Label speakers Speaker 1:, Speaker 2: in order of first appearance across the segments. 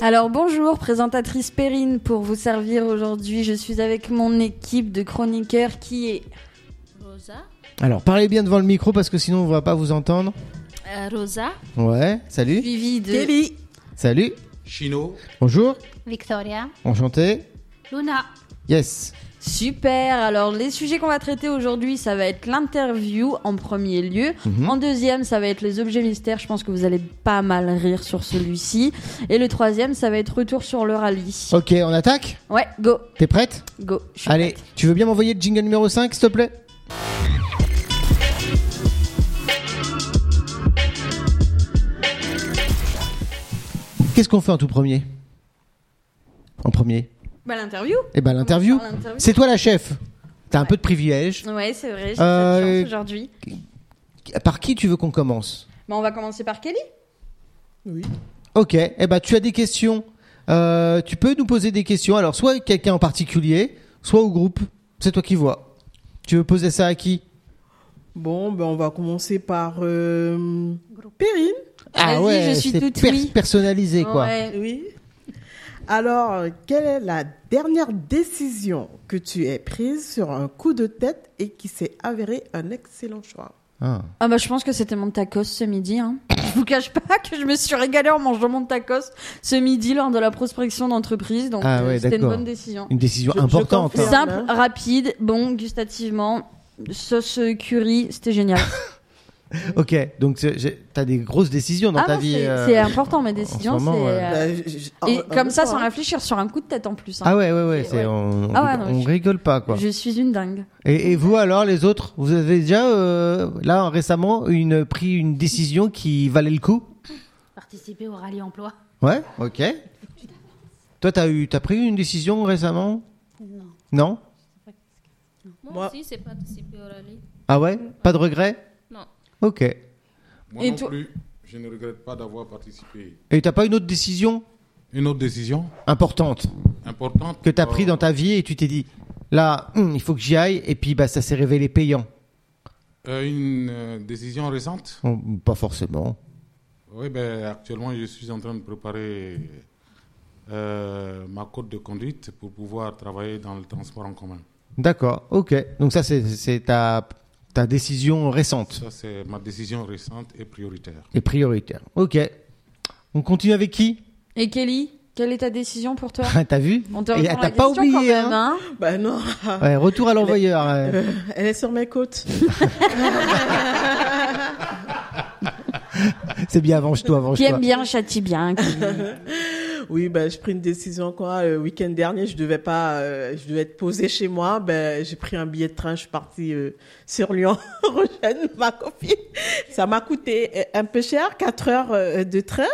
Speaker 1: Alors bonjour, présentatrice Perrine pour vous servir aujourd'hui. Je suis avec mon équipe de chroniqueurs qui est
Speaker 2: Rosa.
Speaker 3: Alors, parlez bien devant le micro parce que sinon on va pas vous entendre.
Speaker 2: Euh, Rosa.
Speaker 3: Ouais, salut.
Speaker 1: suivie de
Speaker 4: Kelly.
Speaker 3: Salut.
Speaker 5: Chino,
Speaker 3: Bonjour.
Speaker 2: Victoria.
Speaker 3: Enchanté.
Speaker 2: Luna.
Speaker 3: Yes.
Speaker 1: Super. Alors les sujets qu'on va traiter aujourd'hui, ça va être l'interview en premier lieu.
Speaker 3: Mhm.
Speaker 1: En deuxième, ça va être les objets mystères. Je pense que vous allez pas mal rire sur celui-ci. Et le troisième, ça va être retour sur le rallye.
Speaker 3: Ok, on attaque
Speaker 1: Ouais, go,
Speaker 3: T'es prête
Speaker 1: go. Je suis
Speaker 3: Oh. Allez,
Speaker 1: prête.
Speaker 3: tu veux bien m'envoyer le jingle numéro 5, s'il te plaît Qu'est-ce qu'on fait en tout premier En premier
Speaker 4: Bah l'interview.
Speaker 3: Eh ben l'interview.
Speaker 1: Par l'interview.
Speaker 3: C'est toi la chef. T'as un peu de privilège.
Speaker 1: Ouais, c'est vrai. J'ai cette
Speaker 3: Euh,
Speaker 1: chance aujourd'hui.
Speaker 3: Par qui tu veux qu'on commence
Speaker 1: Bah, on va commencer par Kelly.
Speaker 3: Ok, eh ben, tu as des questions. Euh, tu peux nous poser des questions. Alors, soit quelqu'un en particulier, soit au groupe. C'est toi qui vois. Tu veux poser ça à qui
Speaker 4: Bon, ben on va commencer par euh, Perrine.
Speaker 1: Vas-y, je suis
Speaker 3: Ah c'est
Speaker 1: toute
Speaker 3: pers-
Speaker 1: oui.
Speaker 3: personnalisé, quoi.
Speaker 1: Ouais.
Speaker 4: Oui. Alors, quelle est la dernière décision que tu aies prise sur un coup de tête et qui s'est avérée un excellent choix
Speaker 3: Ah.
Speaker 1: Ah bah je pense que c'était mon tacos ce midi. Hein. Je vous cache pas que je me suis régalée en mangeant mon tacos ce midi lors de la prospection d'entreprise. Donc
Speaker 3: Ah
Speaker 1: euh,
Speaker 3: ouais,
Speaker 1: c'était une
Speaker 3: d'accord.
Speaker 1: bonne décision.
Speaker 3: Une décision
Speaker 4: Je- je
Speaker 3: importante.
Speaker 4: confirme.
Speaker 3: hein.
Speaker 1: Simple,
Speaker 4: Merde.
Speaker 1: rapide, bon, gustativement. Sauce euh, curry, c'était génial.
Speaker 3: hein. Ok, donc c'est- j'ai- t'as des grosses décisions dans
Speaker 1: Ah
Speaker 3: ta
Speaker 1: non,
Speaker 3: vie.
Speaker 1: c'est
Speaker 3: euh,
Speaker 1: c'est important mes
Speaker 3: ce
Speaker 1: décisions.
Speaker 3: moment,
Speaker 1: c'est,
Speaker 3: ouais.
Speaker 1: euh,
Speaker 4: Bah, j- j-
Speaker 1: Et
Speaker 4: en- en
Speaker 1: comme
Speaker 4: même
Speaker 1: ça,
Speaker 4: temps,
Speaker 1: sans
Speaker 4: hein.
Speaker 1: réfléchir, sur un coup de tête en plus. hein.
Speaker 3: Ah ouais, ouais, ouais.
Speaker 1: C'est-
Speaker 3: c'est-
Speaker 1: ouais.
Speaker 3: On, on
Speaker 1: Ah ouais,
Speaker 3: rigole-
Speaker 1: non,
Speaker 3: on
Speaker 1: je-
Speaker 3: rigole pas, quoi.
Speaker 1: Je suis une dingue.
Speaker 3: Et, et vous, alors, les autres, vous avez déjà, euh, là, récemment, une, pris une décision qui valait le coup
Speaker 2: Participer au rallye emploi.
Speaker 3: Ouais, ok. Toi, t'as eu, t'as pris une décision récemment Non. Non
Speaker 6: Moi,
Speaker 4: Moi-
Speaker 6: aussi, c'est participer au rallye.
Speaker 3: Ah ouais Pas de regret
Speaker 6: Non.
Speaker 3: Ok. Et
Speaker 5: moi
Speaker 1: Et
Speaker 5: non
Speaker 1: toi-
Speaker 5: plus, je ne regrette pas d'avoir participé.
Speaker 3: t'as pas une autre décision
Speaker 5: Une autre décision
Speaker 3: importante
Speaker 5: importante
Speaker 3: que t'as prise dans ta vie et tu t'es dit, là, hum, il faut que j'y aille, et puis bah, ça s'est révélé payant
Speaker 5: Euh, Une euh, décision récente
Speaker 3: Oh, Pas forcément.
Speaker 5: Oui, ben, actuellement, je suis en train de préparer euh, ma code de conduite pour pouvoir travailler dans le transport en commun.
Speaker 3: D'accord, ok. Donc ça, c'est, c'est ta, ta décision récente
Speaker 5: Ça, c'est ma décision récente et prioritaire.
Speaker 3: et prioritaire. Ok. On continue avec qui Ah,
Speaker 1: Et Kelly, quelle est ta décision pour toi
Speaker 3: T'as vu
Speaker 1: On te
Speaker 3: Et
Speaker 1: répond
Speaker 3: T'as
Speaker 1: à la
Speaker 3: pas
Speaker 1: question
Speaker 3: oublié,
Speaker 1: quand même,
Speaker 3: hein
Speaker 1: hein.
Speaker 4: Bah non,
Speaker 3: Ouais, Retour à l'envoyeur. euh. ouais.
Speaker 4: elle est sur mes côtes.
Speaker 3: C'est bien, avance-toi,
Speaker 1: Qui
Speaker 3: avance-toi.
Speaker 1: aime bien, châtie bien. qui-
Speaker 4: Oui, ben j'ai pris une décision quoi. Le week-end dernier, je devais pas, euh, je devais être posée chez moi. Ben j'ai pris un billet de train, je suis partie euh, sur Lyon rejoindre ma copine. Ça m'a coûté euh, un peu cher, 4 heures euh, de train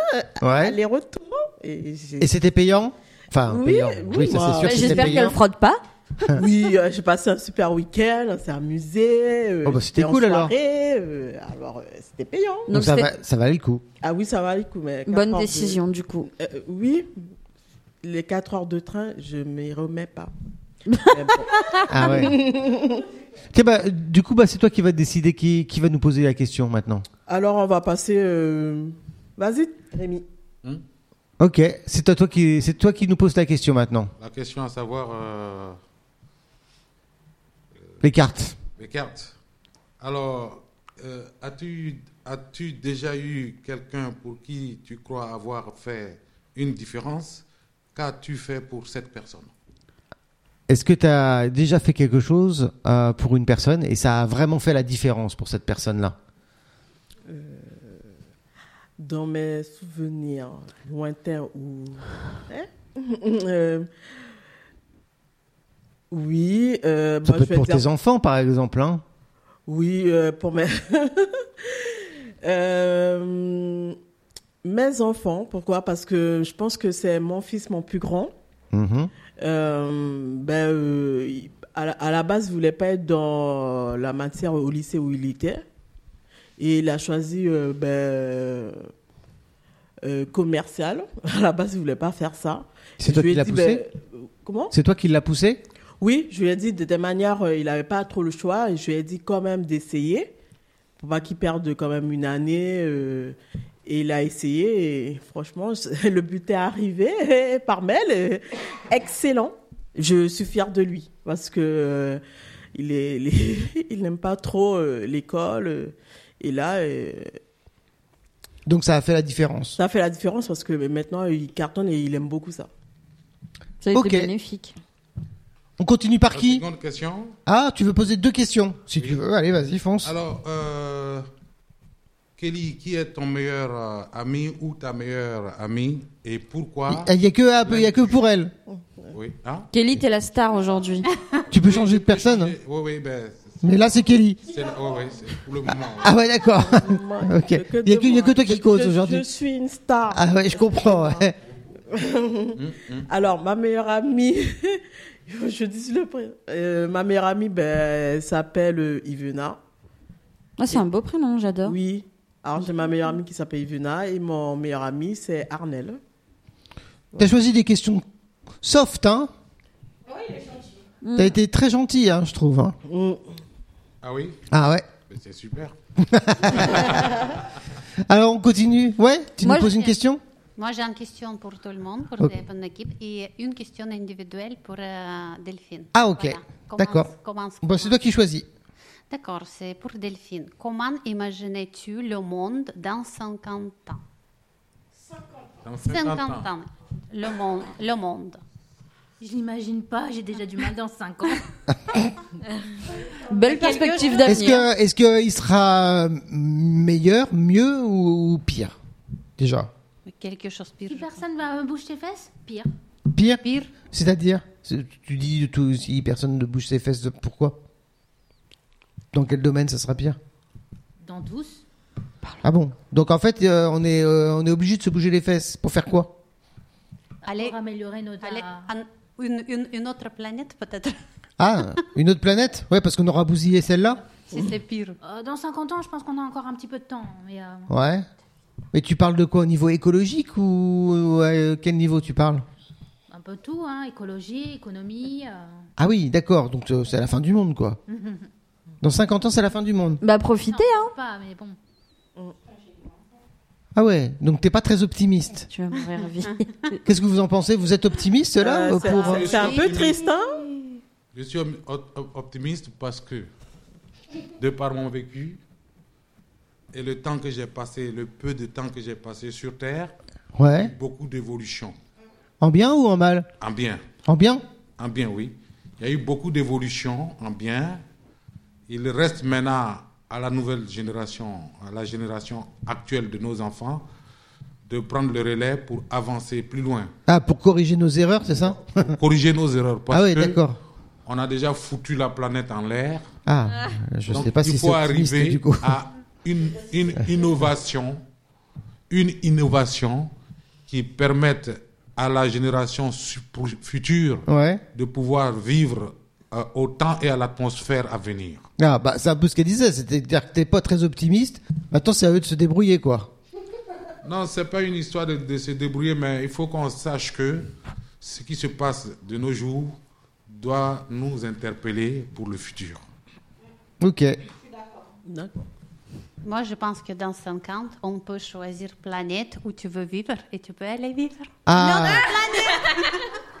Speaker 3: Ouais.
Speaker 4: aller-retour. Et j'ai-
Speaker 3: Et c'était payant Enfin,
Speaker 4: Oui,
Speaker 3: payant.
Speaker 4: oui,
Speaker 3: Oui, ça
Speaker 4: moi.
Speaker 3: c'est sûr.
Speaker 1: Bah,
Speaker 3: que c'était
Speaker 1: J'espère qu'elle
Speaker 3: payant.
Speaker 1: frotte pas.
Speaker 4: oui, euh, j'ai passé un super week-end, on s'est amusé. euh,
Speaker 3: Oh, bah, c'était
Speaker 4: j'étais en
Speaker 3: cool, alors.
Speaker 4: soirée, euh, alors euh, c'était payant.
Speaker 3: Donc
Speaker 1: Donc
Speaker 3: ça,
Speaker 1: c'était
Speaker 3: va- ça valait le coup.
Speaker 4: Ah oui, ça va les coups, mais quatre
Speaker 1: bonne
Speaker 4: heures de-
Speaker 1: décision du coup.
Speaker 4: Euh, euh, oui, les 4 heures de train, je m'y remets pas. Mais bon.
Speaker 3: Ah ouais. Tiens, bah, du coup, bah, c'est toi qui va décider qui, qui va nous poser la question maintenant.
Speaker 4: Alors, on va passer. euh, Vas-y, Rémi.
Speaker 3: Ok, c'est à toi qui c'est toi qui nous pose la question maintenant.
Speaker 5: La question à savoir, euh,
Speaker 3: Les cartes.
Speaker 5: les cartes. Alors, euh, as-tu as-tu déjà eu quelqu'un pour qui tu crois avoir fait une différence Qu'as-tu fait pour cette personne
Speaker 3: Est-ce que tu as déjà fait quelque chose euh, pour une personne et ça a vraiment fait la différence pour cette personne-là
Speaker 4: Dans mes souvenirs lointains ou. Hein Euh, Oui, euh,
Speaker 3: Ça
Speaker 4: bah,
Speaker 3: peut
Speaker 4: je
Speaker 3: être
Speaker 4: vais
Speaker 3: pour
Speaker 4: dire-
Speaker 3: tes enfants, par exemple. Hein
Speaker 4: Oui, euh, pour mes. Euh, mes enfants, pourquoi Parce que je pense que c'est mon fils, mon plus grand.
Speaker 3: Mhm.
Speaker 4: Euh, ben, euh, il- à, la, à la base, il voulait pas être dans la matière au lycée où il était. Et il a choisi euh, ben, euh, euh, commercial. À la base, il voulait pas faire ça.
Speaker 3: C'est toi
Speaker 4: Je
Speaker 3: qui
Speaker 4: lui ai
Speaker 3: l'as
Speaker 4: dit,
Speaker 3: poussé
Speaker 4: ben, euh, Comment
Speaker 3: C'est toi qui l'as poussé
Speaker 4: Oui, je lui ai dit de telle manière, euh, il n'avait pas trop le choix. Et je lui ai dit quand même d'essayer pour pas qu'il perde quand même une année. euh, Et il a essayé, et franchement, le but est arrivé et par mail. et Excellent. Je suis fière de lui parce que euh, il, est, il, est- il n'aime pas trop euh, l'école. euh, et là, euh,
Speaker 3: Donc ça a fait la différence.
Speaker 4: ça fait la différence parce que maintenant, il cartonne et il aime beaucoup ça.
Speaker 1: Ça a été
Speaker 3: Ok.
Speaker 1: bénéfique.
Speaker 3: On continue par
Speaker 5: La
Speaker 3: qui
Speaker 5: seconde question.
Speaker 3: Ah, tu veux poser deux questions Si
Speaker 5: Oui.
Speaker 3: tu veux, allez, vas-y, fonce.
Speaker 5: Alors, euh, Kelly, qui est ton meilleur euh, ami ou ta meilleure amie et pourquoi
Speaker 3: Il n'y a, que ah, il y a que pour elle.
Speaker 5: Oui, hein
Speaker 1: Kelly, t'es la star aujourd'hui.
Speaker 3: Tu peux changer de personne. hein.
Speaker 5: Oui, oui, ben,
Speaker 3: Mais là, c'est Kelly.
Speaker 5: c'est la- ouais, ouais, c'est pour le moment. ouais.
Speaker 3: Ah ouais, d'accord.
Speaker 4: Moi,
Speaker 3: Ok.
Speaker 4: j'ai
Speaker 3: Il y a
Speaker 4: deux
Speaker 3: que- il y a
Speaker 4: mois.
Speaker 3: que toi qui
Speaker 4: Je-
Speaker 3: cause
Speaker 4: je-
Speaker 3: aujourd'hui.
Speaker 4: Je suis une star.
Speaker 3: Ah ouais, je comprends. ouais.
Speaker 4: Alors, ma meilleure amie, je dis le prénom. Euh, ma meilleure amie, ben, elle s'appelle euh, Ivena.
Speaker 1: Ah, c'est un beau prénom, j'adore.
Speaker 4: Oui. Alors, j'ai ma meilleure amie qui s'appelle Ivena et mon meilleur ami, c'est Arnel.
Speaker 3: T'as choisi des questions soft, hein T'as
Speaker 1: Mm.
Speaker 3: été très gentil, hein, je trouve. hein.
Speaker 4: Mm.
Speaker 5: Ah oui,
Speaker 3: Ah ouais.
Speaker 5: Ben, c'est super.
Speaker 3: Alors on continue. Ouais, tu
Speaker 1: Moi,
Speaker 3: nous poses
Speaker 1: je-
Speaker 3: une question
Speaker 2: Moi, j'ai une question pour tout le monde, pour
Speaker 3: Ok.
Speaker 2: les- pour l'équipe, et une question individuelle pour euh, Delphine.
Speaker 3: Ah, ok.
Speaker 2: Commence-
Speaker 3: D'accord.
Speaker 2: commence-
Speaker 3: Bon, c'est toi qui choisis.
Speaker 2: D'accord, c'est pour Delphine. Comment imaginais-tu le monde dans 50 ans
Speaker 5: Dans
Speaker 2: 50,
Speaker 5: 50 ans.
Speaker 2: ans. Le monde. Le monde.
Speaker 6: Je l'imagine pas, j'ai déjà du mal dans 5 ans.
Speaker 1: Belle perspective
Speaker 3: Est-ce
Speaker 1: d'avenir.
Speaker 3: que est-ce que il sera meilleur, mieux ou, ou pire Déjà.
Speaker 2: Quelque chose de
Speaker 6: Si
Speaker 2: pire.
Speaker 6: personne va me bouge tes fesses, pire.
Speaker 3: Pire.
Speaker 2: Pire.
Speaker 3: C'est-à-dire C'est- Tu dis de tout si personne ne bouge ses fesses, pourquoi Dans quel domaine ça sera pire
Speaker 6: Dans tous.
Speaker 3: Ah bon Donc en fait, euh, on est euh, on est obligé de se bouger les fesses pour faire quoi
Speaker 2: Allez,
Speaker 6: Pour améliorer notre...
Speaker 2: allez,
Speaker 6: euh,
Speaker 2: un- une, une- une autre planète peut-être,
Speaker 3: Ah, une autre planète Ouais, parce qu'on aura bousillé celle-là.
Speaker 2: si c'est pire.
Speaker 6: euh, dans 50 ans, je pense qu'on a encore un petit peu de temps. Mais euh,
Speaker 3: Ouais. Mais tu parles de quoi au niveau écologique ou à euh, quel niveau tu parles
Speaker 6: un peu tout, hein, écologie, économie. euh,
Speaker 3: Ah oui, d'accord. Donc euh, c'est la fin du monde, quoi. Dans 50 ans, c'est la fin du monde.
Speaker 1: Bah, profitez,
Speaker 6: non,
Speaker 1: hein.
Speaker 6: je sais pas, mais bon.
Speaker 3: Ah ouais. Donc t'es pas très optimiste.
Speaker 1: Tu vas mourir vite.
Speaker 3: Qu'est-ce que vous en pensez Vous êtes optimiste là
Speaker 4: Euh,
Speaker 3: euh,
Speaker 4: c'est
Speaker 3: pour, euh,
Speaker 4: c'est- c'est un peu triste, hein
Speaker 5: Je suis om- op- op- optimiste parce que, de par mon vécu et le temps que j'ai passé, le peu de temps que j'ai passé sur Terre,
Speaker 3: Ouais.
Speaker 5: beaucoup d'évolution.
Speaker 3: En bien ou en mal
Speaker 5: En bien,
Speaker 3: En bien.
Speaker 5: en bien, oui. Il y a eu beaucoup d'évolution en bien. Il reste maintenant à la nouvelle génération, à la génération actuelle de nos enfants, de prendre le relais pour avancer plus loin,
Speaker 3: Ah, pour corriger nos erreurs, c'est ça
Speaker 5: pour corriger nos erreurs. Parce
Speaker 3: Ah oui,
Speaker 5: que
Speaker 3: d'accord.
Speaker 5: On a déjà foutu la planète en l'air.
Speaker 3: Ah, je
Speaker 5: Donc,
Speaker 3: sais pas
Speaker 5: il
Speaker 3: si c'est
Speaker 5: faut
Speaker 3: optimiste
Speaker 5: arriver
Speaker 3: du coup.
Speaker 5: à une, une innovation, une innovation qui permette à la génération su- pour- future
Speaker 3: Ouais.
Speaker 5: de pouvoir vivre euh, au temps et à l'atmosphère à venir.
Speaker 3: Ah bah c'est un peu ce qu'elle disait, c'est-à-dire que t'es pas très optimiste. Maintenant, c'est à eux de se débrouiller, quoi.
Speaker 5: Non, c'est pas une histoire de, de se débrouiller, mais il faut qu'on sache que ce qui se passe de nos jours doit nous interpeller pour le futur.
Speaker 3: Ok.
Speaker 4: D'accord.
Speaker 2: Moi, je pense que dans 50, on peut choisir planète où tu veux vivre et tu peux aller vivre.
Speaker 3: Ah.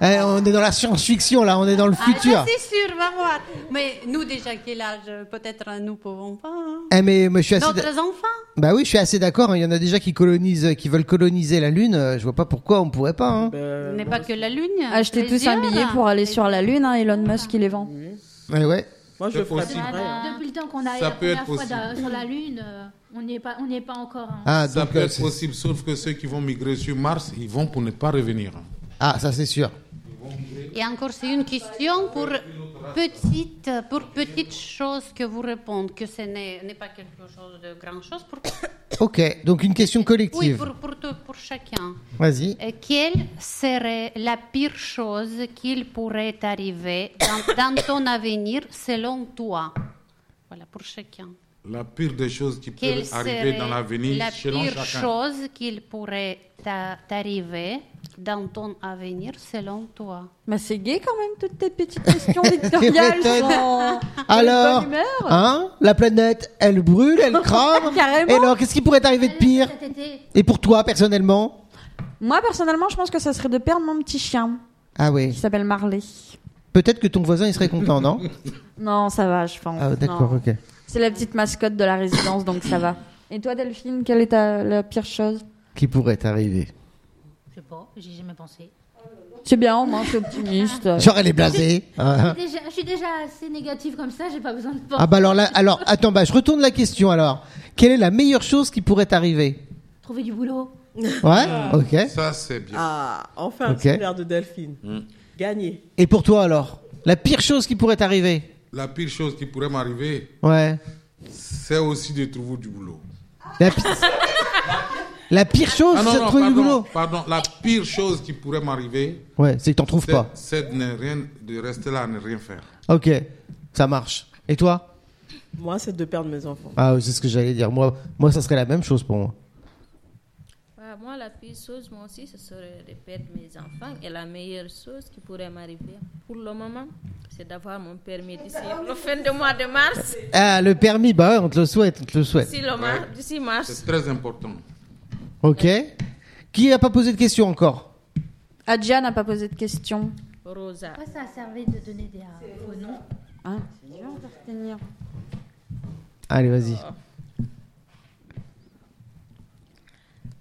Speaker 3: Eh, on est dans la science-fiction là, on est dans le futur.
Speaker 2: Ah, ça, c'est sûr, va voir. Mais nous, déjà, quel âge Peut-être nous pouvons pas. hein.
Speaker 3: Eh mais, mais je suis assez. d'a-
Speaker 2: D'autres enfants
Speaker 3: Bah oui, je suis assez d'accord. hein, Il y en a déjà qui colonisent, qui veulent coloniser la Lune. euh, Je vois pas pourquoi on pourrait pas. Hein.
Speaker 2: Ce
Speaker 4: Ben,
Speaker 2: n'est pas que la Lune.
Speaker 1: Achetez tous un
Speaker 2: plusieurs.
Speaker 1: billet pour aller sur la Lune, hein, Elon Musk, il les vend.
Speaker 3: Ouais, ouais.
Speaker 4: moi, je
Speaker 5: C'est
Speaker 4: ferais
Speaker 5: possible.
Speaker 4: pareil, hein.
Speaker 6: Depuis le temps qu'on a
Speaker 5: Ça
Speaker 6: la
Speaker 5: peut être
Speaker 6: première fois
Speaker 5: possible.
Speaker 6: d'a- sur la Lune, euh, on n'y est pas, on n'y est pas encore. hein.
Speaker 3: Ah
Speaker 5: Ça
Speaker 3: donc,
Speaker 5: peut
Speaker 3: euh,
Speaker 5: être
Speaker 3: c'est-
Speaker 5: possible, sauf que ceux qui vont migrer sur Mars, ils vont pour ne pas revenir.
Speaker 3: ah ça c'est sûr.
Speaker 2: Et encore, c'est une question pour petite, pour petite chose que vous répondez, que ce n'est n'est pas quelque chose de grand chose. Pour...
Speaker 3: Ok. Donc une question
Speaker 2: Oui,
Speaker 3: collective.
Speaker 2: pour, pour, tout- pour chacun.
Speaker 3: Vas-y.
Speaker 2: Euh, Quelle serait la pire chose qu'il pourrait t'arriver dans, dans ton avenir selon toi Voilà, pour chacun.
Speaker 5: la pire des choses qui peut
Speaker 2: Quelle
Speaker 5: arriver
Speaker 2: serait
Speaker 5: dans l'avenir
Speaker 2: la
Speaker 5: selon
Speaker 2: pire
Speaker 5: chacun.
Speaker 2: chose qu'il pourrait t'a- t'arriver dans ton avenir selon toi
Speaker 1: Bah, c'est gay quand même, toutes tes petites questions victoriales.
Speaker 3: m'étonnes.
Speaker 1: sans-
Speaker 3: Alors,
Speaker 1: bonne humeur.
Speaker 3: hein, la planète, elle brûle, elle crame.
Speaker 1: Carrément.
Speaker 3: Et alors, qu'est-ce qui pourrait t'arriver de pire
Speaker 6: Cet été,
Speaker 3: Et pour toi, personnellement
Speaker 1: Moi, personnellement, je pense que ça serait de perdre mon petit chien,
Speaker 3: Ah
Speaker 1: qui
Speaker 3: oui.
Speaker 1: s'appelle Marley.
Speaker 3: Peut-être que ton voisin, il serait content, non
Speaker 1: Non, ça va, je pense.
Speaker 3: Ah, d'accord,
Speaker 1: Non.
Speaker 3: ok.
Speaker 1: C'est la petite mascotte de la résidence, donc ça va. Et toi, Delphine, quelle est ta, la pire chose
Speaker 3: Qui pourrait t'arriver
Speaker 6: je sais pas, j'ai jamais pensé.
Speaker 1: C'est bien, au moins, t'es optimiste.
Speaker 3: Genre, elle est blasée. Hein
Speaker 6: Déjà- je suis déjà assez négative comme ça, j'ai pas besoin de penser.
Speaker 3: ah bah alors là, alors attends, bah je retourne la question alors. Quelle est la meilleure chose qui pourrait t'arriver
Speaker 6: Trouver du boulot.
Speaker 3: Ouais, ok.
Speaker 5: Ça, c'est bien.
Speaker 4: Ah, enfin,
Speaker 3: Ok.
Speaker 4: un petit verre de Delphine.
Speaker 5: Mm.
Speaker 4: Gagné.
Speaker 3: Et pour toi alors La pire chose qui pourrait t'arriver
Speaker 5: La pire chose qui pourrait m'arriver,
Speaker 3: Ouais.
Speaker 5: c'est aussi de trouver du boulot.
Speaker 3: La, pi- la pire chose,
Speaker 5: Ah non,
Speaker 3: Oh, c'est de
Speaker 5: non,
Speaker 3: trouver
Speaker 5: pardon,
Speaker 3: du boulot.
Speaker 5: pardon. La pire chose qui pourrait m'arriver,
Speaker 3: Ouais, c'est que t'en trouves
Speaker 5: c'est-
Speaker 3: pas.
Speaker 5: c'est de ne rien, de rester là à ne rien faire.
Speaker 3: Ok, ça marche. Et toi
Speaker 4: Moi, c'est de perdre mes enfants.
Speaker 3: Ah, oui, c'est ce que j'allais dire. Moi, moi, ça serait la même chose pour moi.
Speaker 7: Bah, moi, la pire chose, moi aussi, ce serait de perdre mes enfants. Et la meilleure chose qui pourrait m'arriver pour le moment, c'est d'avoir mon permis d'ici le fin du mois de mars.
Speaker 3: Ah, le permis, bah ouais, on te le souhaite, on te le souhaite.
Speaker 7: D'ici le mar- d'ici mars.
Speaker 5: C'est très important.
Speaker 3: Ok. Qui a pas posé de question encore
Speaker 1: Adja n'a pas posé de questions.
Speaker 7: Rosa.
Speaker 6: Moi, ça a servi de donner des euh, faux noms.
Speaker 1: Hein C'est dur de retenir.
Speaker 3: Allez, vas-y.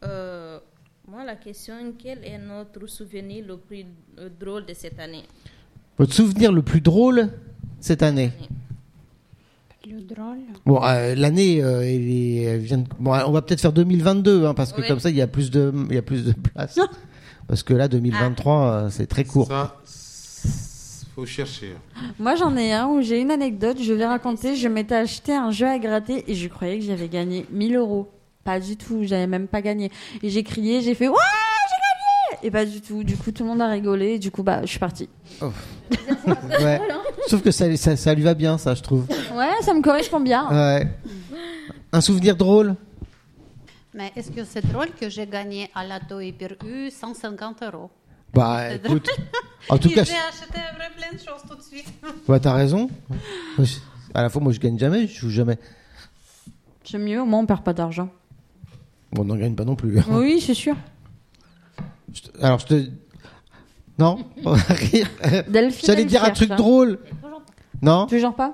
Speaker 7: Euh, moi, la question, quel est notre souvenir le plus euh, drôle de cette année
Speaker 3: Votre souvenir le plus drôle cette année
Speaker 2: Plus drôle.
Speaker 3: Bon, euh, l'année, euh, elle est- elle vient de- Bon, on va peut-être faire 2022, hein, parce que
Speaker 7: Ouais.
Speaker 3: comme ça, il y a plus de, il y a plus de place. parce que là, 2023, euh, c'est très court.
Speaker 5: Ça, s- faut chercher. hein.
Speaker 1: Moi, j'en ai un où j'ai une anecdote, je vais raconter. Je m'étais acheté un jeu à gratter et je croyais que j'avais gagné 1000 euros. Pas du tout, j'avais même pas gagné. Et j'ai crié, j'ai fait Ouais, j'ai gagné Et pas du tout. Du coup, tout le monde a rigolé et du coup, bah, je suis partie.
Speaker 3: Ouais. Sauf que ça, ça, ça lui va bien, ça, je trouve.
Speaker 1: Ouais, ça me correspond bien.
Speaker 3: Ouais. Un souvenir drôle
Speaker 2: Mais est-ce que c'est drôle que j'ai gagné à l'ado hyper U 150 euros
Speaker 3: Bah, écoute. En tout
Speaker 7: J'ai
Speaker 3: cas,
Speaker 7: acheté un vrai plein de choses tout de suite.
Speaker 3: bah, t'as raison. Moi, je- À la fois, moi, je gagne jamais, je joue jamais.
Speaker 1: C'est mieux, au moins, on perd pas d'argent.
Speaker 3: Bon, on n'en gagne pas non plus.
Speaker 1: Oui, c'est sûr.
Speaker 3: Je te- Alors, je te. Non On va rire.
Speaker 1: Delphine,
Speaker 3: J'allais
Speaker 1: elle
Speaker 3: dire un
Speaker 1: cherche,
Speaker 3: truc
Speaker 1: hein.
Speaker 3: drôle. Non
Speaker 1: Tu genre pas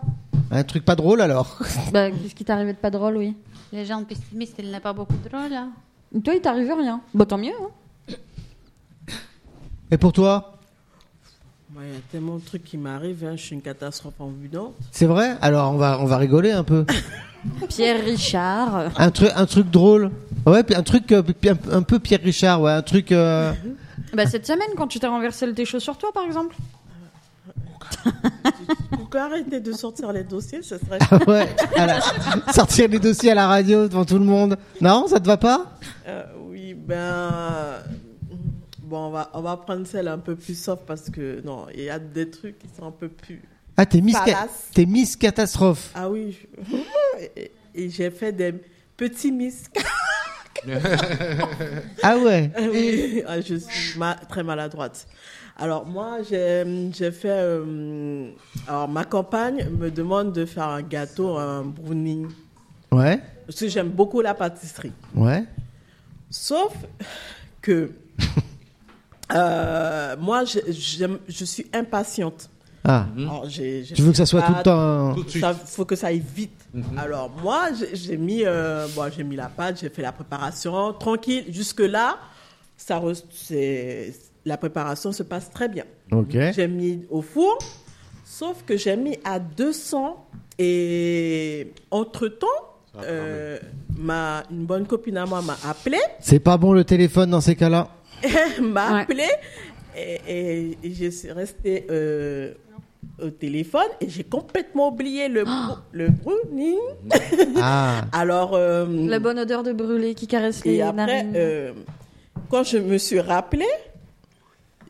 Speaker 3: Un truc pas drôle alors
Speaker 1: Bah, qu'est-ce qui t'est arrivé de pas drôle, oui
Speaker 2: Les gens pessimistes, il n'est pas beaucoup drôle. hein.
Speaker 1: Toi, il t'est arrivé rien. Bah, tant mieux. hein.
Speaker 3: Et pour toi
Speaker 4: Moi, Il y a tellement de trucs qui m'arrivent. hein. Je suis une catastrophe ambulante.
Speaker 3: C'est vrai Alors, on va, on va rigoler un peu.
Speaker 1: Pierre Richard.
Speaker 3: Un, truc un truc drôle Ouais, puis un truc euh, puis un, un peu Pierre Richard, ouais. Un truc. euh,
Speaker 1: Bah, cette semaine, quand tu t'es renversé le técho sur toi, par exemple.
Speaker 4: Pour arrêter de sortir les dossiers, ce serait.
Speaker 3: Ah ouais. à la- Sortir les dossiers à la radio devant tout le monde. Non, ça te va pas
Speaker 4: Euh, oui, ben. Bon, on va, on va prendre celle un peu plus soft parce que non, il y a des trucs qui sont un peu plus.
Speaker 3: Ah, t'es Miss, ca-
Speaker 4: Palace.
Speaker 3: t'es Miss Catastrophe.
Speaker 4: Ah oui. je- et et j'ai fait des petits miss.
Speaker 3: Ah ouais.
Speaker 4: Ah oui, ah, je suis ma- très maladroite. Alors moi, j'ai j'ai fait... euh, alors ma compagne me demande de faire un gâteau, un brownie.
Speaker 3: Ouais.
Speaker 4: Parce que j'aime beaucoup la pâtisserie.
Speaker 3: Ouais.
Speaker 4: Sauf que euh, moi, je, j'aime- je suis impatiente.
Speaker 3: Ah.
Speaker 4: Alors, j'ai- j'ai
Speaker 3: Tu veux que ça soit tout le
Speaker 4: pas-
Speaker 3: temps.
Speaker 5: Mhm. Tout de suite. Mhm.
Speaker 4: ça faut que ça aille vite. Alors moi, j'ai- j'ai mis, euh, bon, j'ai mis la pâte, j'ai fait la préparation tranquille. Jusque là, ça, re- c'est- la préparation se passe très bien.
Speaker 3: Ok.
Speaker 4: J'ai mis au four, sauf que j'ai mis à 200 et entre temps,
Speaker 5: va
Speaker 4: ma une bonne copine à moi m'a appelé,
Speaker 3: C'est pas bon le téléphone dans ces cas-là.
Speaker 4: m'a
Speaker 1: Ouais.
Speaker 4: appelé et, et- et je suis restée. euh, au téléphone et j'ai complètement oublié le, brou- le brownie.
Speaker 3: Ah.
Speaker 4: Alors, euh,
Speaker 1: La bonne odeur de brûlé qui caresse les
Speaker 4: et après,
Speaker 1: narines.
Speaker 4: euh, quand je me suis rappelée,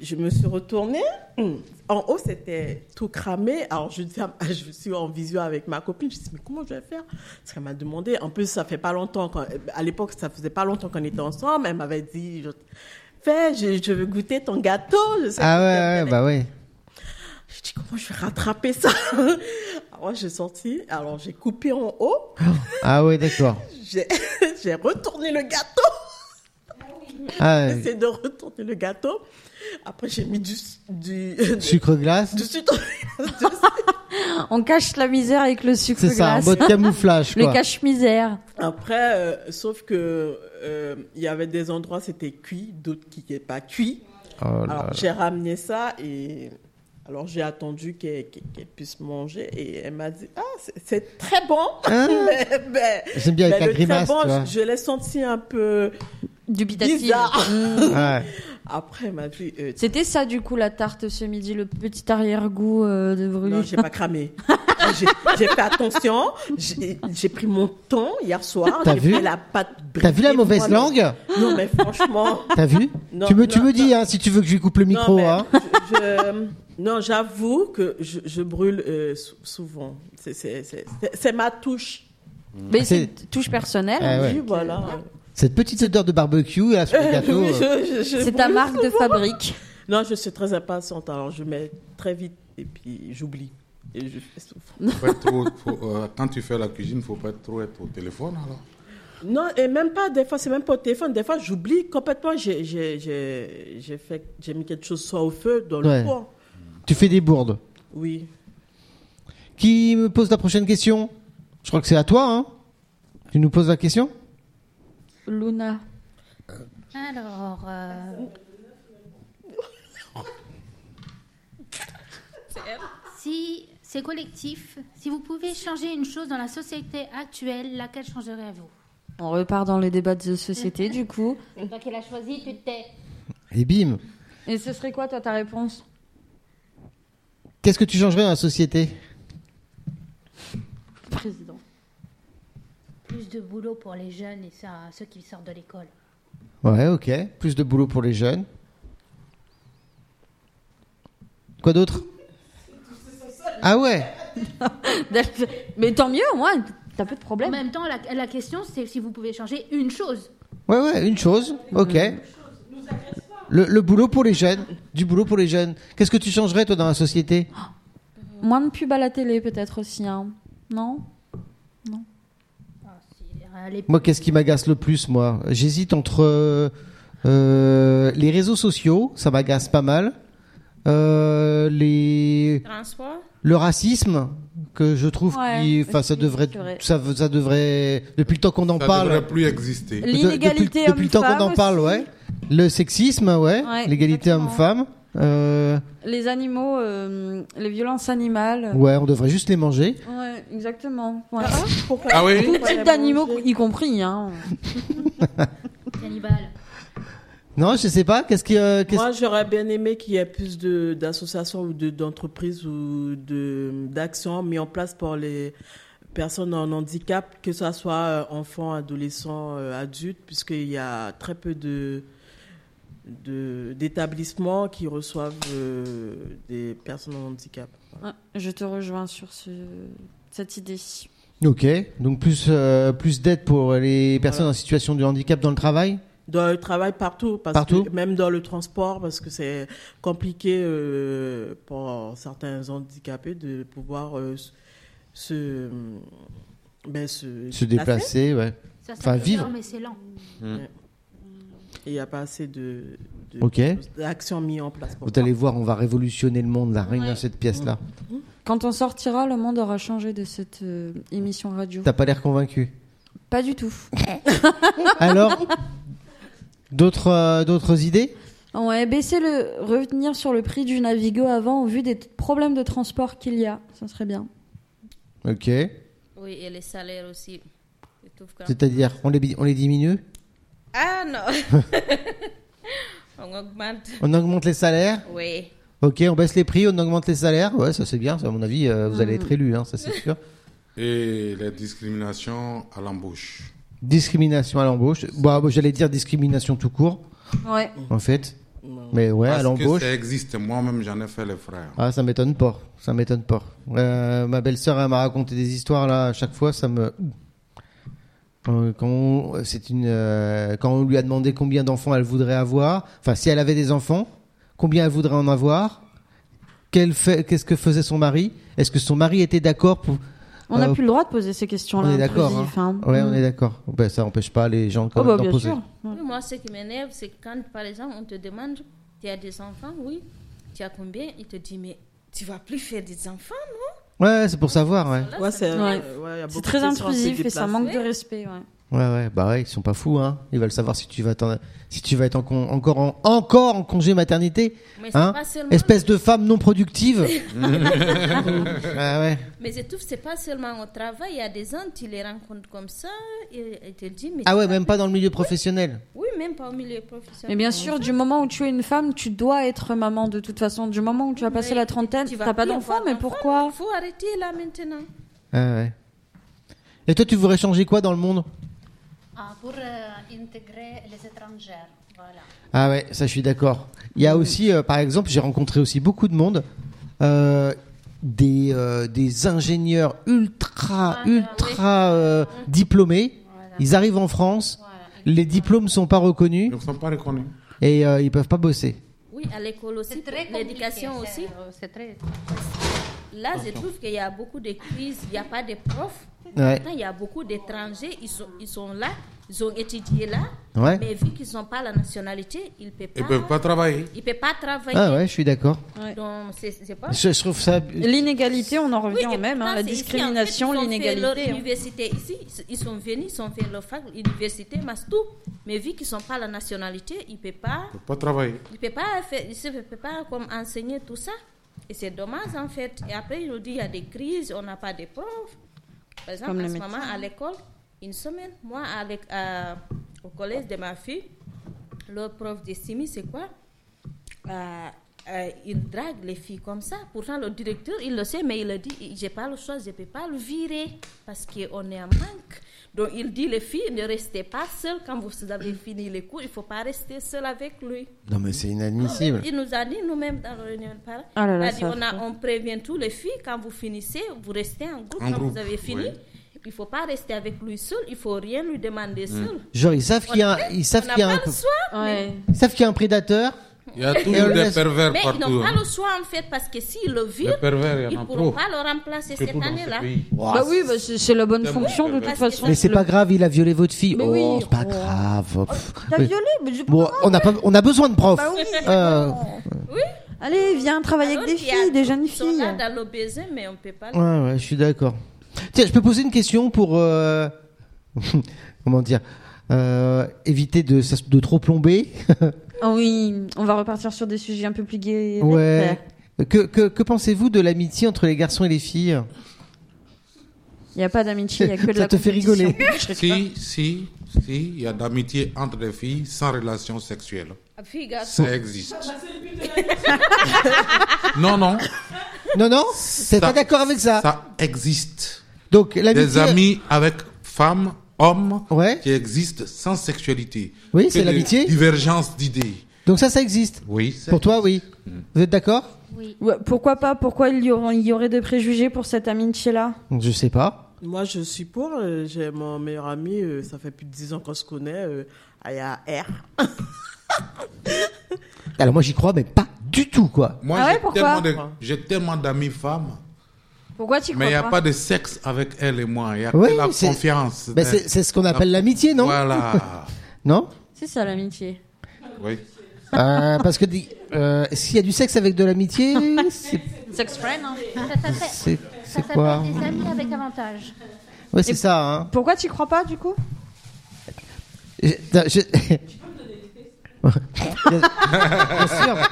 Speaker 4: je me suis retournée. Hum, en haut, c'était tout cramé. Alors, je, dis à- je suis en visio avec ma copine. Je dis, mais comment je vais faire Parce qu'elle m'a demandé. En plus, ça fait pas longtemps. qu'on- à l'époque, ça faisait pas longtemps qu'on était ensemble. Elle m'avait dit, je- fais, je, je veux goûter ton gâteau. Je sais
Speaker 3: Ah
Speaker 4: pas.
Speaker 3: ouais, ouais, bah ouais.
Speaker 4: Je dis, comment je vais rattraper ça Alors, j'ai sorti. Alors, j'ai coupé en haut.
Speaker 3: Ah ouais, d'accord.
Speaker 4: J'ai j'ai retourné le gâteau.
Speaker 3: Ah,
Speaker 4: J'ai essayé de retourner le gâteau. Après, j'ai mis du, du,
Speaker 3: sucre glace.
Speaker 4: du sucre.
Speaker 1: On cache la misère avec le sucre
Speaker 3: C'est ça, en
Speaker 1: glace.
Speaker 3: mode camouflage,
Speaker 1: le
Speaker 3: quoi.
Speaker 1: cache-misère.
Speaker 4: Après, euh, sauf que euh, il y avait des endroits c'était cuit, d'autres qui n'étaient pas cuits.
Speaker 3: Oh là
Speaker 4: Alors
Speaker 3: là.
Speaker 4: j'ai ramené ça et alors j'ai attendu qu'elle qu'elle- qu'elle puisse manger et elle m'a dit ah c'est- c'est très bon.
Speaker 3: Ah.
Speaker 4: mais, mais-
Speaker 3: J'aime bien avec la
Speaker 4: mais bah, le
Speaker 3: grimace,
Speaker 4: très
Speaker 3: tu
Speaker 4: bon,
Speaker 3: vois.
Speaker 4: je, je l'ai senti un peu
Speaker 1: Dubitatif.
Speaker 4: bizarre.
Speaker 3: Ah Ouais.
Speaker 4: Après, elle m'a dit euh,
Speaker 1: C'était ça, du coup, la tarte ce midi, le petit arrière-goût euh, de
Speaker 4: Non,
Speaker 1: brûlure.
Speaker 4: j'ai pas cramé. J'ai j'ai fait attention. J'ai j'ai pris mon temps hier soir.
Speaker 3: T'as
Speaker 4: J'ai
Speaker 3: vu
Speaker 4: pris la pâte
Speaker 3: T'as vu la
Speaker 4: brisée,
Speaker 3: mauvaise
Speaker 4: moi,
Speaker 3: langue
Speaker 4: Non, mais franchement.
Speaker 3: T'as vu
Speaker 4: Non,
Speaker 3: Tu me, tu
Speaker 4: non,
Speaker 3: me dis, hein, si tu veux que je lui coupe le micro,
Speaker 4: non, mais
Speaker 3: hein.
Speaker 4: je- je- non, j'avoue que je, je brûle euh, sou- souvent. C'est- c'est- C'est c'est- c'est ma touche.
Speaker 1: Mais c'est
Speaker 3: C'est-
Speaker 1: une touche personnelle.
Speaker 3: Ah ouais.
Speaker 4: Oui, voilà.
Speaker 3: Cette petite odeur de barbecue, là, sur le
Speaker 4: Euh,
Speaker 3: gâteau.
Speaker 4: oui,
Speaker 3: euh,
Speaker 4: je- je- je
Speaker 1: C'est ta
Speaker 4: brûle.
Speaker 1: marque de fabrique.
Speaker 4: Non, je suis très impatiente. Alors, je mets très vite et puis j'oublie. Et je fais souffrir.
Speaker 5: Faut être trop- faut, euh, quand tu fais la cuisine, faut pas trop être au téléphone alors.
Speaker 4: Non, et même pas, des fois, c'est même pas au téléphone. Des fois, j'oublie complètement. J'ai- J'ai j'ai- j'ai fait- j'ai mis quelque chose soit au feu, dans
Speaker 3: Ouais.
Speaker 4: le four.
Speaker 3: Tu fais des bourdes.
Speaker 4: Oui.
Speaker 3: Qui me pose la prochaine question Je crois que c'est à toi, hein Tu nous poses la question
Speaker 1: Luna.
Speaker 6: Alors, euh, si c'est collectif, si vous pouvez changer une chose dans la société actuelle, laquelle changerez-vous
Speaker 1: On repart dans le débat de société, du coup.
Speaker 6: C'est toi qui l'as choisi, tu t'es.
Speaker 3: Et bim
Speaker 1: Et ce serait quoi, toi, ta réponse
Speaker 3: Qu'est-ce que tu changerais dans la société
Speaker 1: Président.
Speaker 6: Plus de boulot pour les jeunes et ça, ceux qui sortent de l'école.
Speaker 3: Ouais, ok. Plus de boulot pour les jeunes. Quoi d'autre Ah ouais
Speaker 1: Mais tant mieux, au moins, t'as peu de
Speaker 6: En
Speaker 1: problème.
Speaker 6: même temps, la, la question, c'est si vous pouvez changer une chose.
Speaker 3: Ouais, ouais, une chose. Ok. Le, le boulot pour les jeunes. Du boulot pour les jeunes. Qu'est-ce que tu changerais, toi, dans la société
Speaker 1: Moins de pub à la télé, peut-être aussi, hein. Non
Speaker 6: Euh, les-
Speaker 3: Moi, qu'est-ce qui m'agace le plus, moi J'hésite entre euh, euh, les réseaux sociaux, ça m'agace pas mal. Euh, les
Speaker 7: Transport
Speaker 3: le racisme que je trouve
Speaker 1: Ouais,
Speaker 3: qui enfin ça
Speaker 1: aussi,
Speaker 3: devrait
Speaker 1: c'est vrai.
Speaker 3: ça ça devrait depuis le temps qu'on en
Speaker 5: Ça
Speaker 3: parle
Speaker 5: devrait plus exister.
Speaker 3: de-
Speaker 1: L'inégalité
Speaker 3: depuis, depuis le temps qu'on en
Speaker 1: homme-femme
Speaker 3: parle ouais le sexisme ouais,
Speaker 1: Ouais,
Speaker 3: l'égalité
Speaker 1: exactement.
Speaker 3: homme-femme euh,
Speaker 1: Les animaux, euh, les violences animales.
Speaker 3: ouais on devrait juste les manger
Speaker 1: Ouais, exactement. Ouais.
Speaker 4: Pourquoi
Speaker 5: Ah oui
Speaker 1: Tout
Speaker 4: pourquoi
Speaker 1: type
Speaker 4: la
Speaker 1: d'animaux,
Speaker 4: manger
Speaker 1: y compris. Hein.
Speaker 6: cannibales.
Speaker 3: non je sais pas qu'est-ce qui euh, qu'est-ce-
Speaker 4: Moi, j'aurais bien aimé qu'il y ait plus de- d'associations ou de- d'entreprises ou de- d'actions mises en place pour les personnes en handicap, que ce soit euh, enfants, adolescents, euh, adultes, puisqu'il y a très peu de de- d'établissements qui reçoivent euh, des personnes en handicap.
Speaker 1: Ouais, Je te rejoins sur ce, cette idée.
Speaker 3: ok donc plus euh, plus d'aide pour les personnes en situation de handicap dans le travail
Speaker 4: Dans le travail partout, parce
Speaker 3: Partout
Speaker 4: que même dans le transport, parce que c'est compliqué euh, pour certains handicapés de pouvoir euh, s- se, ben, se,
Speaker 3: se déplacer ouais
Speaker 6: Ça, ça
Speaker 3: Enfin,
Speaker 6: peut
Speaker 3: vivre.
Speaker 6: faire, Mais c'est lent.
Speaker 4: Il n'y a pas assez de, de-
Speaker 3: Ok.
Speaker 4: d'actions mises en place. Pour
Speaker 3: vous allez voir on va révolutionner le monde là rien que
Speaker 1: Ouais.
Speaker 3: dans cette pièce là
Speaker 1: Quand on sortira, le monde aura changé de cette euh, émission radio.
Speaker 3: t'as pas l'air convaincu
Speaker 1: Pas du tout.
Speaker 3: alors d'autres euh, d'autres idées
Speaker 1: Ouais, baisser le, revenir sur le prix du Navigo avant, au vu des t- problèmes de transport qu'il y a. Ça serait bien.
Speaker 3: ok
Speaker 7: Oui, et les salaires aussi. Je trouve qu'en-
Speaker 3: C'est-à-dire, on les, on les diminue,
Speaker 7: Ah non On augmente.
Speaker 3: on augmente les salaires,
Speaker 7: Oui.
Speaker 3: ok, on baisse les prix, on augmente les salaires, ouais, ça c'est bien, ça, à mon avis, euh, vous allez être élu, hein, ça c'est sûr.
Speaker 5: Et les discriminations à l'embauche.
Speaker 3: Discrimination à l'embauche, bah, bah, j'allais dire discrimination tout court,
Speaker 1: Ouais.
Speaker 3: en fait. Mais ouais, à
Speaker 5: Parce que
Speaker 3: l'embauche.
Speaker 5: ça existe. Moi-même, j'en ai fait les frères.
Speaker 3: Ah, ça m'étonne pas. Ça m'étonne pas. Euh, ma belle-sœur, elle m'a raconté des histoires là. À chaque fois, ça me. Euh, Quand on, c'est une, euh, quand on lui a demandé combien d'enfants elle voudrait avoir, enfin si elle avait des enfants, combien elle voudrait en avoir, quel fait- qu'est-ce que faisait son mari, est-ce que son mari était d'accord pour.
Speaker 1: On n'a
Speaker 3: Euh,
Speaker 1: plus le droit de poser ces questions-là.
Speaker 3: on est d'accord.
Speaker 1: intrusif,
Speaker 3: hein.
Speaker 1: hein.
Speaker 3: Ouais,
Speaker 1: Mm.
Speaker 3: on est d'accord. Ben, ça empêche pas les gens quand
Speaker 1: Oh,
Speaker 3: même
Speaker 1: bah,
Speaker 3: d'en
Speaker 1: bien
Speaker 3: poser.
Speaker 1: sûr.
Speaker 4: Ah,
Speaker 8: Oui, moi, ce qui m'énerve, c'est quand, par exemple, on te demande, tu as des enfants, oui, tu as combien Il te dit, mais tu vas plus faire des enfants, non
Speaker 3: Ouais, c'est pour savoir. Ouais,
Speaker 4: Ouais, c'est euh,
Speaker 1: Ouais.
Speaker 4: ouais, y a beaucoup
Speaker 1: C'est
Speaker 4: de
Speaker 1: très
Speaker 4: questions assez
Speaker 1: intrusif et ça
Speaker 4: déplacées.
Speaker 1: manque de respect. ouais.
Speaker 3: ouais, ouais. Bah ouais, ils sont pas fous. Hein. Ils veulent savoir si tu vas, t'en- si tu vas être en con- encore, en, encore en congé maternité.
Speaker 8: Mais c'est
Speaker 3: Hein
Speaker 8: pas seulement.
Speaker 3: Espèce de femme non productive. ah ouais.
Speaker 8: Mais je trouve que c'est pas seulement au travail. Il y a des gens, tu les rencontres comme ça et ils te disent, mais.
Speaker 3: Ah
Speaker 8: tu
Speaker 3: ouais,
Speaker 8: vas
Speaker 3: même
Speaker 8: plus-
Speaker 3: pas dans le milieu professionnel.
Speaker 8: Oui, même pas au milieu professionnel.
Speaker 1: Mais bien sûr, du moment où tu es une femme, tu dois être maman de toute façon. Du moment où tu vas passer
Speaker 8: Mais
Speaker 1: la trentaine,
Speaker 8: tu vas
Speaker 1: t'as pas
Speaker 8: plus
Speaker 1: d'enfant,
Speaker 8: avoir
Speaker 1: mais
Speaker 8: d'enfant,
Speaker 1: pourquoi
Speaker 8: Il faut arrêter là maintenant.
Speaker 3: Ah ouais. Et toi, tu voudrais changer quoi dans le monde
Speaker 2: Ah, pour euh, intégrer les étrangers, voilà.
Speaker 3: Ah ouais, ça je suis d'accord. Il y a aussi, euh, par exemple, j'ai rencontré aussi beaucoup de monde, euh, des, euh, des ingénieurs ultra, ultra euh, diplômés. Ils arrivent en France, les diplômes sont pas reconnus
Speaker 5: Ils ne sont pas reconnus.
Speaker 3: et euh, ils peuvent pas bosser.
Speaker 8: Oui, à l'école aussi,
Speaker 2: C'est très compliqué.
Speaker 8: l'éducation aussi.
Speaker 2: c'est- euh, C'est très.
Speaker 8: Là, je trouve qu'il y a beaucoup de crises, il n'y a pas de profs.
Speaker 3: Ouais.
Speaker 8: Pourtant, il y a beaucoup d'étrangers, ils sont, ils sont là, ils ont étudié là,
Speaker 3: Ouais.
Speaker 8: mais vu qu'ils n'ont pas la nationalité, ils ne peuvent pas,
Speaker 5: Ils ne peuvent pas travailler.
Speaker 8: ils peuvent pas travailler.
Speaker 3: Ah ouais, je suis d'accord.
Speaker 8: Donc, c'est c'est pas...
Speaker 3: Je, je trouve ça.
Speaker 1: L'inégalité, on en
Speaker 8: Oui,
Speaker 1: revient
Speaker 8: et
Speaker 1: au même, hein,
Speaker 8: pourtant,
Speaker 1: la
Speaker 8: c'est ici, en fait,
Speaker 1: discrimination,
Speaker 8: ils ont fait leur
Speaker 1: l'inégalité. hein.
Speaker 8: université ici, ils sont venus, ils ont fait leur fac, l'université, masse tout. Mais vu qu'ils n'ont pas la nationalité, ils ne peuvent pas...
Speaker 5: Ils ne peuvent pas travailler.
Speaker 8: Il ne peut pas, faire, il se peut pas comme enseigner tout ça. Et c'est dommage en fait. Et après, il nous dit il y a des crises, on n'a pas de profs. Par exemple,
Speaker 1: Comme
Speaker 8: en
Speaker 1: le
Speaker 8: ce
Speaker 1: médecin.
Speaker 8: moment, à l'école, une semaine, moi, avec, euh, au collège de ma fille, le prof de chimie, c'est quoi Euh, euh, Il drague les filles comme ça. Pourtant, le directeur, il le sait, mais il le dit je n'ai pas le choix, je ne peux pas le virer parce qu'on est en manque. Donc, il dit les filles, ne restez pas seules quand vous avez fini les cours, il ne faut pas rester seule avec lui.
Speaker 3: Non mais c'est inadmissible.
Speaker 8: Il nous a dit nous-mêmes dans la réunion de parents.
Speaker 1: Ah là là,
Speaker 8: il a dit
Speaker 1: c'est
Speaker 8: on, a-
Speaker 1: affreux.
Speaker 8: on prévient tous les filles quand vous finissez, vous restez en groupe
Speaker 5: En
Speaker 8: quand
Speaker 5: groupe,
Speaker 8: vous avez fini.
Speaker 5: oui.
Speaker 8: Il ne faut pas rester avec lui seul, il ne faut rien lui demander
Speaker 5: Mm.
Speaker 8: seul.
Speaker 3: Genre ils savent qu'il y a, un- ils
Speaker 8: On
Speaker 3: savent
Speaker 8: n'a
Speaker 3: qu'il y a
Speaker 8: pas
Speaker 3: un,
Speaker 8: le choix,
Speaker 1: Ouais.
Speaker 3: ils savent qu'il y a un prédateur.
Speaker 5: Il y a
Speaker 3: Et on
Speaker 5: toujours des
Speaker 3: laisse-
Speaker 5: pervers
Speaker 8: mais ils
Speaker 5: partout. hein.
Speaker 8: n'ont pas le choix en fait parce que s'ils le virent,
Speaker 5: pervers, il y en
Speaker 8: ils
Speaker 5: a
Speaker 8: ne pourront
Speaker 5: trop.
Speaker 8: pas le remplacer cette
Speaker 5: Surtout dans ce
Speaker 8: année-là.
Speaker 5: pays.
Speaker 1: Bah oui, bah, c'est c'est la bonne
Speaker 5: c'est-
Speaker 1: fonction de
Speaker 5: Mais
Speaker 1: toute façon.
Speaker 3: Mais c'est pas grave, il a violé votre fille.
Speaker 1: Mais
Speaker 3: oh,
Speaker 1: oui,
Speaker 3: c'est pas
Speaker 1: oh.
Speaker 3: grave. Pff.
Speaker 1: T'as
Speaker 3: Mais-
Speaker 1: violé mais je-
Speaker 3: Bon, on a pas, on a besoin de profs.
Speaker 1: Bah oui.
Speaker 3: Euh,
Speaker 1: Allez, viens travailler avec des
Speaker 8: Alors qu'il y a-
Speaker 1: filles, des jeunes
Speaker 8: ils sont
Speaker 1: filles.
Speaker 8: là dans le baiser, mais on ne peut pas. le-
Speaker 3: ouais, ouais, je suis d'accord. Tiens, je peux poser une question pour euh, comment dire euh, éviter de, s'as- de trop plomber.
Speaker 1: Ah oui, on va repartir sur des sujets un peu plus gays.
Speaker 3: ouais. Que, que, que pensez-vous de l'amitié entre les garçons et les filles
Speaker 1: Il n'y a pas d'amitié, il n'y a que de
Speaker 3: Ça
Speaker 1: la
Speaker 3: te fait
Speaker 1: compétition.
Speaker 3: rigoler.
Speaker 5: Si, si, si, il y a d'amitié entre les filles sans relation sexuelle.
Speaker 8: Ah, fille, garçon.
Speaker 5: Ça existe.
Speaker 3: Ah, bah,
Speaker 5: non, non.
Speaker 3: Non, non, t'es pas d'accord avec ça.
Speaker 5: Ça existe.
Speaker 3: Donc l'amitié.
Speaker 5: Des amis avec femmes, hommes,
Speaker 3: Ouais.
Speaker 5: qui existent sans sexualité.
Speaker 3: Oui,
Speaker 5: Que
Speaker 3: c'est
Speaker 5: des
Speaker 3: l'amitié.
Speaker 5: Divergence d'idées.
Speaker 3: Donc ça, ça existe.
Speaker 5: Oui, c'est-
Speaker 3: Pour toi, oui.
Speaker 5: Mm.
Speaker 3: Vous êtes d'accord
Speaker 6: Oui.
Speaker 1: Ouais, pourquoi pas Pourquoi il y, aura- il y aurait des préjugés pour cette amitié-là
Speaker 3: Je sais pas.
Speaker 4: Moi, je suis pour. euh, J'ai mon meilleur ami, euh, ça fait plus de 10 ans qu'on se connaît, euh, à la R.
Speaker 3: Alors moi, j'y crois, mais pas du tout, quoi.
Speaker 5: Moi,
Speaker 1: Ah ouais,
Speaker 5: j'ai
Speaker 1: pourquoi
Speaker 5: tellement de- j'ai tellement d'amis femmes,
Speaker 1: Pourquoi tu crois
Speaker 5: mais il n'y a
Speaker 1: pas
Speaker 5: pas de sexe avec elles et moi. Il y a
Speaker 3: Oui,
Speaker 5: que la
Speaker 3: c'est-
Speaker 5: confiance.
Speaker 3: Ben, c'est c'est ce qu'on appelle l'amitié, non
Speaker 5: Voilà.
Speaker 3: Non
Speaker 1: C'est ça l'amitié.
Speaker 5: oui.
Speaker 3: Euh, parce que des- euh, s'il y a du sexe avec de l'amitié, c'est-
Speaker 1: Sex friend. hein.
Speaker 6: Ça s'appelle
Speaker 3: c'est
Speaker 6: ça
Speaker 3: c'est
Speaker 6: s'appelle
Speaker 3: quoi
Speaker 6: des amis avec avantage.
Speaker 3: Ouais, c'est ça. Hein.
Speaker 1: Pourquoi tu crois pas du coup
Speaker 3: Je- non, je- bien, bien sûr.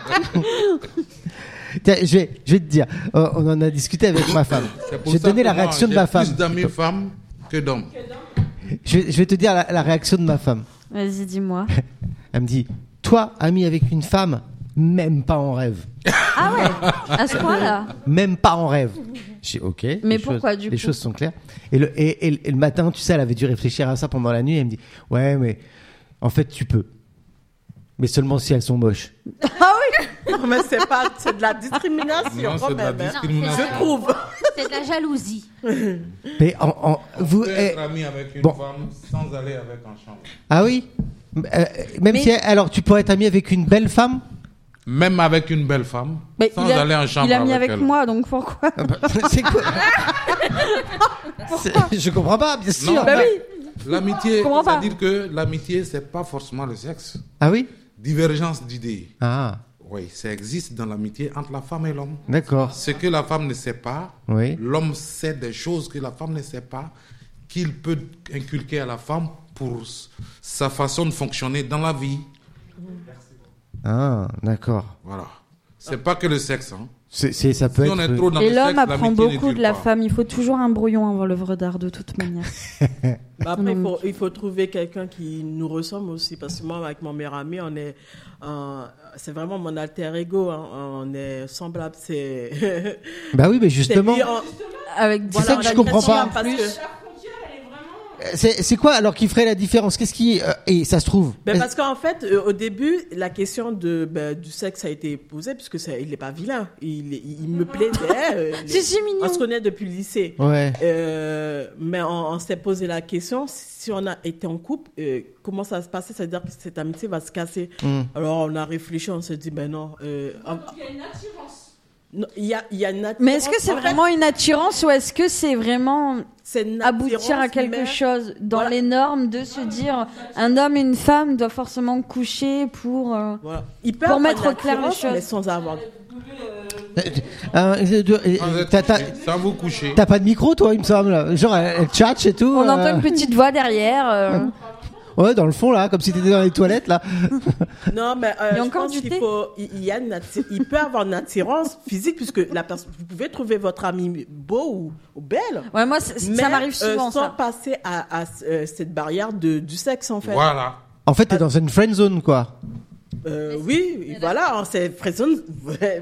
Speaker 3: Tiens, je vais, je vais te dire. euh, on en a discuté avec ma femme.
Speaker 5: C'est
Speaker 3: Je
Speaker 5: pour
Speaker 3: vais te
Speaker 5: ça
Speaker 3: donner
Speaker 5: que
Speaker 3: la
Speaker 5: moi,
Speaker 3: réaction de
Speaker 5: j'ai
Speaker 3: ma femme.
Speaker 5: Plus d'amis femmes que d'hommes.
Speaker 3: Je, vais- je vais te dire la- la réaction de ma femme.
Speaker 1: Vas-y, dis-moi.
Speaker 3: Elle me dit, toi, ami avec une femme, même pas en rêve.
Speaker 1: Ah ouais À ce point-là
Speaker 3: Même pas en rêve. J'ai ok.
Speaker 1: Mais
Speaker 3: les
Speaker 1: pourquoi,
Speaker 3: choses-
Speaker 1: du
Speaker 3: Les
Speaker 1: coup
Speaker 3: choses sont claires. Et le, et, et le- et le matin, tu sais, elle avait dû réfléchir à ça pendant la nuit. Elle me dit, ouais, mais en fait, tu peux. Mais seulement si elles sont moches.
Speaker 4: Non, mais c'est pas, c'est de la discrimination
Speaker 5: Non,
Speaker 4: quand
Speaker 5: c'est de la
Speaker 4: même. hein.
Speaker 5: discrimination.
Speaker 4: Je trouve.
Speaker 6: C'est de la jalousie.
Speaker 3: Mais en, en- vous,
Speaker 5: Vous
Speaker 3: eh,
Speaker 5: être ami avec une
Speaker 3: bon.
Speaker 5: femme sans aller avec un chambre.
Speaker 3: ah oui. Euh, même
Speaker 1: Mais-
Speaker 3: si alors tu pourrais être ami avec une belle femme.
Speaker 5: Même avec une belle femme,
Speaker 1: Mais
Speaker 5: sans
Speaker 1: il a,
Speaker 5: aller en chambre
Speaker 1: il a mis avec,
Speaker 5: elle.
Speaker 1: moi, donc pourquoi
Speaker 3: Ah bah, C'est quoi C'est- Je comprends pas, bien sûr.
Speaker 5: Non,
Speaker 1: Bah
Speaker 5: la-
Speaker 1: oui.
Speaker 5: L'amitié,
Speaker 1: Je comprends pas.
Speaker 5: c'est-à-dire que l'amitié, c'est pas forcément le sexe.
Speaker 3: Ah oui.
Speaker 5: Divergence d'idées.
Speaker 3: Ah
Speaker 5: Oui, ça existe dans l'amitié entre la femme et l'homme.
Speaker 3: d'accord.
Speaker 5: Ce que la femme ne sait pas,
Speaker 3: Oui.
Speaker 5: l'homme sait des choses que la femme ne sait pas, qu'il peut inculquer à la femme pour s- sa façon de fonctionner dans la vie.
Speaker 3: Ah d'accord.
Speaker 5: Voilà. C'est pas que le sexe. hein.
Speaker 3: C'est c'est- ça peut
Speaker 5: Si
Speaker 3: être.
Speaker 5: on est trop dans
Speaker 1: Et
Speaker 5: le
Speaker 1: l'homme
Speaker 5: sexe,
Speaker 1: apprend
Speaker 5: l'amitié
Speaker 1: beaucoup
Speaker 5: ne
Speaker 1: de la
Speaker 5: dure pas.
Speaker 1: femme. Il faut toujours un brouillon avant l'œuvre d'art, de toute manière.
Speaker 4: Bah, après, il
Speaker 1: Non.
Speaker 4: faut, il faut trouver quelqu'un qui nous ressemble aussi. Parce que moi, avec mon meilleur ami, on est. euh, c'est vraiment mon alter ego. hein. On est semblable. C'est. c'est
Speaker 3: Bah oui, mais justement.
Speaker 4: lui, on-
Speaker 1: Avec
Speaker 3: C'est ça que
Speaker 4: on a
Speaker 3: je
Speaker 4: une
Speaker 3: comprends
Speaker 4: passion
Speaker 3: pas.
Speaker 4: en plus.
Speaker 3: C'est c'est quoi alors qui ferait la différence Qu'est-ce qui euh, et ça se trouve
Speaker 4: Ben, parce qu'en fait, euh, au début, la question de, ben, du sexe a été posée, puisque ça, il n'est pas vilain. Il, il, il me plaisait. euh, il
Speaker 1: C'est
Speaker 4: est-
Speaker 1: si mignon.
Speaker 4: on se connaît depuis le lycée.
Speaker 3: Ouais.
Speaker 4: Euh, mais on, on s'est posé la question si on a été en couple, euh, comment ça va se passer C'est-à-dire que cette amitié va se casser.
Speaker 3: Mm.
Speaker 4: Alors on a réfléchi, on s'est dit ben non. euh, on- Non, Il y a, il y a une attirance.
Speaker 1: Mais est-ce que c'est
Speaker 4: En fait,
Speaker 1: vraiment une attirance ou est-ce que c'est vraiment
Speaker 4: c'est une
Speaker 1: aboutir à
Speaker 4: attirance,
Speaker 1: quelque
Speaker 4: mais-
Speaker 1: chose dans
Speaker 4: Voilà.
Speaker 1: les normes de se dire un homme et une femme doivent forcément coucher pour euh,
Speaker 4: Voilà. Il
Speaker 1: Pour
Speaker 4: peut avoir
Speaker 1: mettre
Speaker 4: une
Speaker 1: au clair les
Speaker 4: attirance,
Speaker 1: choses.
Speaker 4: Mais sans avoir.
Speaker 3: Euh, Un, deux, deux, et-
Speaker 5: Sans être
Speaker 3: euh, t'as- t'as-
Speaker 5: couché, sans vous coucher.
Speaker 3: T'as pas de micro, toi, il me semble. Genre, elle, elle tchatche et tout.
Speaker 1: on
Speaker 3: euh,
Speaker 1: entend une petite voix derrière euh,
Speaker 3: Ouais, dans le fond, là, comme si t'étais dans les toilettes, là.
Speaker 4: Non, mais euh,
Speaker 1: Il y a
Speaker 4: je
Speaker 1: encore
Speaker 4: pense
Speaker 1: du
Speaker 4: qu'il
Speaker 1: thé
Speaker 4: faut- il, il y a une atti- il peut avoir une attirance physique puisque la personne, vous pouvez trouver votre ami beau ou, ou belle.
Speaker 1: ouais moi c'est-
Speaker 4: Mais,
Speaker 1: ça m'arrive
Speaker 4: euh,
Speaker 1: souvent
Speaker 4: sans
Speaker 1: ça
Speaker 4: passer à, à, euh, cette barrière de, du sexe en fait.
Speaker 5: Voilà.
Speaker 3: En fait, t'es dans une friend zone, quoi.
Speaker 4: Euh, oui, voilà, on s'est friendzone-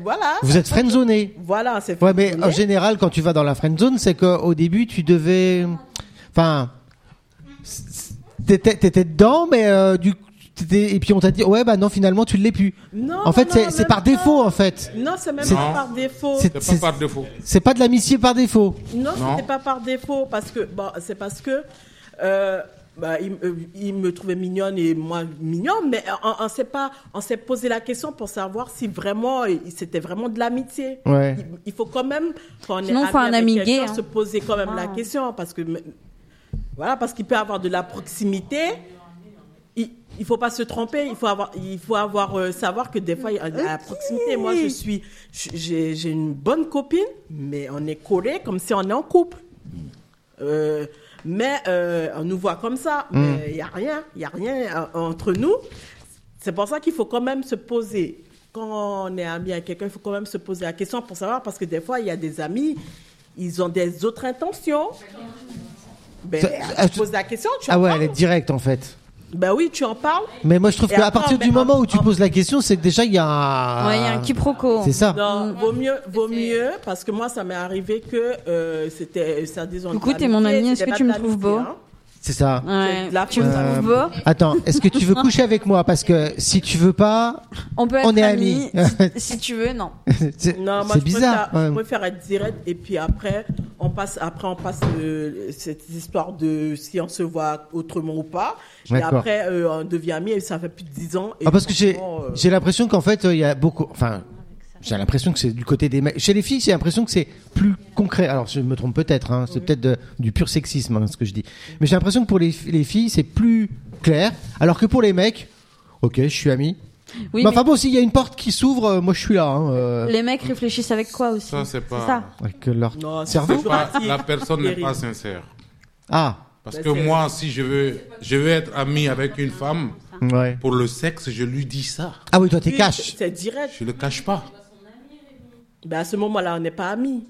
Speaker 4: voilà,
Speaker 3: Vous êtes friend zoné.
Speaker 4: voilà, c'est
Speaker 3: Ouais, mais euh, en général, quand tu vas dans la friend zone, c'est qu'au début, tu devais. Enfin. T'étais t'étais dedans, mais euh, du coup, t'étais- Et puis on t'a dit, ouais, bah non, finalement, tu l'es plus.
Speaker 4: Non,
Speaker 3: en fait,
Speaker 4: non,
Speaker 3: c'est
Speaker 4: non,
Speaker 3: c'est
Speaker 4: même
Speaker 3: par
Speaker 4: pas.
Speaker 3: défaut, en fait.
Speaker 4: Non, c'est même
Speaker 3: C'est-
Speaker 4: pas par défaut.
Speaker 3: C'est-
Speaker 5: C'est pas par défaut.
Speaker 3: C'est pas de l'amitié par défaut.
Speaker 4: Non,
Speaker 5: Non.
Speaker 4: c'était pas par défaut parce que bon, c'est parce que euh, bah, il, euh, il me trouvait mignonne et moi mignon, mais on, on s'est pas, on s'est posé la question pour savoir si vraiment il- c'était vraiment de l'amitié.
Speaker 3: Ouais.
Speaker 4: Il, il faut quand même quand on est
Speaker 1: Sinon, faut un
Speaker 4: avec
Speaker 1: ami
Speaker 4: quelqu'un,
Speaker 1: gay, hein.
Speaker 4: se poser quand même la question parce que voilà parce qu'il peut avoir de la proximité. Il, il faut pas se tromper, il faut avoir, il faut avoir euh, savoir que des fois il y a de la proximité. Moi je suis, je- j'ai j'ai une bonne copine, mais on est collés comme si on est en couple. Euh, mais euh, on nous voit comme ça,
Speaker 3: Hmm.
Speaker 4: mais il n'y a rien, il y a rien euh, entre nous. C'est pour ça qu'il faut quand même se poser. Quand on est ami à quelqu'un, il faut quand même se poser la question pour savoir, parce que des fois, il y a des amis, ils ont des autres intentions. Ben,
Speaker 3: Ça- ah,
Speaker 4: tu poses la question, tu
Speaker 3: Ah
Speaker 4: en
Speaker 3: ouais, elle
Speaker 4: parles.
Speaker 3: est directe, en fait.
Speaker 4: Ben oui, tu en parles.
Speaker 3: Mais moi, je trouve
Speaker 4: Et
Speaker 3: qu'à
Speaker 4: après,
Speaker 3: partir
Speaker 4: on
Speaker 3: du
Speaker 4: met en-
Speaker 3: moment où tu
Speaker 4: en-
Speaker 3: poses la question, c'est que déjà, il y a un.
Speaker 1: ouais il y a un quiproquo
Speaker 3: C'est ça.
Speaker 4: Non,
Speaker 1: Hmm.
Speaker 4: vaut mieux, vaut mieux, parce que moi, ça m'est arrivé que euh, c'était, euh, ça disons.
Speaker 1: Coucou,
Speaker 4: de
Speaker 1: t'es mon
Speaker 4: l'amitié,
Speaker 1: ami, est-ce
Speaker 4: c'était
Speaker 1: que
Speaker 4: pas
Speaker 1: tu
Speaker 4: de
Speaker 1: me trouves beau
Speaker 4: l'amitié, hein.
Speaker 3: C'est ça.
Speaker 1: Ouais.
Speaker 4: la
Speaker 1: tu me
Speaker 4: faute.
Speaker 1: trouves
Speaker 3: Euh,
Speaker 1: beau
Speaker 3: Attends, est-ce que tu veux coucher avec moi Parce que si tu veux pas,
Speaker 1: on peut être
Speaker 3: on est
Speaker 1: amis
Speaker 3: amis.
Speaker 1: si, si tu veux non
Speaker 3: c'est
Speaker 4: Non, moi,
Speaker 3: c'est
Speaker 4: je
Speaker 3: bizarre.
Speaker 4: Préfère,
Speaker 3: ouais.
Speaker 4: Je préfère être direct et puis après, on passe, après, on passe euh, cette histoire de si on se voit autrement ou pas. Et
Speaker 3: D'accord.
Speaker 4: après, euh, on devient amis et ça fait plus de 10 ans. Et
Speaker 3: Ah, parce que j'ai
Speaker 4: franchement, euh,
Speaker 3: j'ai l'impression qu'en fait, euh, il y a beaucoup. Enfin, j'ai l'impression que c'est du côté des mecs. Chez les filles, j'ai l'impression que c'est plus concret. Alors, je me trompe peut-être. hein, c'est peut-être de- du pur sexisme hein, ce que je dis. Mais j'ai l'impression que pour les, les filles, c'est plus clair. Alors que pour les mecs, ok, je suis ami.
Speaker 1: oui
Speaker 3: mais
Speaker 1: mais
Speaker 3: enfin bon, s'il y a une porte qui s'ouvre, euh, moi je suis là. hein, euh,
Speaker 1: les mecs réfléchissent avec quoi aussi
Speaker 5: Ça, c'est pas.
Speaker 1: ça.
Speaker 3: avec leur
Speaker 4: Non, c'est
Speaker 3: cerveau.
Speaker 4: toujours-
Speaker 5: pas- la personne n'est pas
Speaker 4: Terrible.
Speaker 5: sincère.
Speaker 3: Ah,
Speaker 5: Parce
Speaker 4: Bah,
Speaker 5: que
Speaker 4: c'est-
Speaker 5: moi, si je veux, je veux être ami avec une femme,
Speaker 3: ouais.
Speaker 5: pour le sexe, je lui dis ça.
Speaker 3: Ah oui, toi t'es
Speaker 4: oui,
Speaker 3: cash.
Speaker 4: C'est direct.
Speaker 5: Je le cache pas.
Speaker 4: Ben, à ce moment-là, on n'est pas amis.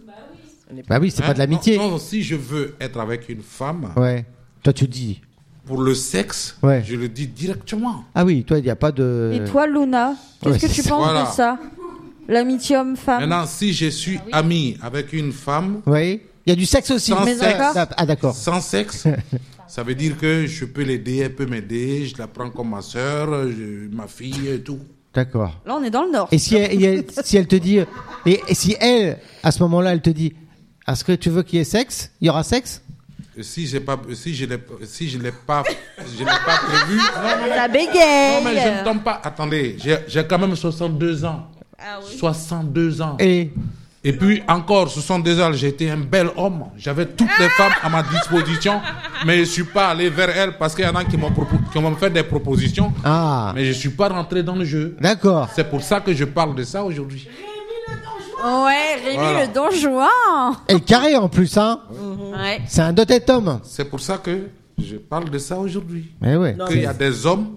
Speaker 3: Bah oui, c'est
Speaker 5: Hein?
Speaker 3: pas de l'amitié.
Speaker 5: Non, non, si je veux être avec une femme,
Speaker 3: Ouais. Toi tu dis.
Speaker 5: pour le sexe,
Speaker 3: Ouais.
Speaker 5: je le dis directement.
Speaker 3: Ah oui, toi, il n'y a pas de.
Speaker 1: et toi Luna qu'est-ce
Speaker 3: Euh, ouais,
Speaker 1: que tu
Speaker 3: c'est-
Speaker 1: penses
Speaker 5: Voilà.
Speaker 1: de ça l'amitié homme-femme
Speaker 5: Maintenant, si je suis ami avec une femme
Speaker 3: Oui. Il y a du sexe aussi.
Speaker 5: Sans
Speaker 1: Mais sexe. encore
Speaker 3: Ah, d'accord.
Speaker 5: sans sexe, Ça veut dire que je peux l'aider, elle peut m'aider, je la prends comme ma soeur, ma fille, et tout.
Speaker 3: D'accord.
Speaker 1: Là, on est dans le Nord.
Speaker 3: Et si elle, et elle- si elle te dit, euh, et, et si elle, à ce moment-là, elle te dit, est-ce que tu veux qu'il y ait sexe Il y aura sexe
Speaker 5: Si, j'ai pas, si je l'ai si je l'ai pas, je l'ai pas prévu. Non, non,
Speaker 1: Ça
Speaker 5: non, mais je ne
Speaker 1: bégaye.
Speaker 5: tombe pas. Attendez, j'ai j'ai quand même 62 ans.
Speaker 7: Ah oui.
Speaker 5: 62 ans.
Speaker 3: Et
Speaker 5: Et puis encore, 62 ans, j'étais un bel homme. J'avais toutes les femmes à ma disposition, mais je suis pas allé vers elles parce qu'il y en a qui m'ont propo- qui m'ont fait des propositions,
Speaker 3: ah,
Speaker 5: mais je suis pas rentré dans le jeu.
Speaker 3: d'accord.
Speaker 5: C'est pour ça que je parle de ça aujourd'hui.
Speaker 1: Ouais, Rémi
Speaker 5: Voilà.
Speaker 1: le Don Juan.
Speaker 3: Et carré en plus, hein
Speaker 1: Mhm. Ouais.
Speaker 3: C'est un doté homme.
Speaker 5: C'est pour ça que je parle de ça aujourd'hui.
Speaker 3: Mais ouais.
Speaker 4: Non,
Speaker 5: Qu'il y
Speaker 4: mais-
Speaker 5: a des hommes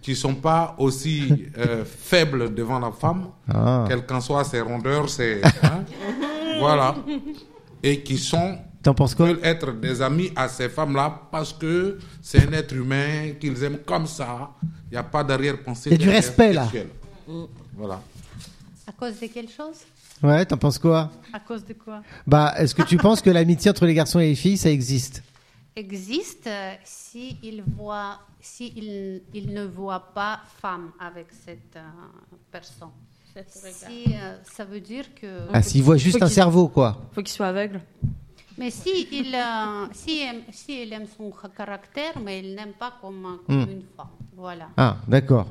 Speaker 5: qui sont pas aussi euh, faibles devant la femme,
Speaker 3: Ah.
Speaker 5: quelles qu'en soient ses rondeurs, ses hein, voilà, et qui sont
Speaker 3: T'en penses quoi
Speaker 5: veulent être des amis à ces femmes-là parce que c'est un être humain qu'ils aiment comme ça. Il n'y a pas d'arrière-pensée.
Speaker 3: Il y a du
Speaker 5: derrière
Speaker 3: respect, là.
Speaker 5: sexuelle. Voilà.
Speaker 2: À cause de quelque chose
Speaker 3: Ouais, t'en penses quoi
Speaker 2: À cause de quoi
Speaker 3: Bah, est-ce que tu penses que l'amitié entre les garçons et les filles, ça existe
Speaker 2: Existe euh, si il voit, si il, il ne voit pas femme avec cette euh, personne. Si, euh, ça veut dire que.
Speaker 3: Ah, s'ils voient juste
Speaker 1: Faut
Speaker 3: un
Speaker 1: qu'ils-
Speaker 3: cerveau, quoi.
Speaker 1: Faut qu'il soit aveugle.
Speaker 2: Mais si il, euh, si, aime- si il aime son caractère, mais il n'aime pas comme, comme
Speaker 3: Hmm.
Speaker 2: une femme. Voilà.
Speaker 3: Ah, d'accord.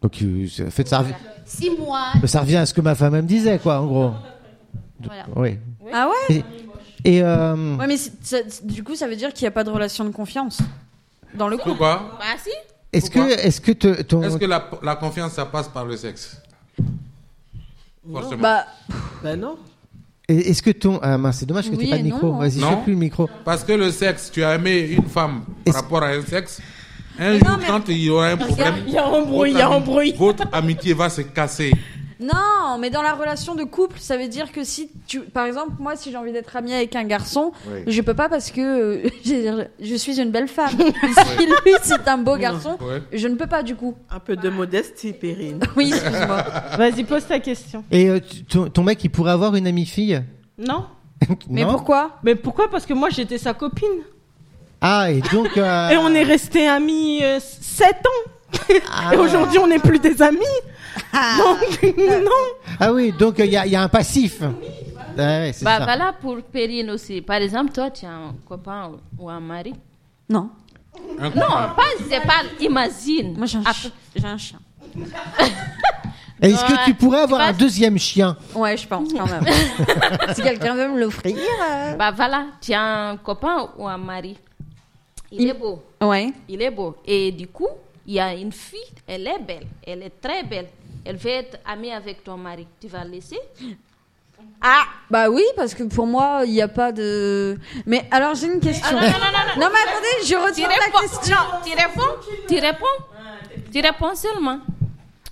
Speaker 3: Donc, euh, ça- en fait, ça, rev-
Speaker 2: Si moi,
Speaker 3: ça revient à ce que ma femme elle me disait, quoi, en gros.
Speaker 2: voilà.
Speaker 3: Oui.
Speaker 1: Ah ouais
Speaker 3: Et, et, euh,
Speaker 1: Ouais, mais c'est- ça- c'est- du coup, ça veut dire qu'il n'y a pas de relation de confiance dans le couple.
Speaker 5: Pourquoi
Speaker 7: Bah si.
Speaker 3: est-ce que,
Speaker 5: Pourquoi
Speaker 3: est-ce que te- ton,
Speaker 5: Est-ce que la, la confiance, ça passe par le sexe Forcément.
Speaker 1: Bah,
Speaker 4: Ben non.
Speaker 3: Et Est-ce que ton. Ah mince, c'est dommage que
Speaker 1: Oui
Speaker 3: tu pas
Speaker 1: et
Speaker 3: de micro.
Speaker 1: non, hein.
Speaker 3: Vas-y, je
Speaker 5: Non.
Speaker 3: fais plus le micro.
Speaker 5: Parce que le sexe, tu as aimé une femme par
Speaker 3: Est-ce-
Speaker 5: rapport à un sexe. Un
Speaker 1: Mais
Speaker 5: jour,
Speaker 1: non, mais-
Speaker 5: quand il y aura un problème,
Speaker 4: Il y a un bruit, il y a un
Speaker 5: ami-
Speaker 4: bruit.
Speaker 5: votre amitié va se casser.
Speaker 1: non, mais dans la relation de couple, ça veut dire que si tu. Par exemple, moi, si j'ai envie d'être amie avec un garçon,
Speaker 5: Oui.
Speaker 1: je peux pas parce que euh, j'ai- je suis une belle femme. si lui, c'est un beau garçon,
Speaker 5: Ouais.
Speaker 1: je ne peux pas du coup.
Speaker 4: Un peu
Speaker 9: Bah.
Speaker 4: de modestie, Périne.
Speaker 1: Oui, excuse-moi.
Speaker 9: Vas-y, pose ta question.
Speaker 3: Et euh, tu- ton, ton mec, il pourrait avoir une amie fille
Speaker 9: Non
Speaker 1: mais
Speaker 3: Non
Speaker 1: pourquoi
Speaker 9: Mais pourquoi Parce que moi, j'étais sa copine.
Speaker 3: Ah, et donc. euh,
Speaker 9: Et on est restés amis
Speaker 4: euh,
Speaker 9: 7 ans.
Speaker 3: Ah,
Speaker 9: Et aujourd'hui, on n'est plus des amis. Donc, non.
Speaker 3: ah oui, donc il y, a- y a un passif. Ah ouais, c'est
Speaker 7: Bah
Speaker 3: ça.
Speaker 7: voilà pour Périne aussi. Par exemple, toi, tu as un copain ou- ou un mari.
Speaker 1: Non.
Speaker 5: Un
Speaker 7: Non,
Speaker 5: copain.
Speaker 7: pas, c'est pas, imagine.
Speaker 1: Moi, j'ai un,
Speaker 7: Après-
Speaker 1: chi- Ah, j'ai un chien.
Speaker 3: Et Est-ce que tu pourrais avoir
Speaker 7: vas-
Speaker 3: un deuxième chien
Speaker 1: Ouais, je pense quand même. si quelqu'un veut me l'offrir. euh,
Speaker 7: Bah voilà, tu as un copain ou un mari. Il,
Speaker 1: Il-
Speaker 7: est beau,
Speaker 1: Ouais.
Speaker 7: il est beau. Et du coup, il y a une fille, elle est belle, elle est très belle. Elle veut être amie avec ton mari. Tu vas le laisser
Speaker 1: Ah Bah oui, parce que pour moi, il n'y a pas de. Mais alors, j'ai une question. Ah, non, mais attendez, je
Speaker 7: Tu
Speaker 1: retire la
Speaker 7: réponds,
Speaker 1: question.
Speaker 7: non, tu réponds, tu réponds, tu réponds seulement.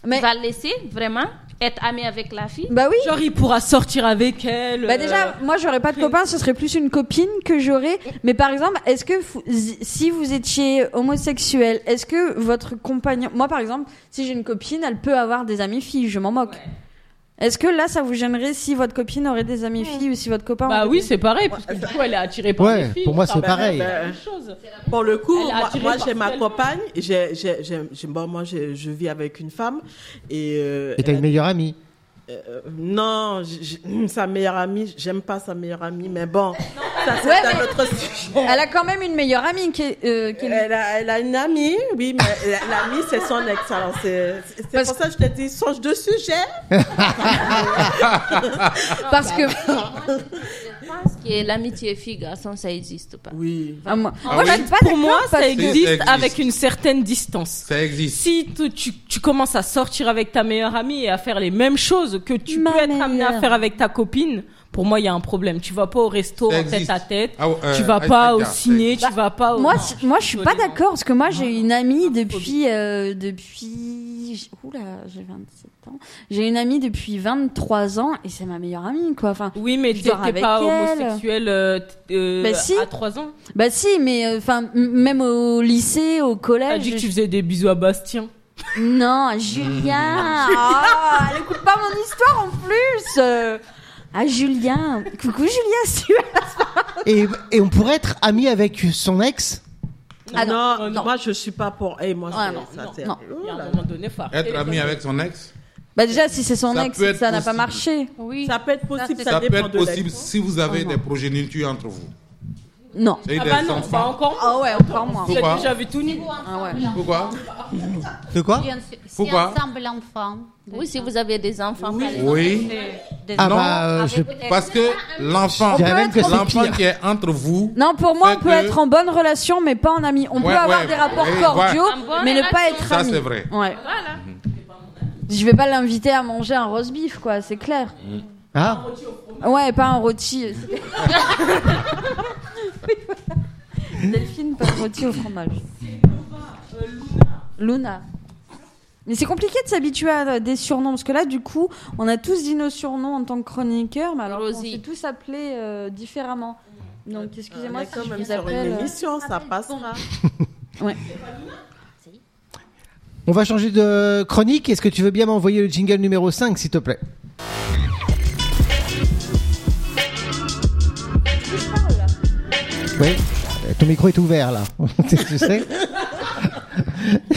Speaker 1: Mais-
Speaker 7: Tu vas le laisser vraiment être amie avec la fille.
Speaker 1: Bah oui.
Speaker 9: Genre, il pourra sortir avec elle. euh,
Speaker 1: Bah déjà, moi j'aurais pas de copain, ce serait plus une copine que j'aurais.
Speaker 9: Mm.
Speaker 1: Mais par exemple, est-ce que vous- si vous étiez homosexuel, est-ce que votre compagnon, moi par exemple, si j'ai une copine, elle peut avoir des amies filles, je m'en moque. Est-ce que là ça vous gênerait si votre copine aurait des amies filles ou si votre copain
Speaker 9: Bah
Speaker 1: aurait
Speaker 9: oui,
Speaker 1: des-
Speaker 9: c'est pareil, parce que du coup, elle est attirée par
Speaker 3: Ouais,
Speaker 9: les filles.
Speaker 3: pour moi, c'est
Speaker 9: Enfin,
Speaker 3: pareil.
Speaker 9: c'est
Speaker 4: Ben,
Speaker 9: la même chose.
Speaker 4: Pour le coup,
Speaker 9: Elle a
Speaker 4: moi,
Speaker 9: attiré
Speaker 4: moi,
Speaker 9: par
Speaker 4: j'ai ma
Speaker 9: tellement.
Speaker 4: compagne. J'ai, j'ai, j'ai- j'ai- bon, moi, j'ai- je vis avec une femme. Et, euh,
Speaker 3: Et t'as une meilleure amie.
Speaker 4: euh, non, j'ai- j'ai- hum, sa meilleure amie, j'aime pas sa meilleure amie, mais bon, ça c'est
Speaker 1: Ouais,
Speaker 4: un
Speaker 1: mais-
Speaker 4: autre sujet.
Speaker 1: Elle a quand même une meilleure amie qui est, euh, qui est-
Speaker 4: Elle a, elle a une amie, oui, mais la- l'amie, c'est son ex. Alors, c'est, c'est- c'est
Speaker 1: Parce-
Speaker 4: pour ça que je te dis, change de sujet.
Speaker 1: parce
Speaker 9: Ah
Speaker 1: que
Speaker 9: bah.
Speaker 7: Je pense que l'amitié fille-garçon, ça n'existe pas.
Speaker 4: Oui.
Speaker 1: Ah, moi,
Speaker 5: Ah
Speaker 1: moi,
Speaker 5: oui.
Speaker 1: je suis pas
Speaker 9: Pour
Speaker 1: d'accord
Speaker 9: moi, ça
Speaker 1: parce que-
Speaker 9: existe,
Speaker 5: existe.
Speaker 9: avec une certaine distance.
Speaker 5: Ça existe.
Speaker 9: Si tu, tu- tu commences à sortir avec ta meilleure amie et à faire les mêmes choses que tu
Speaker 1: Ma
Speaker 9: peux être amené à
Speaker 1: meilleure.
Speaker 9: faire avec ta copine, pour moi, il y a un problème. Tu vas pas au resto
Speaker 5: Ça
Speaker 9: en tête à
Speaker 5: existe.
Speaker 9: tête,
Speaker 5: Ah, euh,
Speaker 9: tu vas
Speaker 5: hashtag
Speaker 9: pas au
Speaker 5: gars, ça
Speaker 9: ciné,
Speaker 5: existe.
Speaker 9: tu vas pas au...
Speaker 1: Moi,
Speaker 9: Non.
Speaker 1: c- moi, Oh, je suis pas
Speaker 9: désolée.
Speaker 1: d'accord parce que moi, j'ai une amie depuis euh, depuis oula, j'ai 27 ans. J'ai une amie depuis 23 ans et c'est ma meilleure amie quoi. Enfin,
Speaker 9: Oui, mais
Speaker 1: Je
Speaker 9: t'es
Speaker 1: dors
Speaker 9: t'es
Speaker 1: avec
Speaker 9: pas
Speaker 1: elle.
Speaker 9: homosexuel euh, t- euh,
Speaker 1: Bah si.
Speaker 9: à 3 ans.
Speaker 1: bah si, mais euh, enfin m- même au lycée, au
Speaker 9: T'as
Speaker 1: collège.
Speaker 9: dit que tu
Speaker 1: je-
Speaker 9: faisais des bisous à Bastien.
Speaker 1: Non, à Julien. Ah, elle écoute pas mon histoire en plus. Euh, À Julien. Coucou Julien. si-
Speaker 3: Et, et on pourrait être ami avec son ex
Speaker 1: Ah non,
Speaker 4: non,
Speaker 1: non.
Speaker 4: moi je suis pas pour. Eh, moi,
Speaker 1: Ah
Speaker 4: je-
Speaker 1: non,
Speaker 4: ça,
Speaker 1: non,
Speaker 4: c'est-
Speaker 1: non.
Speaker 4: Oh
Speaker 9: Il y a un
Speaker 4: là
Speaker 9: moment donné, faut arrêter
Speaker 5: Être
Speaker 9: les
Speaker 5: ami
Speaker 9: conneries.
Speaker 5: avec son ex,
Speaker 1: Bah déjà, si c'est son
Speaker 5: Ça
Speaker 1: ex,
Speaker 5: peut être
Speaker 1: ça n'a pas
Speaker 5: possible.
Speaker 1: marché.
Speaker 2: Oui.
Speaker 4: Ça peut être possible,
Speaker 2: c'est-
Speaker 4: ça,
Speaker 5: ça peut
Speaker 4: dépend
Speaker 5: être
Speaker 4: de la-
Speaker 5: possible si vous
Speaker 3: Ah
Speaker 5: avez des progénitures entre vous.
Speaker 1: Non.
Speaker 5: J'ai eu
Speaker 9: Ah
Speaker 5: des
Speaker 9: bah non,
Speaker 5: enfants.
Speaker 9: bah encore.
Speaker 1: Ah ouais, encore moins.
Speaker 9: Vous avez
Speaker 5: Pourquoi
Speaker 9: déjà vu tout nu.
Speaker 1: Ah ouais.
Speaker 5: Pourquoi
Speaker 3: De quoi
Speaker 2: Si on- si
Speaker 5: Pourquoi
Speaker 2: ensemble enfant.
Speaker 8: Oui, si vous avez des enfants. parlez-
Speaker 5: Oui,
Speaker 3: Ah
Speaker 5: Non.
Speaker 3: bah, euh, je-
Speaker 5: parce que l'enfant,
Speaker 3: Je dirais même que c'est
Speaker 5: l'enfant
Speaker 3: pire.
Speaker 5: qui est entre vous,
Speaker 1: Non, pour moi,
Speaker 5: Fait
Speaker 1: on peut
Speaker 5: que-
Speaker 1: être en bonne relation, mais pas en ami. On peut
Speaker 5: Ouais,
Speaker 1: avoir
Speaker 5: ouais,
Speaker 1: des rapports
Speaker 5: ouais,
Speaker 1: cordiaux,
Speaker 7: ouais. En bonne
Speaker 1: mais ne pas être
Speaker 5: ça
Speaker 1: ami.
Speaker 5: c'est vrai.
Speaker 1: Ouais. Je vais pas l'inviter à manger un roast beef, quoi, c'est clair.
Speaker 3: Ah,
Speaker 1: Ouais, pas un rôti. euh, c'est- Oui, voilà. Delphine, pas de rôti au fromage. Luna. Mais c'est compliqué de s'habituer à euh, des surnoms, parce que là, du coup, on a tous dit nos surnoms en tant que chroniqueurs, mais alors qu'on
Speaker 8: Rosie.
Speaker 1: s'est tous appelés euh, différemment. Donc, excusez-moi
Speaker 4: On est
Speaker 1: si
Speaker 4: quand
Speaker 1: je
Speaker 4: même
Speaker 1: vous
Speaker 4: sur
Speaker 1: appelle...
Speaker 4: une
Speaker 1: euh,
Speaker 4: émission, ça passe là.
Speaker 3: on va changer de chronique. Est-ce que tu veux bien m'envoyer le jingle numéro 5, s'il te plaît Oui, Euh, ton micro est ouvert là. tu sais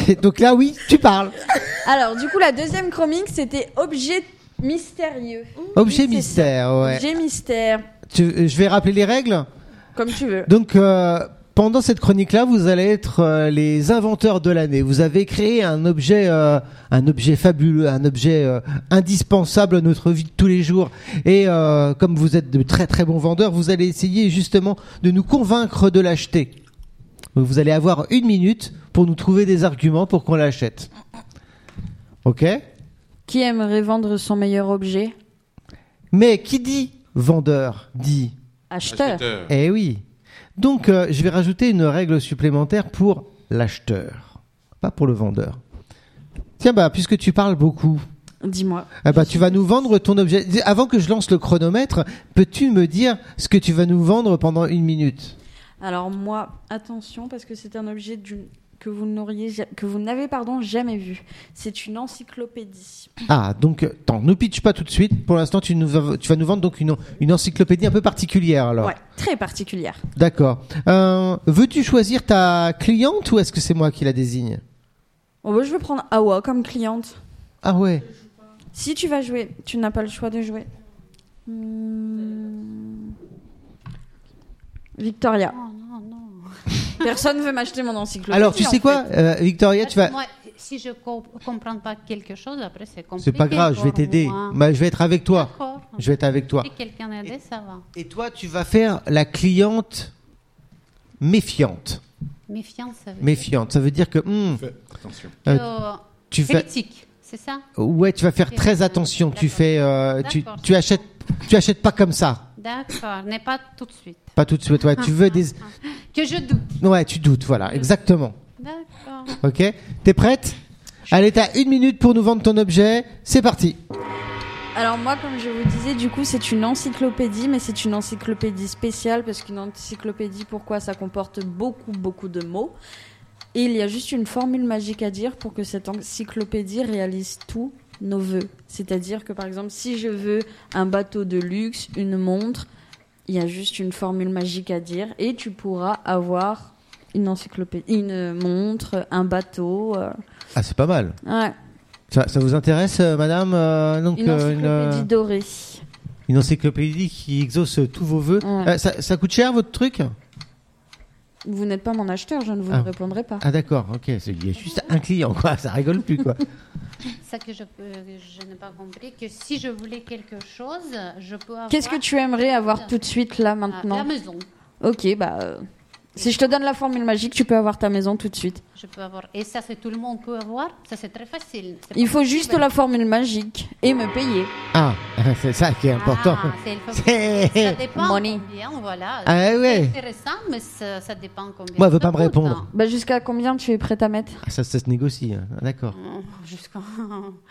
Speaker 3: Et Donc là, oui, tu parles.
Speaker 1: Alors, du coup, la deuxième chronique, c'était objet mystérieux.
Speaker 3: Objet
Speaker 1: Oui, c'est
Speaker 3: mystère,
Speaker 1: ça.
Speaker 3: ouais.
Speaker 1: Objet mystère,
Speaker 3: Tu- euh, je vais rappeler les règles.
Speaker 1: comme tu veux.
Speaker 3: Donc, euh, pendant cette chronique-là, vous allez être euh, les inventeurs de l'année. Vous avez créé un objet, euh, un objet fabuleux, un objet euh, indispensable à notre vie de tous les jours. Et euh, comme vous êtes de très très bons vendeurs, vous allez essayer justement de nous convaincre de l'acheter. Donc, Vous allez avoir une minute pour nous trouver des arguments pour qu'on l'achète. Ok
Speaker 1: Qui aimerait vendre son meilleur objet
Speaker 3: Mais qui dit vendeur dit
Speaker 1: Acheteur.
Speaker 5: Acheteur.
Speaker 3: Eh oui. Donc, euh, je vais rajouter une règle supplémentaire pour l'acheteur, pas pour le vendeur. Tiens, bah, puisque tu parles beaucoup,
Speaker 1: Dis-moi.
Speaker 3: eh bah, tu vas nous vendre ton objet. Dis- Avant que je lance le chronomètre, peux-tu me dire ce que tu vas nous vendre pendant une minute
Speaker 1: Alors moi, attention parce que c'est un objet d'une- que vous n'auriez ja- que vous n'avez pardon jamais vu. C'est une encyclopédie.
Speaker 3: Ah, donc, euh, attends, ne pitch pas tout de suite. Pour l'instant, tu, nous vas- tu vas nous vendre donc une, en- une encyclopédie un peu particulière, alors.
Speaker 1: Ouais, très particulière.
Speaker 3: D'accord. Euh, Veux-tu choisir ta cliente ou est-ce que c'est moi qui la désigne
Speaker 1: Bon, bah, je vais prendre Awa comme cliente.
Speaker 3: Ah ouais.
Speaker 1: Si tu vas jouer, tu n'as pas le choix de jouer. Hmm. Victoria.
Speaker 2: Non, non, non.
Speaker 1: Personne veut m'acheter mon encyclopédie.
Speaker 3: Alors, tu
Speaker 1: en
Speaker 3: sais quoi, euh, Victoria, tu vas...
Speaker 2: Moi, si je ne comprends pas quelque chose, après c'est compliqué.
Speaker 3: C'est pas grave, je vais
Speaker 2: pour
Speaker 3: t'aider.
Speaker 2: moi.
Speaker 3: Bah, je vais être avec toi.
Speaker 2: D'accord.
Speaker 3: Je vais être avec toi.
Speaker 2: Si quelqu'un aide, ça va.
Speaker 3: Et toi, tu vas faire la cliente méfiante.
Speaker 2: Méfiance, ça veut
Speaker 3: Méfiante, ça veut dire que hmm,
Speaker 5: Fais attention.
Speaker 2: dire.
Speaker 3: euh,
Speaker 2: que-
Speaker 3: tu fais,
Speaker 2: Critique, c'est ça
Speaker 3: ouais, tu vas faire très attention. Tu fais, euh, tu, tu achètes, tu achètes pas comme ça,
Speaker 2: D'accord, n'est pas tout de suite.
Speaker 3: pas tout de suite. Ouais, tu veux des,
Speaker 2: Que je doute.
Speaker 3: ouais, tu doutes, voilà, exactement.
Speaker 2: D'accord.
Speaker 3: Ok, t'es prête Allez, t'as une minute pour nous vendre ton objet. C'est parti.
Speaker 1: Alors moi, comme je vous disais, du coup, c'est une encyclopédie, mais c'est une encyclopédie spéciale parce qu'une encyclopédie, pourquoi ça comporte beaucoup, beaucoup de mots. Et il y a juste une formule magique à dire pour que cette encyclopédie réalise tous nos vœux. C'est-à-dire que, par exemple, si je veux un bateau de luxe, une montre, il y a juste une formule magique à dire et tu pourras avoir une encyclopédie, une montre, un bateau. euh,
Speaker 3: Ah, c'est pas mal.
Speaker 1: ouais,
Speaker 3: Ça, ça vous intéresse, euh, Madame euh, donc,
Speaker 1: une
Speaker 3: euh, une, euh,
Speaker 1: encyclopédie dorée.
Speaker 3: Une encyclopédie qui exauce tous vos vœux.
Speaker 1: Ouais.
Speaker 3: Euh, ça, ça coûte cher votre truc
Speaker 1: Vous n'êtes pas mon acheteur, je ne vous
Speaker 3: Ah.
Speaker 1: répondrai pas.
Speaker 3: Ah d'accord, ok. c'est- Il y a juste un client, quoi. Ça rigole plus, quoi.
Speaker 2: Ça que je, peux, je n'ai pas compris, que si je voulais quelque chose, je peux avoir.
Speaker 1: Qu'est-ce que tu aimerais avoir tout de suite là
Speaker 2: Ah, La
Speaker 1: maintenant
Speaker 2: maison.
Speaker 1: Ok, bah. euh, si je te donne la formule magique, tu peux avoir ta maison tout de suite.
Speaker 2: Je peux avoir. Et ça, c'est tout le monde peut avoir. Ça, c'est très facile. C'est
Speaker 1: Il
Speaker 2: pas
Speaker 1: faut
Speaker 2: possible.
Speaker 1: juste la formule magique et me payer.
Speaker 3: Ah, c'est ça qui est important.
Speaker 2: Ah, c'est le fait- Ça
Speaker 3: C'est-
Speaker 2: dépend
Speaker 1: Money.
Speaker 2: combien, voilà.
Speaker 3: Ah ouais.
Speaker 2: C'est intéressant, mais ça, ça dépend combien.
Speaker 3: Moi, elle veut
Speaker 2: ça
Speaker 3: pas me
Speaker 2: coûte,
Speaker 3: répondre.
Speaker 2: hein.
Speaker 1: Bah, jusqu'à combien tu es prête à mettre
Speaker 3: Ah, ça, ça se négocie, hein. Ah, d'accord.
Speaker 2: Oh, Jusqu'à.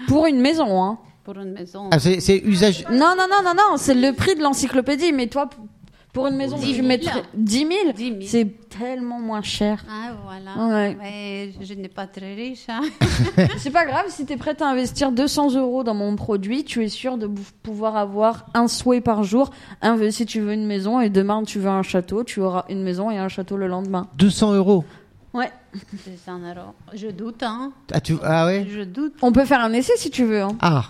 Speaker 1: Pour une maison, hein
Speaker 2: Pour une maison.
Speaker 3: Ah, c'est c'est usage.
Speaker 1: Non, non, non, non, non, c'est le prix de l'encyclopédie, mais toi, p- pour une maison,
Speaker 2: 10
Speaker 1: tu
Speaker 2: 000.
Speaker 1: mettrais 10 000,
Speaker 2: 10 000.
Speaker 1: C'est tellement moins cher.
Speaker 2: Ah, voilà.
Speaker 1: Ouais.
Speaker 2: Mais je n'ai pas très riche. hein.
Speaker 1: C'est pas grave, si t'es prête à investir 200 euros dans mon produit, tu es sûr de bou- pouvoir avoir un souhait par jour. Un vœu si tu veux une maison et demain tu veux un château, tu auras une maison et un château le lendemain.
Speaker 3: 200 euros.
Speaker 1: Ouais.
Speaker 2: Plus un euro. Je doute, hein.
Speaker 3: Ah, tu... ah ouais
Speaker 2: Je doute.
Speaker 1: On peut faire un essai si tu veux. hein.
Speaker 3: Ah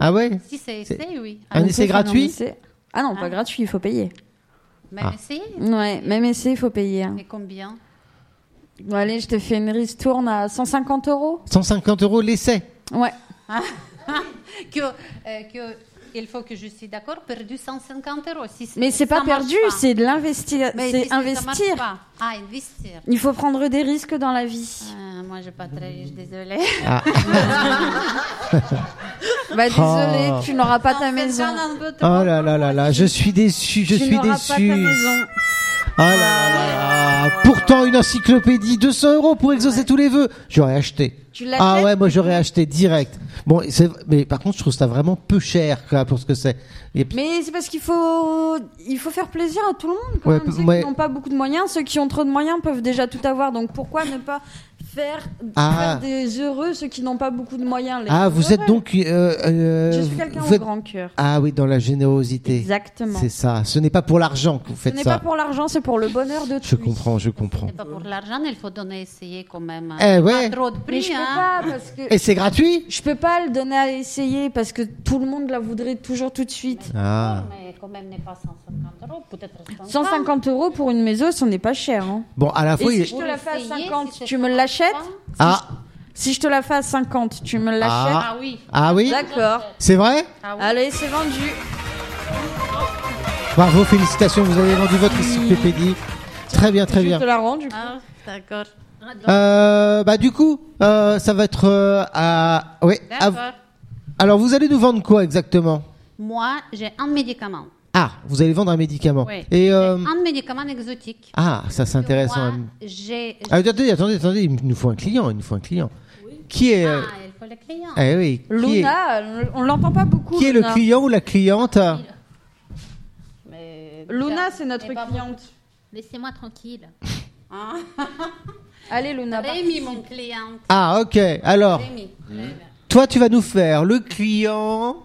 Speaker 3: Ah ouais
Speaker 2: Si c'est
Speaker 3: C'est-
Speaker 2: essayé, oui.
Speaker 3: Un
Speaker 1: On peut
Speaker 3: essai
Speaker 1: faire
Speaker 3: gratuit
Speaker 1: essai. Ah non, pas gratuit, il faut payer.
Speaker 2: Mais
Speaker 3: Ah.
Speaker 2: essayez.
Speaker 1: Ouais, même essai, il faut payer. hein.
Speaker 2: Et combien
Speaker 1: Bon, allez, je te fais une ristourne à 150 euros.
Speaker 3: 150 euros l'essai
Speaker 1: Ouais.
Speaker 2: que, euh, que Il faut que je suis d'accord, perdu 150 euros. Si
Speaker 1: Mais c'est
Speaker 2: ça
Speaker 1: pas
Speaker 2: marche
Speaker 1: perdu,
Speaker 2: pas.
Speaker 1: c'est de l'investir.
Speaker 2: Mais si
Speaker 1: C'est
Speaker 2: ça marche
Speaker 1: investir.
Speaker 2: pas. Ah, investir.
Speaker 1: Il faut prendre des risques dans la vie.
Speaker 2: Euh, moi, je pas très riche, désolée.
Speaker 3: Ah.
Speaker 1: Bah désolé,
Speaker 3: Oh.
Speaker 1: tu n'auras pas ta
Speaker 2: 150,
Speaker 1: maison.
Speaker 2: un peu trop.
Speaker 3: Oh là là là là, je suis déçu, je
Speaker 1: tu
Speaker 3: suis
Speaker 1: n'auras pas ta
Speaker 3: déçu.
Speaker 1: maison.
Speaker 3: Ah là là là là. Pourtant une encyclopédie, 200 euros pour exaucer tous les vœux. J'aurais acheté.
Speaker 1: Tu l'achètes
Speaker 3: Ah ouais, moi j'aurais acheté direct. Bon, c'est- mais par contre je trouve ça vraiment peu cher quoi, pour ce que c'est. Et-
Speaker 1: Mais c'est parce qu'il faut, il faut faire plaisir à tout le monde. Quand
Speaker 3: Ouais,
Speaker 1: même. Ceux
Speaker 3: ouais.
Speaker 1: qui n'ont pas beaucoup de moyens, ceux qui ont trop de moyens peuvent déjà tout avoir. Donc pourquoi ne pas faire, faire
Speaker 3: Ah.
Speaker 1: des heureux ceux qui n'ont pas beaucoup de moyens les
Speaker 3: Ah, vous
Speaker 1: heureux.
Speaker 3: êtes donc... euh, euh,
Speaker 1: Je suis quelqu'un
Speaker 3: vous
Speaker 1: au
Speaker 3: faites-
Speaker 1: grand cœur.
Speaker 3: Ah oui, dans la générosité.
Speaker 1: Exactement.
Speaker 3: C'est ça. Ce n'est pas pour l'argent que vous
Speaker 1: Ce
Speaker 3: faites
Speaker 1: n'est
Speaker 3: ça.
Speaker 1: pas pour l'argent, c'est pour le bonheur de tous.
Speaker 3: Je comprends, je comprends.
Speaker 2: C'est pas pour l'argent, il faut donner, essayer quand même. hein.
Speaker 1: ben,
Speaker 3: Eh ouais.
Speaker 2: Pas trop de
Speaker 1: Mais je
Speaker 2: prix,
Speaker 1: peux
Speaker 2: hein.
Speaker 1: pas parce que
Speaker 3: Et c'est gratuit
Speaker 1: je peux pas le donner à essayer parce que tout le monde la voudrait toujours tout de suite.
Speaker 3: Ah.
Speaker 2: Mais quand même, n'est pas 150 euros, peut-être 150.
Speaker 1: 150 euros pour une maison, ce n'est pas cher. hein.
Speaker 3: Bon, à la
Speaker 1: Et
Speaker 3: fois...
Speaker 1: si
Speaker 3: il-
Speaker 1: je te la fais à
Speaker 2: Essayez, si
Speaker 1: 50,
Speaker 2: c'est
Speaker 1: tu me
Speaker 2: 50,
Speaker 1: l'achètes
Speaker 3: Ah,
Speaker 1: Si je te la fais à 50, tu me l'achètes
Speaker 3: Ah
Speaker 2: oui.
Speaker 3: ah oui
Speaker 1: D'accord.
Speaker 3: C'est vrai
Speaker 2: Ah
Speaker 1: Allez, c'est vendu.
Speaker 3: Bravo, félicitations, vous avez vendu votre encyclopédie. Très bien, très bien.
Speaker 1: Je te la rends du coup.
Speaker 2: Ah, d'accord.
Speaker 3: Euh, bah du coup, euh, ça va être euh, à... Oui. à-
Speaker 2: D'accord.
Speaker 3: Alors, vous allez nous vendre quoi exactement
Speaker 2: Moi, j'ai un médicament.
Speaker 3: Ah, vous allez vendre un médicament.
Speaker 2: Oui.
Speaker 3: Et... euh,
Speaker 2: Un médicament exotique.
Speaker 3: Ah, ça c'est intéressant.
Speaker 2: Moi, j'ai.
Speaker 3: Ah, attendez, attendez, attendez, il nous faut un client, il nous faut un client. Qui est...
Speaker 2: Ah,
Speaker 3: euh,
Speaker 2: il faut le client.
Speaker 3: eh oui, qui est-
Speaker 1: Luna, on l'entend pas beaucoup.
Speaker 3: Qui est le
Speaker 1: Luna.
Speaker 3: client ou la cliente
Speaker 2: Mais-
Speaker 1: Luna, c'est notre
Speaker 2: Mais pas
Speaker 1: cliente.
Speaker 6: Laissez-moi tranquille.
Speaker 2: Ah.
Speaker 1: Allez, Luna. bah.
Speaker 2: Rémi, mon client.
Speaker 3: Ah, ok. Alors,
Speaker 2: Rémi.
Speaker 3: toi, tu vas nous faire le client.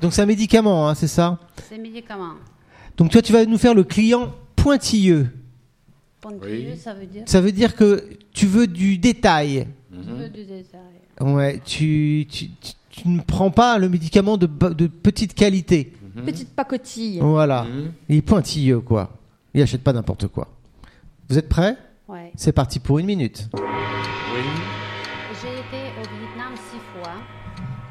Speaker 3: Donc, c'est un médicament, hein, c'est ça
Speaker 2: C'est médicament.
Speaker 3: Donc, toi, tu vas nous faire le client pointilleux.
Speaker 2: Pontilleux, ça veut dire
Speaker 3: Ça veut dire que tu veux du détail.
Speaker 2: tu veux du détail.
Speaker 3: Ouais, tu, tu, tu- tu ne prends pas le médicament de, bo- de petite qualité.
Speaker 1: Petite pacotille.
Speaker 3: Voilà.
Speaker 2: Mhm.
Speaker 3: Il est pointilleux, quoi. Il achète pas n'importe quoi. Vous êtes prêts
Speaker 2: Ouais.
Speaker 3: C'est parti pour une minute.
Speaker 2: J'ai été au Vietnam six fois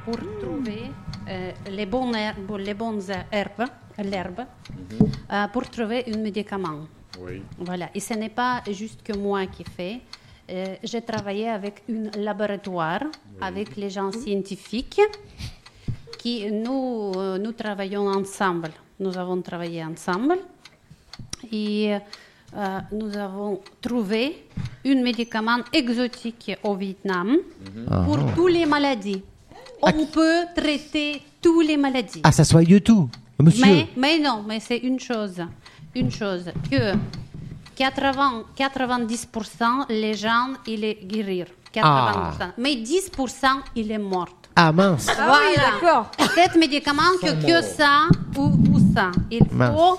Speaker 2: pour
Speaker 3: Mmh.
Speaker 2: trouver euh, les, bonnes herbes, les bonnes herbes, l'herbe, euh, pour trouver un médicament.
Speaker 5: Oui.
Speaker 2: Voilà. Et ce n'est pas juste que moi qui fais. Euh, j'ai travaillé avec un laboratoire, avec les gens scientifiques, qui nous, euh, nous travaillons ensemble. Nous avons travaillé ensemble et euh, nous avons trouvé un médicament exotique au Vietnam pour toutes les maladies. On peut traiter toutes les maladies.
Speaker 3: Ah, ça soigne tout. Monsieur.
Speaker 2: Mais, mais non, mais c'est une chose.
Speaker 3: Mm.
Speaker 2: Une chose, que 80, 90% les gens, il est guérir. 80%. Mais 10%, il est mort.
Speaker 3: Ah, mince.
Speaker 1: Ah oui,
Speaker 2: Voilà.
Speaker 1: d'accord.
Speaker 2: Cet médicament, que, que ça ou, ou ça. Il
Speaker 3: Mince.
Speaker 2: faut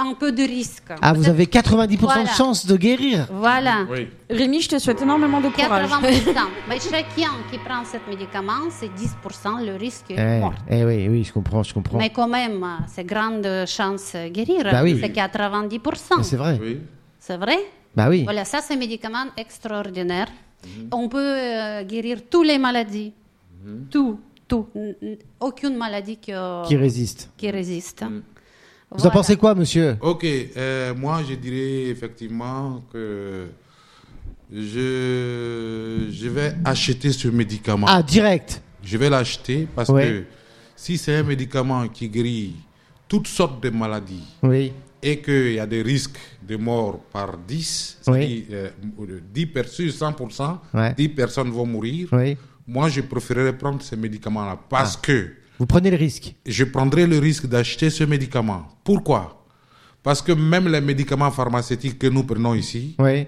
Speaker 2: un peu de risque.
Speaker 3: Ah, vous avez 90% de
Speaker 2: Voilà.
Speaker 3: chance de guérir.
Speaker 2: Voilà.
Speaker 5: Oui.
Speaker 1: Rémi, je te souhaite énormément de courage.
Speaker 2: 80%. mais chacun qui prend cet médicament, c'est 10%, le risque est
Speaker 3: Eh,
Speaker 2: mort.
Speaker 3: eh oui, oui, je comprends, je comprends.
Speaker 2: Mais quand même, euh, c'est grande chance de guérir.
Speaker 3: Bah oui.
Speaker 2: C'est
Speaker 3: Mais
Speaker 2: 90%.
Speaker 3: C'est vrai.
Speaker 5: Oui.
Speaker 2: C'est vrai
Speaker 3: Bah oui. Mhm.
Speaker 2: Voilà, ça c'est un médicament extraordinaire. On peut euh, guérir toutes les maladies. Tout, tout. N- n- Aucune maladie que-
Speaker 3: Qui
Speaker 2: qui,
Speaker 3: résiste. Mhm.
Speaker 2: résiste.
Speaker 3: Vous en pensez quoi, monsieur
Speaker 5: Ok, euh, moi je dirais effectivement que je, je vais acheter ce médicament.
Speaker 3: Ah, direct.
Speaker 5: Je vais l'acheter parce
Speaker 3: Ouais.
Speaker 5: que si c'est un médicament qui guérit toutes sortes de maladies
Speaker 3: Oui.
Speaker 5: et qu'il y a des risques de mort par 10,
Speaker 3: Oui.
Speaker 5: c'est-à-dire, euh, 10 personnes, 100%,
Speaker 3: Ouais.
Speaker 5: 10 personnes vont mourir.
Speaker 3: Oui. Ah.
Speaker 5: Moi, je préférerais prendre ce médicament-là parce que
Speaker 3: Vous prenez le risque.
Speaker 5: je prendrai le risque d'acheter ce médicament. Pourquoi Parce que même les médicaments pharmaceutiques que nous prenons ici,
Speaker 3: Oui.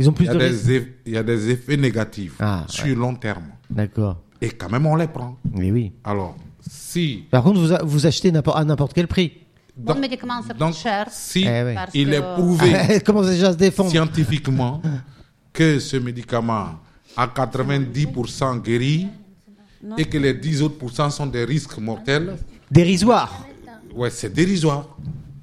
Speaker 3: Ils ont plus
Speaker 5: il y a,
Speaker 3: de risques.
Speaker 5: des, eff- il y a des effets négatifs
Speaker 3: Ah,
Speaker 5: sur long terme.
Speaker 3: D'accord.
Speaker 5: Et quand même, on les prend.
Speaker 3: Mais oui.
Speaker 5: Alors, si
Speaker 3: Par contre, vous, a- vous achetez n'importe- à n'importe quel prix.
Speaker 2: Bon médicament, ça coûte
Speaker 5: donc,
Speaker 2: cher.
Speaker 5: Si
Speaker 3: Eh oui. Ah,
Speaker 2: parce
Speaker 5: il
Speaker 2: que-
Speaker 5: est prouvé
Speaker 3: Elle commence déjà à se défendre.
Speaker 5: scientifiquement que ce médicament à 90% guérit et que les 10 autres pourcents sont des risques mortels,
Speaker 3: Dérisoire.
Speaker 5: ouais, c'est dérisoire.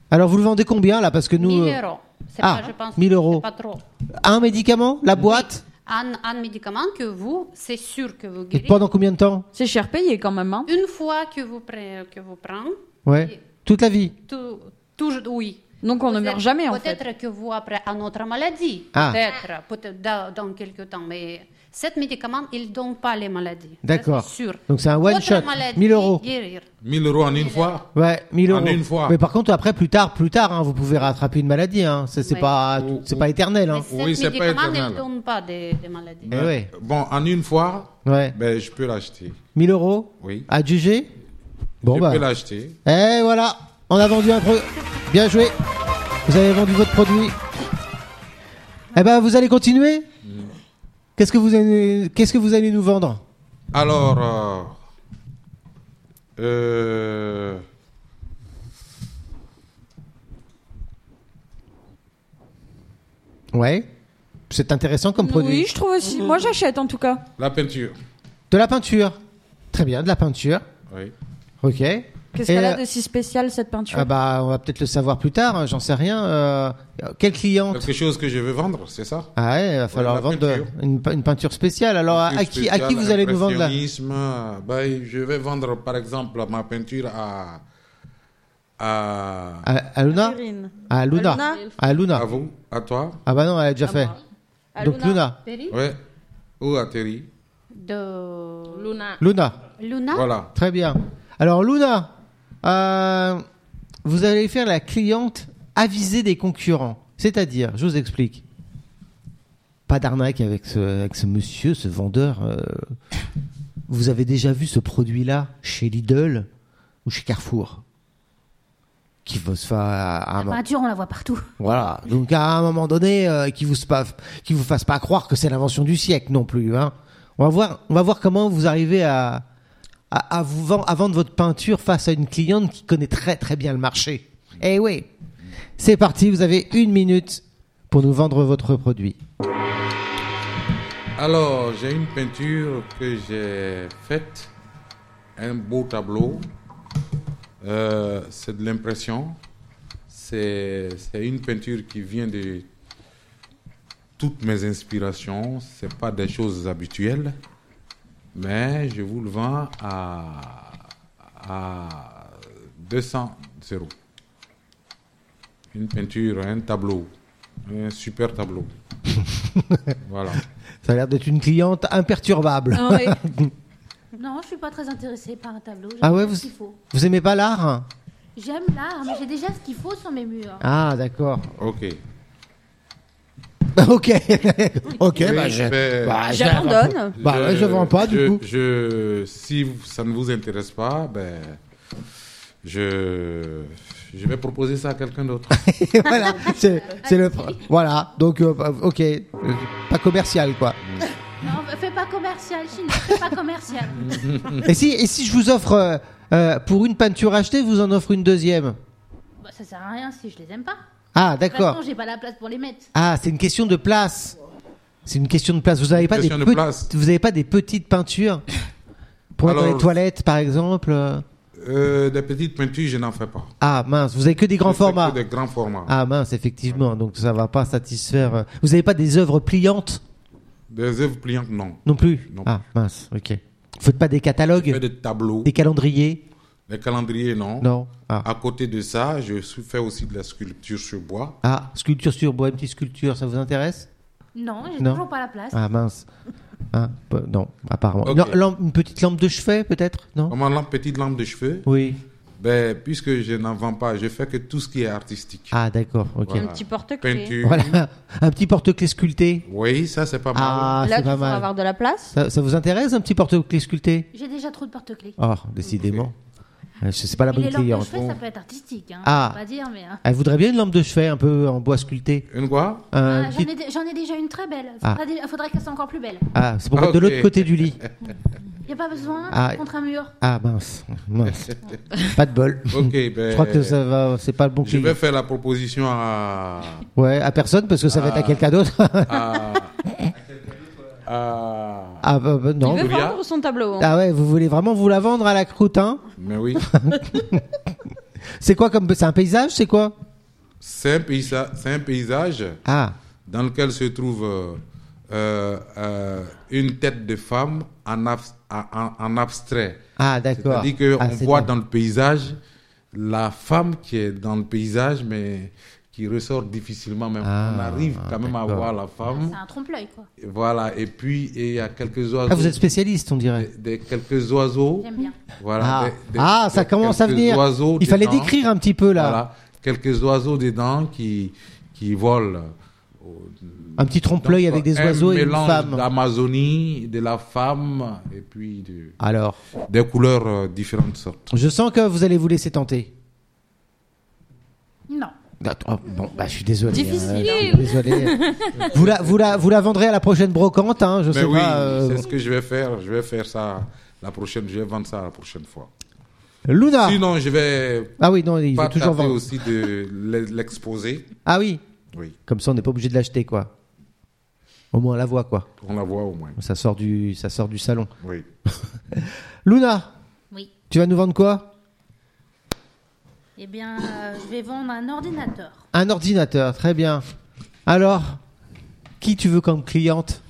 Speaker 3: Alors, vous le vendez combien, là Parce que nous.
Speaker 2: 1000
Speaker 3: euh,
Speaker 2: euros. C'est
Speaker 3: ah,
Speaker 2: pas, je pense,
Speaker 3: 1000 euros.
Speaker 2: c'est pas trop.
Speaker 3: Un médicament La boîte
Speaker 2: Un, un médicament que vous, c'est sûr que vous
Speaker 3: Et
Speaker 2: guérissez.
Speaker 3: pendant combien de temps
Speaker 1: C'est cher payé quand même. Hein.
Speaker 2: Une fois que vous prenez, que vous prenez
Speaker 3: Ouais. Toute la vie
Speaker 2: tout, tout- oui.
Speaker 1: Donc on ne meurt jamais en fait.
Speaker 2: Peut-être que vous, après, une autre maladie.
Speaker 3: Ah.
Speaker 2: Peut-être, peut-être dans, dans quelques temps. Mais cet médicament, il ne donne pas les maladies. Ça,
Speaker 3: D'accord.
Speaker 2: c'est sûr.
Speaker 3: Donc c'est un one
Speaker 2: Autre
Speaker 3: shot,
Speaker 2: maladie,
Speaker 3: 1000 euros.
Speaker 2: guérir.
Speaker 5: 1000 euros en une fois
Speaker 3: Ouais, 1000
Speaker 5: En
Speaker 3: euros.
Speaker 5: Ah, une fois.
Speaker 3: Mais par contre, après, plus tard, plus tard, hein, vous pouvez rattraper une maladie. Hein. Ça, C'est
Speaker 2: Ouais.
Speaker 3: pas,
Speaker 5: Ou-
Speaker 3: c'est
Speaker 5: ou-
Speaker 3: pas éternel. Hein.
Speaker 2: Mais cet
Speaker 5: Oui, c'est pas
Speaker 2: médicament, il
Speaker 5: éternel.
Speaker 2: ne donne pas des, des maladies.
Speaker 3: Eh ouais.
Speaker 5: Bon, en une fois,
Speaker 3: Ouais.
Speaker 5: ben, je peux l'acheter.
Speaker 3: 1000 euros
Speaker 5: Oui.
Speaker 3: adjugé Bon
Speaker 5: je
Speaker 3: bah.
Speaker 5: peux l'acheter.
Speaker 3: Eh voilà, on a vendu un produit. Bien joué. Vous avez vendu votre produit. Eh ben, vous allez continuer Qu'est-ce que vous allez, qu'est-ce que vous allez nous vendre
Speaker 5: Alors, euh, euh,
Speaker 3: Ouais. C'est intéressant comme produit. Mm-hmm.
Speaker 1: Oui, je trouve aussi. Moi j'achète en tout cas.
Speaker 5: la peinture.
Speaker 3: De la peinture. Très bien, de la peinture.
Speaker 5: Oui.
Speaker 3: Ok.
Speaker 1: Qu'est-ce
Speaker 3: Et,
Speaker 1: qu'elle
Speaker 3: euh,
Speaker 1: a de si spécial cette peinture
Speaker 3: Ah bah, on va peut-être le savoir plus tard. hein, J'en sais rien. Euh, quelle cliente
Speaker 5: Quelque chose que je veux vendre, c'est ça
Speaker 3: Ah ouais, il va falloir
Speaker 5: la
Speaker 3: vendre de-
Speaker 5: peinture.
Speaker 3: une, pe- une peinture spéciale. Alors, à, à qui, à qui vous allez nous vendre là
Speaker 5: Impressionnisme, euh, ben, Je vais vendre, par exemple, ma peinture à. à.
Speaker 3: à, à Luna
Speaker 1: Périne.
Speaker 3: À Luna.
Speaker 1: Luna
Speaker 3: À Luna.
Speaker 5: à vous, à toi,
Speaker 3: Ah bah non, elle a déjà fait. Donc Luna.
Speaker 2: Péri-
Speaker 5: ouais, ou à Terry.
Speaker 2: De
Speaker 8: Luna.
Speaker 3: Luna.
Speaker 2: Luna,
Speaker 5: Voilà.
Speaker 3: Très bien. Alors Luna, euh, vous allez faire la cliente avisée des concurrents. C'est-à-dire, je vous explique. Pas d'arnaque avec ce, avec ce monsieur, ce vendeur. euh. vous avez déjà vu ce produit-là chez Lidl ou chez Carrefour qui va se faire à un moment-
Speaker 6: Peinture, Ah bah, on la voit partout.
Speaker 3: Voilà. Donc à un moment donné, euh, qui vous se pa- qui vous fasse pas croire que c'est l'invention du siècle non plus. Hein. On va voir, on va voir comment vous arrivez à à, à vous vend- à vendre votre peinture face à une cliente qui connaît très très bien le marché. Eh oui. C'est parti. Vous avez une minute pour nous vendre votre produit.
Speaker 5: Alors, j'ai une peinture que j'ai faite, un beau tableau. Euh, c'est de l'impression. C'est c'est une peinture qui vient de toutes mes inspirations. C'est pas des choses habituelles, mais je vous le vends à, à 200 euros. Une peinture, un tableau, un super tableau. voilà.
Speaker 3: Ça a l'air d'être une cliente imperturbable.
Speaker 1: Ah ouais.
Speaker 6: Non, je suis pas très intéressée par un tableau. J'aime
Speaker 3: Ah ouais,
Speaker 6: déjà
Speaker 3: vous-
Speaker 6: ce qu'il faut.
Speaker 3: Vous aimez pas l'art hein?
Speaker 6: J'aime l'art, mais j'ai déjà ce qu'il faut sur mes murs.
Speaker 3: Ah d'accord.
Speaker 5: Ok.
Speaker 3: ok. ok.
Speaker 5: Oui,
Speaker 3: bah, je,
Speaker 5: ben,
Speaker 3: bah, je-
Speaker 1: J'abandonne.
Speaker 3: Bah, ouais, je vends pas, du
Speaker 5: je-
Speaker 3: coup.
Speaker 5: je- si vous- ça ne vous intéresse pas, ben, je, je vais proposer ça à quelqu'un d'autre.
Speaker 3: voilà, c'est c'est le. Voilà, donc, euh, bah, ok, euh, pas commercial quoi.
Speaker 6: Non, fais pas commercial, Chine, fais pas commercial.
Speaker 3: Mm.
Speaker 5: Mm.
Speaker 3: Et si, et si je vous offre, euh, euh, pour une peinture achetée, je vous en offre une deuxième
Speaker 6: Bah, ça sert à rien si je les aime pas.
Speaker 3: Ah,
Speaker 6: De toute façon,
Speaker 3: d'accord.
Speaker 6: j'ai pas la place pour les mettre.
Speaker 3: Ah, c'est une question de place. C'est une question de place. Vous n'avez pas, des
Speaker 5: question de
Speaker 3: pe-
Speaker 5: place.
Speaker 3: vous avez pas des petites peintures Pour mettre dans les
Speaker 5: Alors-
Speaker 3: toilettes, par exemple euh
Speaker 5: Euh, des petites peintures, je n'en fais pas.
Speaker 3: Ah, mince, vous avez que des grands
Speaker 5: Je fais que
Speaker 3: formats.
Speaker 5: Des grands formats.
Speaker 3: Ah, mince, effectivement, donc ça va pas satisfaire. euh. Vous n'avez pas des œuvres pliantes
Speaker 5: Des œuvres pliantes, non.
Speaker 3: non plus
Speaker 5: Non.
Speaker 3: Ah, mince, ok. Vous faites pas des
Speaker 5: Je fais
Speaker 3: catalogues,
Speaker 5: des tableaux,
Speaker 3: des calendriers
Speaker 5: des calendriers, non.
Speaker 3: Non. Ah.
Speaker 5: À côté de ça, je suis- fais aussi de la sculpture sur bois.
Speaker 3: Ah, sculpture sur bois, une petite sculpture, ça vous intéresse
Speaker 6: Non, j'ai
Speaker 3: Non.
Speaker 6: toujours pas la place.
Speaker 3: Ah mince. Ah, bah, non, apparemment.
Speaker 5: Ok. Ah.
Speaker 3: Non, lampe- une petite lampe de chevet peut-être Non
Speaker 5: Comme une petite lampe de cheveux,
Speaker 3: Oui.
Speaker 5: ben, puisque je n'en vends pas, je fais que tout ce qui est artistique.
Speaker 3: Ah d'accord, ok.
Speaker 5: Voilà.
Speaker 1: Un petit porte-clés.
Speaker 5: Peinture.
Speaker 3: Voilà, un petit porte-clés sculpté.
Speaker 5: Oui, ça, c'est pas mal.
Speaker 3: Ah,
Speaker 1: Là,
Speaker 3: c'est
Speaker 1: tu
Speaker 3: pas
Speaker 1: vas
Speaker 3: mal.
Speaker 1: avoir de la place.
Speaker 3: Ça, ça vous intéresse un petit porte-clés sculpté
Speaker 6: J'ai déjà trop de porte-clés.
Speaker 3: Oh, décidément. Euh, je- C'est pas la
Speaker 6: Et
Speaker 3: bonne
Speaker 6: les lampes de
Speaker 3: cliente.
Speaker 6: cheveux,
Speaker 3: On-
Speaker 6: ça peut être artistique. Hein.
Speaker 3: Ah.
Speaker 6: Faut Pas dire, mais. hein.
Speaker 3: Elle voudrait bien une lampe de chevet un peu en bois sculpté.
Speaker 5: Une quoi
Speaker 3: Un
Speaker 6: Ah, J'en
Speaker 3: petit-
Speaker 6: ai, dé- j'en ai déjà une très belle.
Speaker 3: Euh, Ah.
Speaker 6: Faudrait, dé- faudrait qu'elle soit encore plus belle.
Speaker 3: Ah, c'est pour
Speaker 5: Ah,
Speaker 3: mettre de l'autre
Speaker 5: ok.
Speaker 3: côté du lit.
Speaker 6: Il n'y a pas besoin
Speaker 3: Ah.
Speaker 6: contre un mur.
Speaker 3: Ah mince, mince. pas de bol.
Speaker 5: Ok,
Speaker 3: Je
Speaker 5: ben,
Speaker 3: crois que ça va, c'est pas le bon
Speaker 5: je vais
Speaker 3: client.
Speaker 5: faire la proposition à,
Speaker 3: Ouais, à personne parce que ça va être à
Speaker 5: Ah.
Speaker 3: quelqu'un d'autre.
Speaker 5: à, à-
Speaker 3: ah bah, bah, non.
Speaker 1: Il veut
Speaker 5: Julia
Speaker 1: vendre son tableau. hein.
Speaker 3: Ah ouais, vous voulez vraiment vous la vendre à la croûte, hein
Speaker 5: Mais oui,
Speaker 3: C'est quoi comme c'est un paysage, c'est quoi
Speaker 5: c'est un, paysa- c'est un paysage
Speaker 3: Ah,
Speaker 5: dans lequel se trouve euh, euh, euh, une tête de femme en, abs- en- en abstrait.
Speaker 3: ah d'accord.
Speaker 5: C'est-à-dire
Speaker 3: Ah,
Speaker 5: qu'on
Speaker 3: c'est
Speaker 5: voit
Speaker 3: bon.
Speaker 5: dans le paysage la femme qui est dans le paysage, mais qui ressort difficilement. Même.
Speaker 3: Ah,
Speaker 5: On arrive quand même à
Speaker 3: d'accord.
Speaker 5: voir la femme.
Speaker 6: C'est un trompe-l'œil, quoi.
Speaker 5: Et Voilà, et puis et il y a quelques oiseaux.
Speaker 3: Ah, vous êtes spécialiste, on dirait.
Speaker 5: des, des- quelques oiseaux.
Speaker 6: J'aime bien.
Speaker 5: Voilà,
Speaker 3: Ah,
Speaker 5: des- des-
Speaker 3: Ah, ça
Speaker 5: des-
Speaker 3: commence à
Speaker 5: quelques
Speaker 3: venir.
Speaker 5: oiseaux
Speaker 3: Il fallait
Speaker 5: dedans.
Speaker 3: décrire un petit peu là.
Speaker 5: Voilà, quelques oiseaux dedans qui, qui volent.
Speaker 3: Un petit trompe-l'œil
Speaker 5: Donc,
Speaker 3: avec des
Speaker 5: un
Speaker 3: oiseaux et une
Speaker 5: mélange
Speaker 3: femme.
Speaker 5: d'Amazonie, de la femme, et puis de-
Speaker 3: Alors,
Speaker 5: des couleurs euh, différentes sortes.
Speaker 3: je sens que vous allez vous laisser tenter.
Speaker 6: Non.
Speaker 3: D'accord. bon, bah, je suis désolé.
Speaker 1: Difficile.
Speaker 3: hein, je suis désolé. vous, la, vous, la, vous la vendrez à la prochaine brocante, hein, je
Speaker 5: Mais
Speaker 3: sais
Speaker 5: oui,
Speaker 3: pas. euh,
Speaker 5: c'est ce que je vais faire. Je vais faire ça la prochaine. Je vais vendre ça la prochaine fois.
Speaker 3: Luna
Speaker 5: Sinon, je vais
Speaker 3: Ah oui, non, il
Speaker 5: pas
Speaker 3: veut Ah. toujours
Speaker 5: tarder
Speaker 3: vendre.
Speaker 5: aussi de l'e- l'exposer.
Speaker 3: Ah oui,
Speaker 5: Oui,
Speaker 3: comme ça on n'est pas obligé de l'acheter, quoi. Au moins on la voit, quoi.
Speaker 5: on la voit au moins.
Speaker 3: Ça sort du, ça sort du salon.
Speaker 5: Oui.
Speaker 3: Luna,
Speaker 6: Oui.
Speaker 3: tu vas nous vendre quoi
Speaker 6: Eh bien, euh, je vais vendre un ordinateur.
Speaker 3: Un ordinateur, très bien. Alors, qui tu veux comme cliente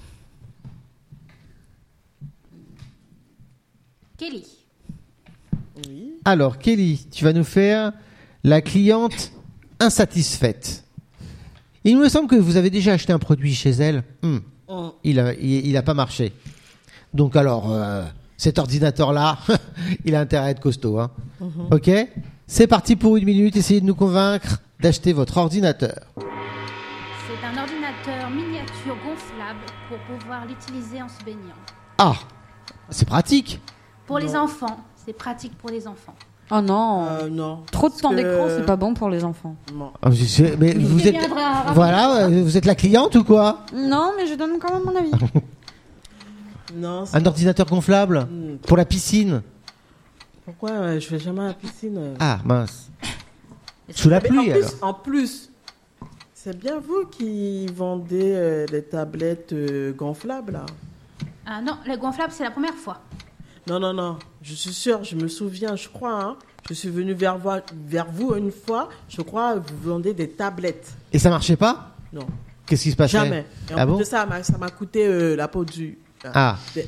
Speaker 6: Kelly.
Speaker 3: Alors, Kelly, tu vas nous faire la cliente insatisfaite. Il me semble que vous avez déjà acheté un produit chez elle. Hmm. Il n'a il, il a pas marché. Donc alors, euh, cet ordinateur-là, il a intérêt à être costaud. hein. Ok C'est parti pour une minute. Essayez de nous convaincre d'acheter votre ordinateur.
Speaker 6: C'est un ordinateur miniature gonflable pour pouvoir l'utiliser en se baignant.
Speaker 3: Ah C'est pratique
Speaker 6: Pour les enfants, c'est pratique pour les enfants.
Speaker 1: Oh non.
Speaker 4: Euh, non.
Speaker 1: Trop de temps
Speaker 4: parce que-
Speaker 1: d'écran, c'est pas bon pour les enfants.
Speaker 4: Non.
Speaker 3: Ah, je sais, Mais vous êtes...
Speaker 6: Viendra-
Speaker 3: Voilà, euh, vous êtes la cliente ou quoi
Speaker 1: Non, mais je donne quand même mon avis.
Speaker 4: Non, c'est-
Speaker 3: Un ordinateur gonflable
Speaker 4: Hmm.
Speaker 3: Pour la piscine
Speaker 4: pourquoi euh, je vais jamais à la piscine euh.
Speaker 3: Ah mince. Sous la
Speaker 4: Mais en
Speaker 3: pluie alors
Speaker 4: plus, en plus, c'est bien vous qui vendez euh, les tablettes euh, gonflables là.
Speaker 6: Ah non, le gonflable, c'est la première fois.
Speaker 4: Non, non, non. Je suis sûre, je me souviens, je crois. hein. Je suis venue vers, voi- vers vous une fois. Je crois vous vendez des tablettes.
Speaker 3: Et ça marchait pas
Speaker 4: Non,
Speaker 3: Qu'est-ce qui se passait
Speaker 4: jamais. Et en
Speaker 3: Ah
Speaker 4: plus
Speaker 3: bon
Speaker 4: de ça, m'a- ça m'a coûté euh, la peau du.
Speaker 3: Ah,
Speaker 4: des- des-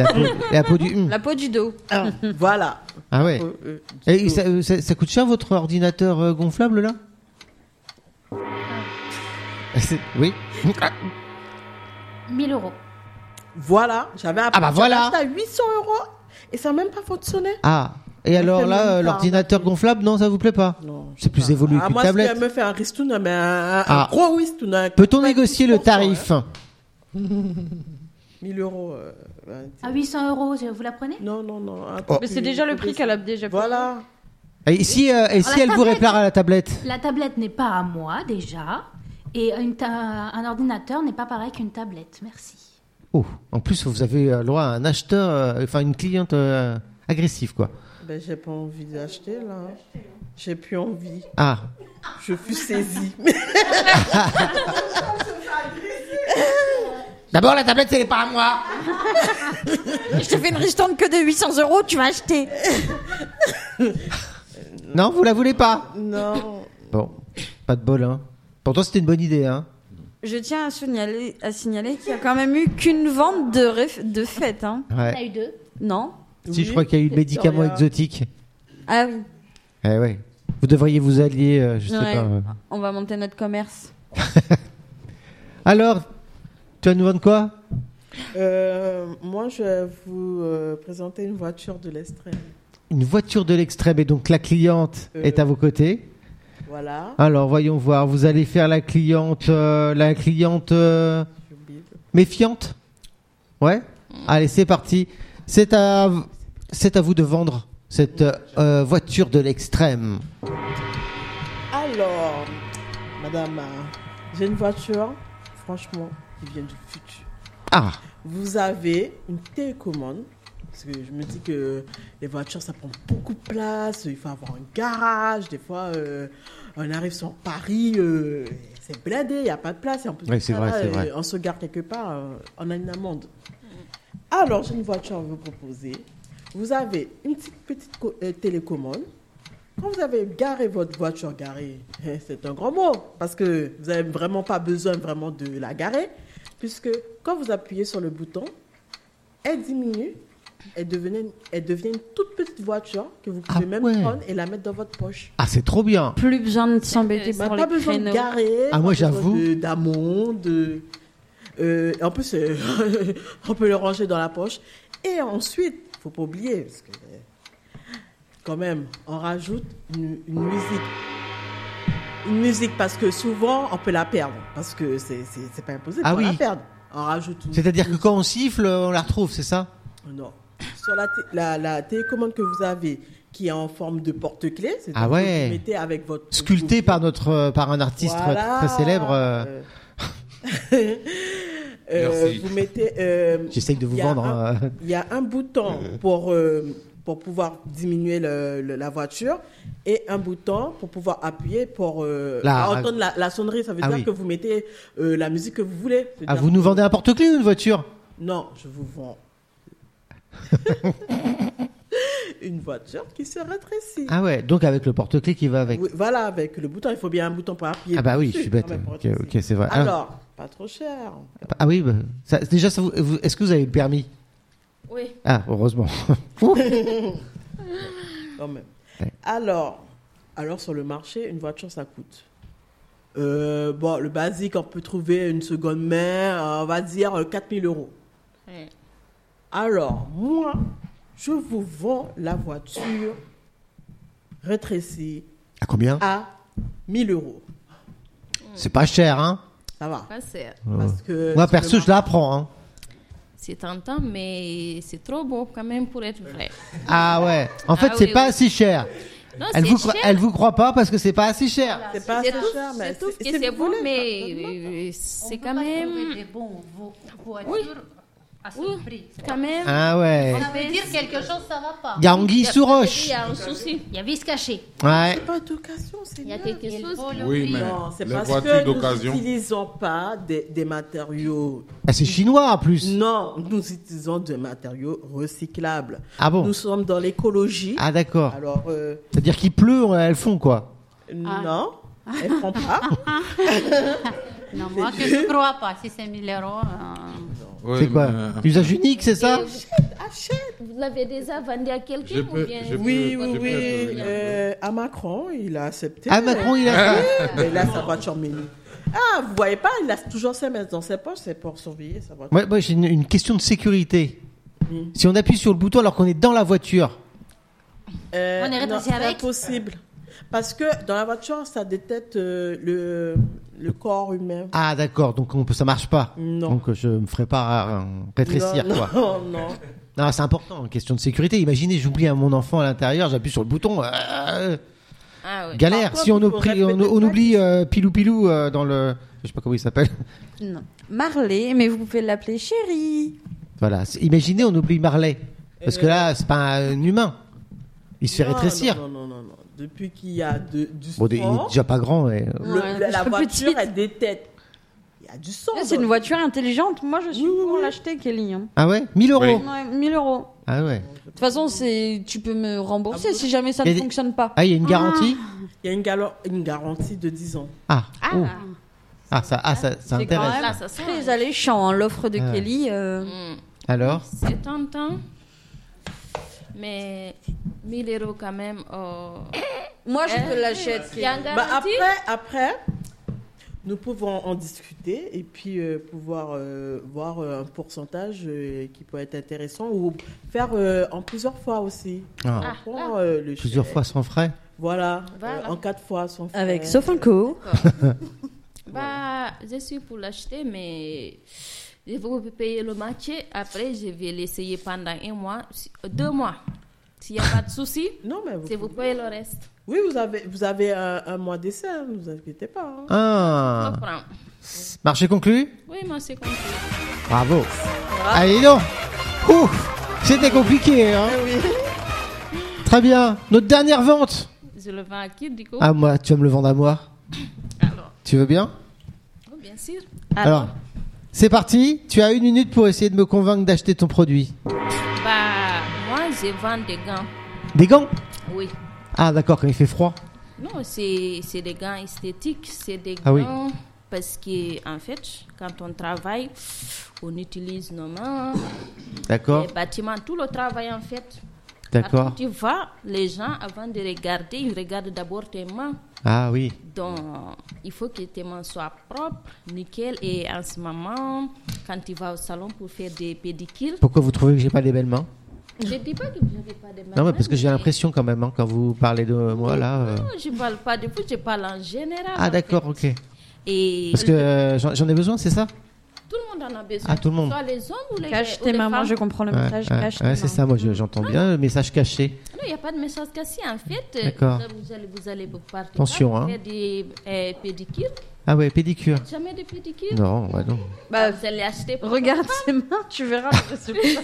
Speaker 3: la peau, la peau du. hum.
Speaker 1: La peau du dos.
Speaker 4: ah, voilà.
Speaker 3: Ah ouais.
Speaker 4: Euh, euh, du
Speaker 3: Et
Speaker 4: tout.
Speaker 3: ça, euh, ça- ça coûte cher votre ordinateur euh, gonflable là C'est- Oui.
Speaker 4: Ah.
Speaker 6: 1000 euros.
Speaker 4: Voilà, j'avais
Speaker 3: Ah bah voilà.
Speaker 4: acheté à 800 euros et ça n'a même pas fonctionné.
Speaker 3: Ah. Et alors
Speaker 4: fait
Speaker 3: là,
Speaker 4: même
Speaker 3: euh,
Speaker 4: pas.
Speaker 3: l'ordinateur gonflable, non, ça vous plaît pas
Speaker 4: Non,
Speaker 3: C'est plus évolué
Speaker 4: Ah,
Speaker 3: qu'une
Speaker 4: moi, si elle
Speaker 3: tablette.
Speaker 4: me fait un ristouna, mais un, un
Speaker 3: Ah.
Speaker 4: gros ristouna.
Speaker 3: Peut-on négocier le tarif
Speaker 4: 1000 hein, euros. euh, ben,
Speaker 6: À 800 euros, je- vous la prenez
Speaker 4: non, non, non. un
Speaker 3: Oh.
Speaker 4: peu
Speaker 1: Mais c'est
Speaker 4: plus-
Speaker 1: déjà le
Speaker 4: plus
Speaker 1: prix
Speaker 4: baissé.
Speaker 1: qu'elle a déjà pris.
Speaker 4: Voilà.
Speaker 3: Et si, euh, et si
Speaker 6: la
Speaker 3: elle vous
Speaker 6: tablette.
Speaker 3: répare à la tablette
Speaker 6: La tablette n'est pas à moi déjà. Et une ta- un ordinateur n'est pas pareil qu'une tablette. Merci.
Speaker 3: Oh, en plus vous avez euh, le droit à un acheteur, euh, enfin une cliente euh, agressive quoi.
Speaker 4: Ben, j'ai pas envie d'acheter là. hein. J'ai plus envie.
Speaker 3: Ah,
Speaker 4: Je fus saisie.
Speaker 3: D'abord, la tablette, c'est pas à moi.
Speaker 1: Je te fais une restante que de 800 euros, tu vas acheter.
Speaker 3: Non, vous la voulez pas.
Speaker 4: non.
Speaker 3: Bon, pas de bol, hein. Pourtant, c'était une bonne idée, hein.
Speaker 1: Je tiens à signaler, à signaler qu'il y a quand même eu qu'une vente de, ref- de fête. Hein.
Speaker 6: T'as
Speaker 3: Ouais.
Speaker 6: eu deux
Speaker 1: Non
Speaker 3: Si, je
Speaker 4: Oui,
Speaker 3: crois qu'il y a eu le médicament
Speaker 4: Victoria.
Speaker 3: exotique.
Speaker 1: Ah oui,
Speaker 3: Eh ouais. Vous devriez vous allier, euh, je sais
Speaker 1: Ouais.
Speaker 3: pas. euh.
Speaker 1: on va monter notre commerce.
Speaker 3: Alors, tu vas nous vendre quoi
Speaker 4: Euh, moi, je vais vous euh, présenter une voiture de l'extrême.
Speaker 3: Une voiture de l'extrême, et donc la cliente
Speaker 4: Euh.
Speaker 3: est à vos côtés.
Speaker 4: Voilà.
Speaker 3: Alors, voyons voir. Vous allez faire la cliente, euh, la cliente euh,
Speaker 4: J'ai oublié de-
Speaker 3: méfiante. Ouais. Allez, c'est parti. C'est à, c'est à vous de vendre cette euh, euh, voiture de l'extrême.
Speaker 4: Alors, madame, euh, j'ai une voiture, franchement, qui vient du futur.
Speaker 3: Ah.
Speaker 4: Vous avez une télécommande Parce que je me dis que les voitures, ça prend beaucoup de place, il faut avoir un garage. Des fois, euh, on arrive sur Paris, euh, c'est blindé, il n'y a pas de place. Et en plus, de
Speaker 3: Ouais, c'est
Speaker 4: ça,
Speaker 3: vrai, c'est
Speaker 4: euh,
Speaker 3: vrai.
Speaker 4: on se garde quelque part, euh, on a une amende. Alors, j'ai une voiture à vous proposer. Vous avez une petite, petite co- euh, télécommande. Quand vous avez garé votre voiture, garée, eh, c'est un grand mot, parce que vous n'avez vraiment pas besoin vraiment de la garer, puisque quand vous appuyez sur le bouton, elle diminue, elle, devenait- elle devient une toute petite voiture que vous pouvez
Speaker 3: Ah
Speaker 4: même
Speaker 3: ouais.
Speaker 4: prendre et la mettre dans votre poche.
Speaker 3: Ah, c'est trop bien.
Speaker 1: Plus besoin de s'embêter
Speaker 4: Bah,
Speaker 1: pour
Speaker 4: pas
Speaker 1: les
Speaker 4: besoin
Speaker 1: créneaux.
Speaker 4: de garer.
Speaker 3: Ah, moi,
Speaker 4: pas besoin
Speaker 3: j'avoue.
Speaker 4: de- D'amont, de. euh, en plus, euh, on peut le ranger dans la poche. Et ensuite, faut pas oublier, parce que. euh, Quand même, on rajoute une, une musique. Une musique, parce que souvent, on peut la perdre. Parce que c'est c'est- c'est pas impossible
Speaker 3: Ah
Speaker 4: qu'on la
Speaker 3: oui.
Speaker 4: perdre. On rajoute une.
Speaker 3: C'est-à-dire que quand on siffle, on la retrouve, c'est ça
Speaker 4: Non. Sur la, té- la, la télécommande que vous avez, qui est en forme de porte-clés, c'est
Speaker 3: Ah ouais.
Speaker 4: vous mettez avec votre.
Speaker 3: Sculptée par notre, euh, par un artiste
Speaker 4: Voilà.
Speaker 3: très célèbre. euh,
Speaker 4: Euh,
Speaker 5: Merci.
Speaker 4: vous mettez. euh,
Speaker 3: J'essaye de vous
Speaker 4: il y a
Speaker 3: vendre.
Speaker 4: un-
Speaker 3: hein.
Speaker 4: Il y a un bouton pour, euh, pour pouvoir diminuer le- le- la voiture et un bouton pour pouvoir appuyer pour euh,
Speaker 3: La-
Speaker 4: entendre la, la sonnerie. Ça veut
Speaker 3: Ah
Speaker 4: dire
Speaker 3: oui.
Speaker 4: que vous mettez euh, la musique que vous voulez.
Speaker 3: Ah,
Speaker 4: C'est-à-dire
Speaker 3: vous nous vendez un porte-clés ou une voiture
Speaker 4: non, je vous vends une voiture qui se rétrécit.
Speaker 3: Ah ouais, donc avec le porte-clés qui va avec.
Speaker 4: Oui, voilà, avec le bouton, il faut bien un bouton pour appuyer.
Speaker 3: Ah bah oui,
Speaker 4: dessus,
Speaker 3: je suis bête.
Speaker 4: quand même, pour
Speaker 3: Ok,
Speaker 4: rétrécir.
Speaker 3: ok, c'est vrai. Ah. Alors-
Speaker 4: Alors, pas trop cher.
Speaker 3: Ah oui, bah, ça- déjà, ça vous- vous- est-ce que vous avez le permis
Speaker 7: Oui.
Speaker 3: Ah, heureusement.
Speaker 4: quand même.
Speaker 3: Ouais.
Speaker 4: Alors, alors sur le marché, une voiture, ça coûte. Euh, bon, le basique, on peut trouver une seconde main, euh, on va dire euh, 4000 euros.
Speaker 8: Ouais.
Speaker 4: Alors, moi, je vous vends la voiture rétrécie
Speaker 3: à combien
Speaker 4: à 1000 euros.
Speaker 3: C'est pas cher, hein
Speaker 4: Ça va.
Speaker 8: Ah, c'est-
Speaker 4: Parce que
Speaker 3: Moi,
Speaker 4: sur
Speaker 3: perso,
Speaker 4: le
Speaker 3: je la prends. Hein.
Speaker 8: C'est tentant, mais c'est trop beau quand même pour être vrai.
Speaker 3: Ah ouais. En fait,
Speaker 8: Ah
Speaker 3: c'est
Speaker 8: oui,
Speaker 3: pas
Speaker 8: oui.
Speaker 3: assez cher.
Speaker 8: Non,
Speaker 3: Elle
Speaker 8: c'est
Speaker 3: vous, croit-
Speaker 8: cher.
Speaker 3: elle vous croit pas parce que c'est pas assez cher.
Speaker 4: marché, c'est pas
Speaker 8: C'est
Speaker 4: assez
Speaker 8: tout,
Speaker 4: cher, mais
Speaker 8: c'est tout ce
Speaker 4: c'est-
Speaker 8: qui
Speaker 4: si
Speaker 8: c'est
Speaker 4: vous
Speaker 8: beau,
Speaker 4: voulez,
Speaker 8: mais euh, c'est
Speaker 2: On
Speaker 8: quand
Speaker 2: peut pas trouver
Speaker 8: même.
Speaker 2: des bons vo- voitures à ce
Speaker 8: Oui.
Speaker 2: prix.
Speaker 8: Quand même.
Speaker 3: Ah ouais.
Speaker 2: Ça veut dire quelque chose, ça va pas.
Speaker 3: Il y a Anguille sous roche.
Speaker 8: Il y a un souci.
Speaker 6: Il y a vice caché.
Speaker 8: hein.
Speaker 3: Ouais.
Speaker 4: Pas d'occasion, c'est
Speaker 8: Il y a
Speaker 4: bien.
Speaker 8: quelque
Speaker 2: Il
Speaker 8: chose.
Speaker 2: faut le
Speaker 5: Oui,
Speaker 2: prix.
Speaker 5: mais
Speaker 4: Non, c'est
Speaker 5: les
Speaker 4: parce
Speaker 5: voitures
Speaker 4: que
Speaker 5: d'occasion.
Speaker 4: nous n'utilisons pas des, des matériaux
Speaker 3: Ah, c'est chinois en plus.
Speaker 4: Non, nous utilisons des matériaux recyclables.
Speaker 3: Ah bon
Speaker 4: Nous sommes dans l'écologie.
Speaker 3: Ah d'accord.
Speaker 4: Alors, euh,
Speaker 3: C'est-à-dire qu'il pleut, elles font quoi
Speaker 6: Ah.
Speaker 4: non, elle prend pas.
Speaker 2: Non, moi, que je ne crois pas. Si c'est 1000 euros. euh,
Speaker 5: Oui,
Speaker 3: C'est quoi
Speaker 5: mais-
Speaker 3: Usage unique, c'est ça
Speaker 8: Vous l'avez déjà vendu à
Speaker 5: Je
Speaker 8: quelqu'un ou
Speaker 5: peux,
Speaker 8: bien
Speaker 5: je
Speaker 4: Oui,
Speaker 5: peux-
Speaker 4: oui,
Speaker 5: je peux
Speaker 4: oui.
Speaker 5: intervenir.
Speaker 4: euh, à Macron, il a accepté.
Speaker 3: Ah Macron, il a
Speaker 5: Hein
Speaker 3: fait
Speaker 4: Mais là, sa voiture mini. Ah, vous voyez pas, il a toujours ses mains dans ses poches, c'est pour surveiller sa voiture.
Speaker 3: Moi, moi, j'ai une, une question de sécurité. Si on appuie sur le bouton alors qu'on est dans la voiture,
Speaker 4: Euh,
Speaker 6: On est
Speaker 4: non,
Speaker 6: rétréci
Speaker 4: c'est
Speaker 6: avec
Speaker 4: impossible. Parce que dans la voiture, ça détecte euh, le, le corps humain.
Speaker 3: ah d'accord, donc on peut, ça marche pas.
Speaker 4: Non.
Speaker 3: Donc euh, je me ferai pas euh, rétrécir
Speaker 4: non,
Speaker 3: quoi.
Speaker 4: non, non.
Speaker 3: Non, c'est important, une question de sécurité. Imaginez, j'oublie à mon enfant à l'intérieur, j'appuie sur le bouton. euh,
Speaker 8: Ah oui.
Speaker 3: galère.
Speaker 4: Par
Speaker 3: si on,
Speaker 4: contre, il faut
Speaker 3: oublie-
Speaker 4: répéter
Speaker 3: on- on
Speaker 4: ça.
Speaker 3: oublie euh, pilou pilou euh, dans le, je sais pas comment il s'appelle.
Speaker 1: Non. Marley, mais vous pouvez l'appeler chérie.
Speaker 3: Voilà. C'est- Imaginez, on oublie Marley, parce que là, c'est pas un humain. Il se fait
Speaker 4: Non,
Speaker 3: rétrécir.
Speaker 4: Non, Oh. non, non, non. Depuis qu'il y a de- du
Speaker 3: Bon,
Speaker 4: sport,
Speaker 3: il est déjà pas grand. mais, euh,
Speaker 4: le-
Speaker 1: Ouais,
Speaker 4: la-
Speaker 1: elle est
Speaker 4: la
Speaker 1: toute
Speaker 4: voiture,
Speaker 1: petite.
Speaker 4: elle détecte. Il y a du sang.
Speaker 1: C'est une
Speaker 4: dans-
Speaker 1: voiture intelligente. Moi, je suis pour l'acheter, Kelly. hein.
Speaker 3: Ah ouais, 1000 euros.
Speaker 5: Oui.
Speaker 1: Ouais, 1000 euros.
Speaker 3: Ah ouais.
Speaker 1: De toute façon, c'est tu peux me rembourser si jamais ça
Speaker 3: Il y a
Speaker 1: ne
Speaker 3: des-
Speaker 1: fonctionne pas.
Speaker 3: Ah, il y a une garantie.
Speaker 4: Il y a une, galo- une garantie de 10 ans.
Speaker 3: Ah.
Speaker 8: Ah,
Speaker 3: oh. Ah, ça, ah, ça, ça
Speaker 1: C'est quand
Speaker 3: intéresse.
Speaker 1: même
Speaker 8: Là, ça sent.
Speaker 1: très alléchant, hein, l'offre de
Speaker 3: Ah.
Speaker 1: Kelly. euh.
Speaker 8: Mm.
Speaker 3: Alors,
Speaker 8: C'est tentant. Mais 1000 euros quand même. oh. Hein?
Speaker 1: Moi, je te l'achète.
Speaker 8: Il y a un
Speaker 4: Bah,
Speaker 8: garantie.
Speaker 4: après, après, nous pouvons en discuter et puis euh, pouvoir euh, voir euh, un pourcentage euh, qui peut être intéressant ou faire euh, en plusieurs fois aussi.
Speaker 3: Ah.
Speaker 4: On prend, euh, le
Speaker 3: plusieurs
Speaker 4: chèque.
Speaker 3: fois sans frais.
Speaker 4: Voilà,
Speaker 8: Voilà.
Speaker 4: euh, en quatre fois. Sans
Speaker 1: Avec
Speaker 4: frais.
Speaker 1: Sofinco.
Speaker 8: Bah, je suis pour l'acheter, mais je vais payer le marché. Après, je vais l'essayer pendant un mois, si- euh, deux mois. S'il n'y a pas de souci,
Speaker 4: Non, mais vous,
Speaker 8: c'est vous payez le reste.
Speaker 4: Oui, vous avez, vous avez un, un mois d'essai, hein, ne vous inquiétez pas. hein.
Speaker 3: Ah.
Speaker 8: Je prends.
Speaker 3: Marché conclu
Speaker 8: Oui, moi, c'est compris.
Speaker 3: Bravo. Allez donc. Ouf. C'était compliqué, hein Très bien. Notre dernière vente.
Speaker 8: Je le vends à qui, du coup
Speaker 3: Ah, moi, tu vas me le vendre à moi.
Speaker 8: Oh. Alors,
Speaker 3: Tu veux bien
Speaker 8: oh, bien sûr.
Speaker 3: Alors, c'est parti. Tu as une minute pour essayer de me convaincre d'acheter ton produit.
Speaker 8: Bah, moi, je vends des gants.
Speaker 3: Des gants
Speaker 8: Oui.
Speaker 3: Ah, d'accord, quand il fait froid.
Speaker 8: Non, c'est c'est des gants esthétiques, c'est des gants
Speaker 3: Ah oui.
Speaker 8: parce que en fait, quand on travaille, on utilise nos mains,
Speaker 3: D'accord,
Speaker 8: les bâtiments, tout le travail en fait.
Speaker 3: d'accord.
Speaker 8: Eh ben, Partout où tu vas, les gens avant de regarder, ils regardent d'abord tes mains.
Speaker 3: Ah oui.
Speaker 8: Donc, il faut que tes mains soient propres, nickel. Et en ce moment, quand tu vas au salon pour faire des pédicures,
Speaker 3: Pourquoi vous trouvez que j'ai pas des belles mains
Speaker 8: je ne dis pas que vous n'avez pas de mains.
Speaker 3: Non, mais parce que j'ai l'impression quand même, hein, quand vous parlez de moi là. euh.
Speaker 8: Non, je ne parle pas de vous, je parle en général. en
Speaker 3: Ah
Speaker 8: fait.
Speaker 3: d'accord, ok.
Speaker 8: Et
Speaker 3: Parce que euh, j'en j'en ai besoin, c'est ça
Speaker 8: Tout le monde en a besoin.
Speaker 3: Ah, tout le monde.
Speaker 8: Soit les hommes ou les,
Speaker 1: Cache
Speaker 8: ou
Speaker 1: tes
Speaker 8: les
Speaker 1: mamans,
Speaker 8: femmes.
Speaker 1: je comprends le
Speaker 3: Ouais,
Speaker 1: message.
Speaker 3: ouais,
Speaker 1: cache tes
Speaker 3: ouais, c'est
Speaker 1: mamans.
Speaker 3: ça, moi je- j'entends bien le message caché.
Speaker 8: Non, il n'y a pas de message cassé. En fait, euh,
Speaker 3: D'accord.
Speaker 8: là, vous allez, vous allez vous partir.
Speaker 3: Attention,
Speaker 8: pas,
Speaker 3: hein.
Speaker 8: Faire des euh, pédicures.
Speaker 3: Ah ouais, pédicure.
Speaker 8: Jamais de pédicures.
Speaker 3: Non, ouais, non.
Speaker 1: Bah,
Speaker 8: Vous allez acheter pour
Speaker 1: regarde tes mains, tu verras le résultat.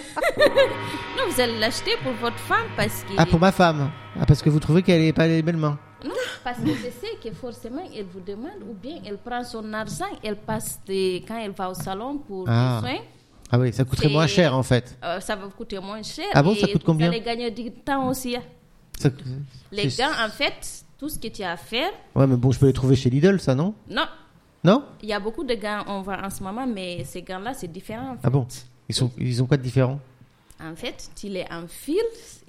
Speaker 8: Non, vous allez l'acheter pour votre femme parce que
Speaker 3: Ah pour ma femme. Ah parce que vous trouvez qu'elle est pas les belles mains.
Speaker 8: non, parce que je sais que forcément elle vous demande ou bien elle prend son argent, elle passe des- quand elle va au salon pour
Speaker 3: Ah.
Speaker 8: des soins,
Speaker 3: Ah oui, ça coûterait
Speaker 8: C'est-
Speaker 3: moins cher en fait.
Speaker 8: euh, ça va vous coûter moins cher.
Speaker 3: Ah bon,
Speaker 8: et
Speaker 3: ça coûte combien
Speaker 8: Vous allez gagner du temps aussi. hein.
Speaker 3: Ça-
Speaker 8: Les
Speaker 3: c'est-
Speaker 8: gants, hein. en fait, tout ce que tu as à faire,
Speaker 3: Ouais, mais bon, je peux les trouver chez Lidl, ça non
Speaker 8: non.
Speaker 3: Non
Speaker 8: Il y a beaucoup de gants on voit en ce moment, mais ces gants-là, c'est différent. en fait.
Speaker 3: Ah bon. Ils sont, ils ont quoi de différent
Speaker 8: En fait, tu les enfiles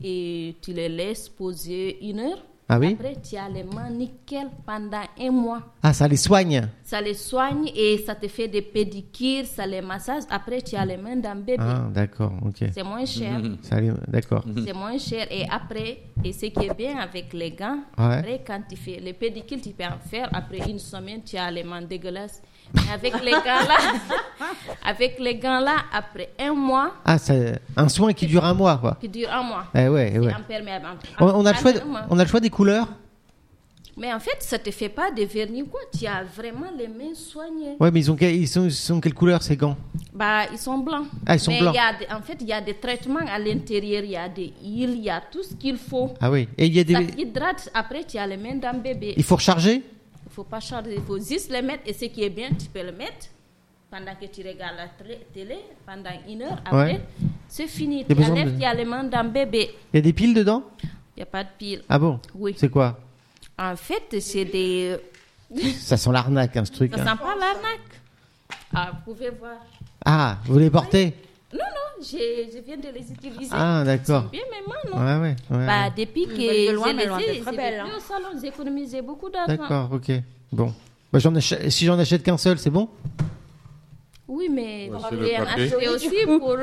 Speaker 8: et tu les laisses poser une heure.
Speaker 3: Ah oui
Speaker 8: Après, tu as les mains nickel pendant un mois.
Speaker 3: Ah ça les soigne.
Speaker 8: Ça les soigne et ça te fait des pédicures, ça les massage. Après, tu as les mains d'un bébé.
Speaker 3: Ah d'accord, ok.
Speaker 8: C'est moins cher.
Speaker 3: Ça les- d'accord.
Speaker 8: C'est moins cher. Et après, et ce qui est bien avec les gants,
Speaker 3: Ouais.
Speaker 8: après, quand tu fais les pédicures, tu peux en faire. Après une semaine, tu as les mains dégueulasses. Mais avec les gants là, avec les gants là, après un mois,
Speaker 3: Ah ça, un soin qui dure un mois quoi.
Speaker 8: qui dure un mois.
Speaker 3: Eh ouais, eh
Speaker 8: C'est Ah,
Speaker 3: ouais.
Speaker 8: imperméable. En-
Speaker 3: On, on a le choix, de-
Speaker 8: en- en-
Speaker 3: on a le choix des couleurs.
Speaker 8: Mais en fait, ça te fait pas de vernis ou quoi. Tu as vraiment les mains soignées.
Speaker 3: Ouais, mais ils ont, que- ils sont, ils sont quelle couleur ces gants
Speaker 8: Bah, ils sont blancs.
Speaker 3: Ah, ils sont
Speaker 8: Mais
Speaker 3: blancs.
Speaker 8: il y a des- en fait, il y a des traitements à l'intérieur. Il y a des huiles, il y a tout ce qu'il faut.
Speaker 3: Ah oui. Et il y a
Speaker 8: Ça
Speaker 3: des,
Speaker 8: t'hydrate. Après, tu as les mains d'un bébé.
Speaker 3: il faut recharger.
Speaker 8: Il faut pas charger. Il faut juste les mettre. Et ce qui est bien, tu peux le mettre pendant que tu regardes la tra- télé pendant une heure. Après,
Speaker 3: Ouais.
Speaker 8: c'est fini.
Speaker 3: y a
Speaker 8: Tu
Speaker 3: besoin
Speaker 8: enlèves,
Speaker 3: de-
Speaker 8: il y a les mains d'un bébé.
Speaker 3: Il y a des piles dedans.
Speaker 8: Il n'y a pas de pile.
Speaker 3: Ah bon
Speaker 8: Oui.
Speaker 3: C'est quoi Ah.
Speaker 8: En fait, c'est des...
Speaker 3: Ça sent l'arnaque, hein, ce truc.
Speaker 8: Ça
Speaker 3: hein.
Speaker 8: sent pas l'arnaque. Ah, vous pouvez voir.
Speaker 3: Ah, vous les portez
Speaker 8: Non, non, je, je viens de les utiliser.
Speaker 3: Ah, d'accord.
Speaker 8: C'est Bien, mais moi, non.
Speaker 3: Ouais, ouais. ouais,
Speaker 8: Bah,
Speaker 3: ouais.
Speaker 8: depuis que
Speaker 1: de loin,
Speaker 8: j'ai
Speaker 1: mais loin, hein.
Speaker 8: les
Speaker 1: t'es
Speaker 8: ai,
Speaker 1: très
Speaker 8: j'ai
Speaker 1: belle,
Speaker 8: vécu au salon, j'ai économisé beaucoup d'argent.
Speaker 3: D'accord, ok. Bon. Bah, j'en achè- Si j'en achète qu'un seul, c'est bon
Speaker 8: Oui, mais
Speaker 5: Ouais,
Speaker 8: on
Speaker 5: c'est
Speaker 8: peut
Speaker 5: le
Speaker 8: en
Speaker 5: papier.
Speaker 8: acheter aussi pour,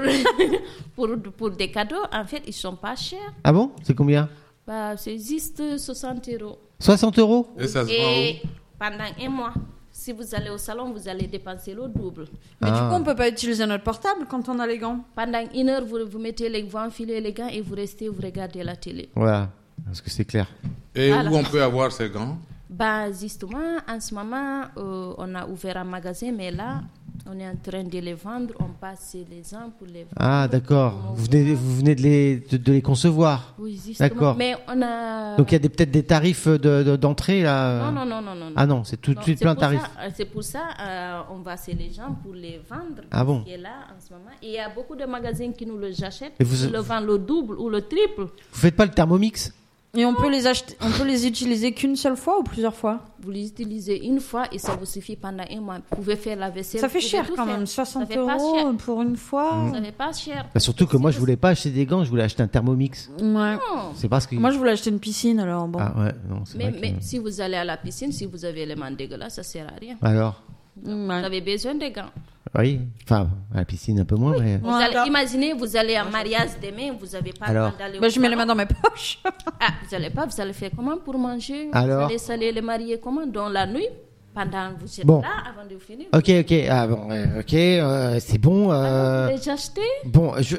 Speaker 8: pour, pour des cadeaux. En fait, ils sont pas chers.
Speaker 3: Ah bon C'est combien
Speaker 8: Bah, c'est juste 60 euros.
Speaker 3: 60 euros
Speaker 5: Et ça se
Speaker 8: Et
Speaker 5: vend où
Speaker 8: pendant un mois, si vous allez au salon, vous allez dépenser le double.
Speaker 1: Mais du
Speaker 3: Ah.
Speaker 1: coup, on peut pas utiliser notre portable quand on a les gants.
Speaker 8: Pendant une heure, vous, vous mettez les vous enfilez les gants et vous restez, vous regardez la télé.
Speaker 3: Voilà. Parce que c'est clair.
Speaker 5: Et où on peut avoir ces gants
Speaker 8: Bah justement, en ce moment, euh, on a ouvert un magasin, mais là, on est en train de les vendre. On passe chez les gens pour les vendre.
Speaker 3: Ah, d'accord. Vous venez, vous venez de, les, de, de les concevoir.
Speaker 8: Oui, justement.
Speaker 3: D'accord.
Speaker 8: Mais on a.
Speaker 3: Donc il y a des- peut-être des tarifs de- de- d'entrée là.
Speaker 8: Non, non, non, non, non. non.
Speaker 3: Ah non, c'est tout de
Speaker 8: Non,
Speaker 3: suite
Speaker 8: c'est
Speaker 3: plein de
Speaker 8: pour
Speaker 3: tarifs.
Speaker 8: ça- euh, C'est pour ça, euh, on va chez les gens pour les vendre.
Speaker 3: Ah bon
Speaker 8: Qui est là en ce moment. Et il y a beaucoup de magasins qui nous le achètent.
Speaker 3: Et vous-
Speaker 8: Ils le vendent le double ou le triple.
Speaker 3: Vous faites pas le thermomix
Speaker 1: Et on peut les acheter, on peut les utiliser qu'une seule fois ou plusieurs fois.
Speaker 8: Vous les utilisez une fois et ça vous suffit pendant un mois. Vous pouvez faire la vaisselle.
Speaker 1: Ça fait
Speaker 8: vous pouvez
Speaker 1: cher
Speaker 8: tout
Speaker 1: quand
Speaker 8: faire.
Speaker 1: même,
Speaker 8: Ça
Speaker 1: 60
Speaker 8: fait pas
Speaker 1: euros
Speaker 8: cher.
Speaker 1: pour une fois.
Speaker 8: Ça fait pas cher.
Speaker 3: Bah, Surtout que moi je voulais pas acheter des gants, je voulais acheter un thermomix.
Speaker 1: Ouais.
Speaker 8: Non.
Speaker 3: C'est parce que.
Speaker 1: Moi, je voulais acheter une piscine, alors bon.
Speaker 3: Ah ouais, non, c'est
Speaker 8: Mais,
Speaker 3: vrai que-
Speaker 8: mais si vous allez à la piscine, si vous avez les mains dégueulasses, ça sert à rien.
Speaker 3: Alors,
Speaker 8: Vous
Speaker 1: Ouais.
Speaker 8: avez besoin de gants.
Speaker 3: oui, enfin, à la piscine un peu moins, mais.
Speaker 8: Vous
Speaker 1: Ouais.
Speaker 8: allez, imaginez, vous allez à un mariage demain, vous n'avez pas
Speaker 3: Alors.
Speaker 8: le temps d'aller au
Speaker 1: Bah, je mets les mains
Speaker 8: salon.
Speaker 1: dans mes poches.
Speaker 8: Ah, vous n'allez pas, vous allez faire comment pour manger
Speaker 3: Alors.
Speaker 8: Vous allez saler les mariés comment Dans la nuit Pendant vous êtes
Speaker 3: Bon.
Speaker 8: là, avant de finir
Speaker 3: Ok, ok, ah bon, ouais, ok, euh, c'est bon. euh,
Speaker 8: Vous les achetez
Speaker 3: Bon, je...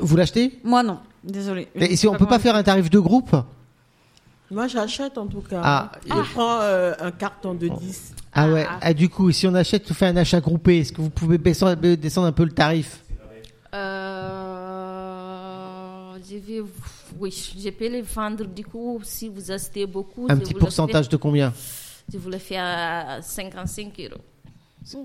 Speaker 3: vous l'achetez
Speaker 1: Moi, non. Désolée.
Speaker 3: Et si on peut pas faire un tarif de groupe
Speaker 4: Moi, j'achète en tout cas.
Speaker 3: Ah.
Speaker 4: je prends euh, un carton de 10.
Speaker 3: Ah ouais, ah, du coup, si on achète, on fait un achat groupé. Est-ce que vous pouvez baisser- descendre un peu le tarif
Speaker 8: Euh, je vais, oui, je peux les vendre. Du coup, si vous achetez beaucoup,
Speaker 3: Un
Speaker 8: je
Speaker 3: petit
Speaker 8: vous le fais-
Speaker 3: pourcentage de combien
Speaker 8: je vous le fais à 55 euros.
Speaker 1: 5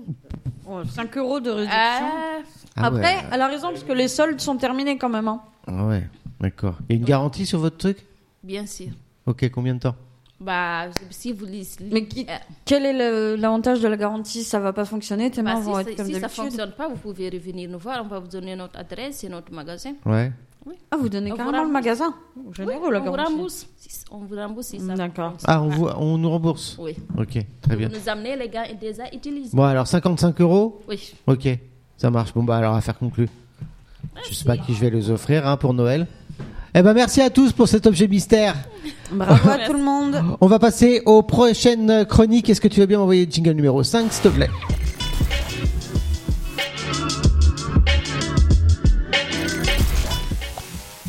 Speaker 1: Oh, euros de réduction.
Speaker 8: Ah,
Speaker 3: Ah ouais.
Speaker 1: Après, elle a raison, parce que les soldes sont terminés quand même. hein.
Speaker 3: Ah ouais, d'accord. Il y a une garantie sur votre truc
Speaker 8: bien sûr.
Speaker 3: Ok, combien de temps
Speaker 8: Bah, si euh, vous lisez.
Speaker 1: Mais qui- Quel est le- l'avantage de la garantie Ça va pas fonctionner, tes
Speaker 8: Bah,
Speaker 1: mains
Speaker 8: si
Speaker 1: vont
Speaker 8: ça-
Speaker 1: être comme
Speaker 8: si ça ne
Speaker 1: d'habitude.
Speaker 8: fonctionne pas, vous pouvez revenir nous voir. On va vous donner notre adresse et notre magasin.
Speaker 3: Ouais.
Speaker 1: Ah, vous donnez
Speaker 8: On vous
Speaker 1: carrément le
Speaker 8: rembourse.
Speaker 1: magasin Généreux,
Speaker 8: Oui,
Speaker 1: la
Speaker 8: on vous
Speaker 1: garantie.
Speaker 8: rembourse. Si- On vous rembourse si ça.
Speaker 1: D'accord.
Speaker 8: fonctionne
Speaker 3: Ah, on,
Speaker 8: pas.
Speaker 3: vous, on nous rembourse
Speaker 8: Oui.
Speaker 3: Ok, très bien.
Speaker 8: Vous nous amenez les gars déjà utilisés.
Speaker 3: Bon, alors 55 euros
Speaker 8: Oui.
Speaker 3: Ok, ça marche. Bon, bah alors affaire conclue. Je sais pas qui je vais les offrir hein, pour Noël. Eh ben merci à tous pour cet objet mystère.
Speaker 1: Bravo à tout le monde
Speaker 3: On va passer aux prochaines chroniques. Est-ce que tu veux bien m'envoyer le jingle numéro 5, s'il te plaît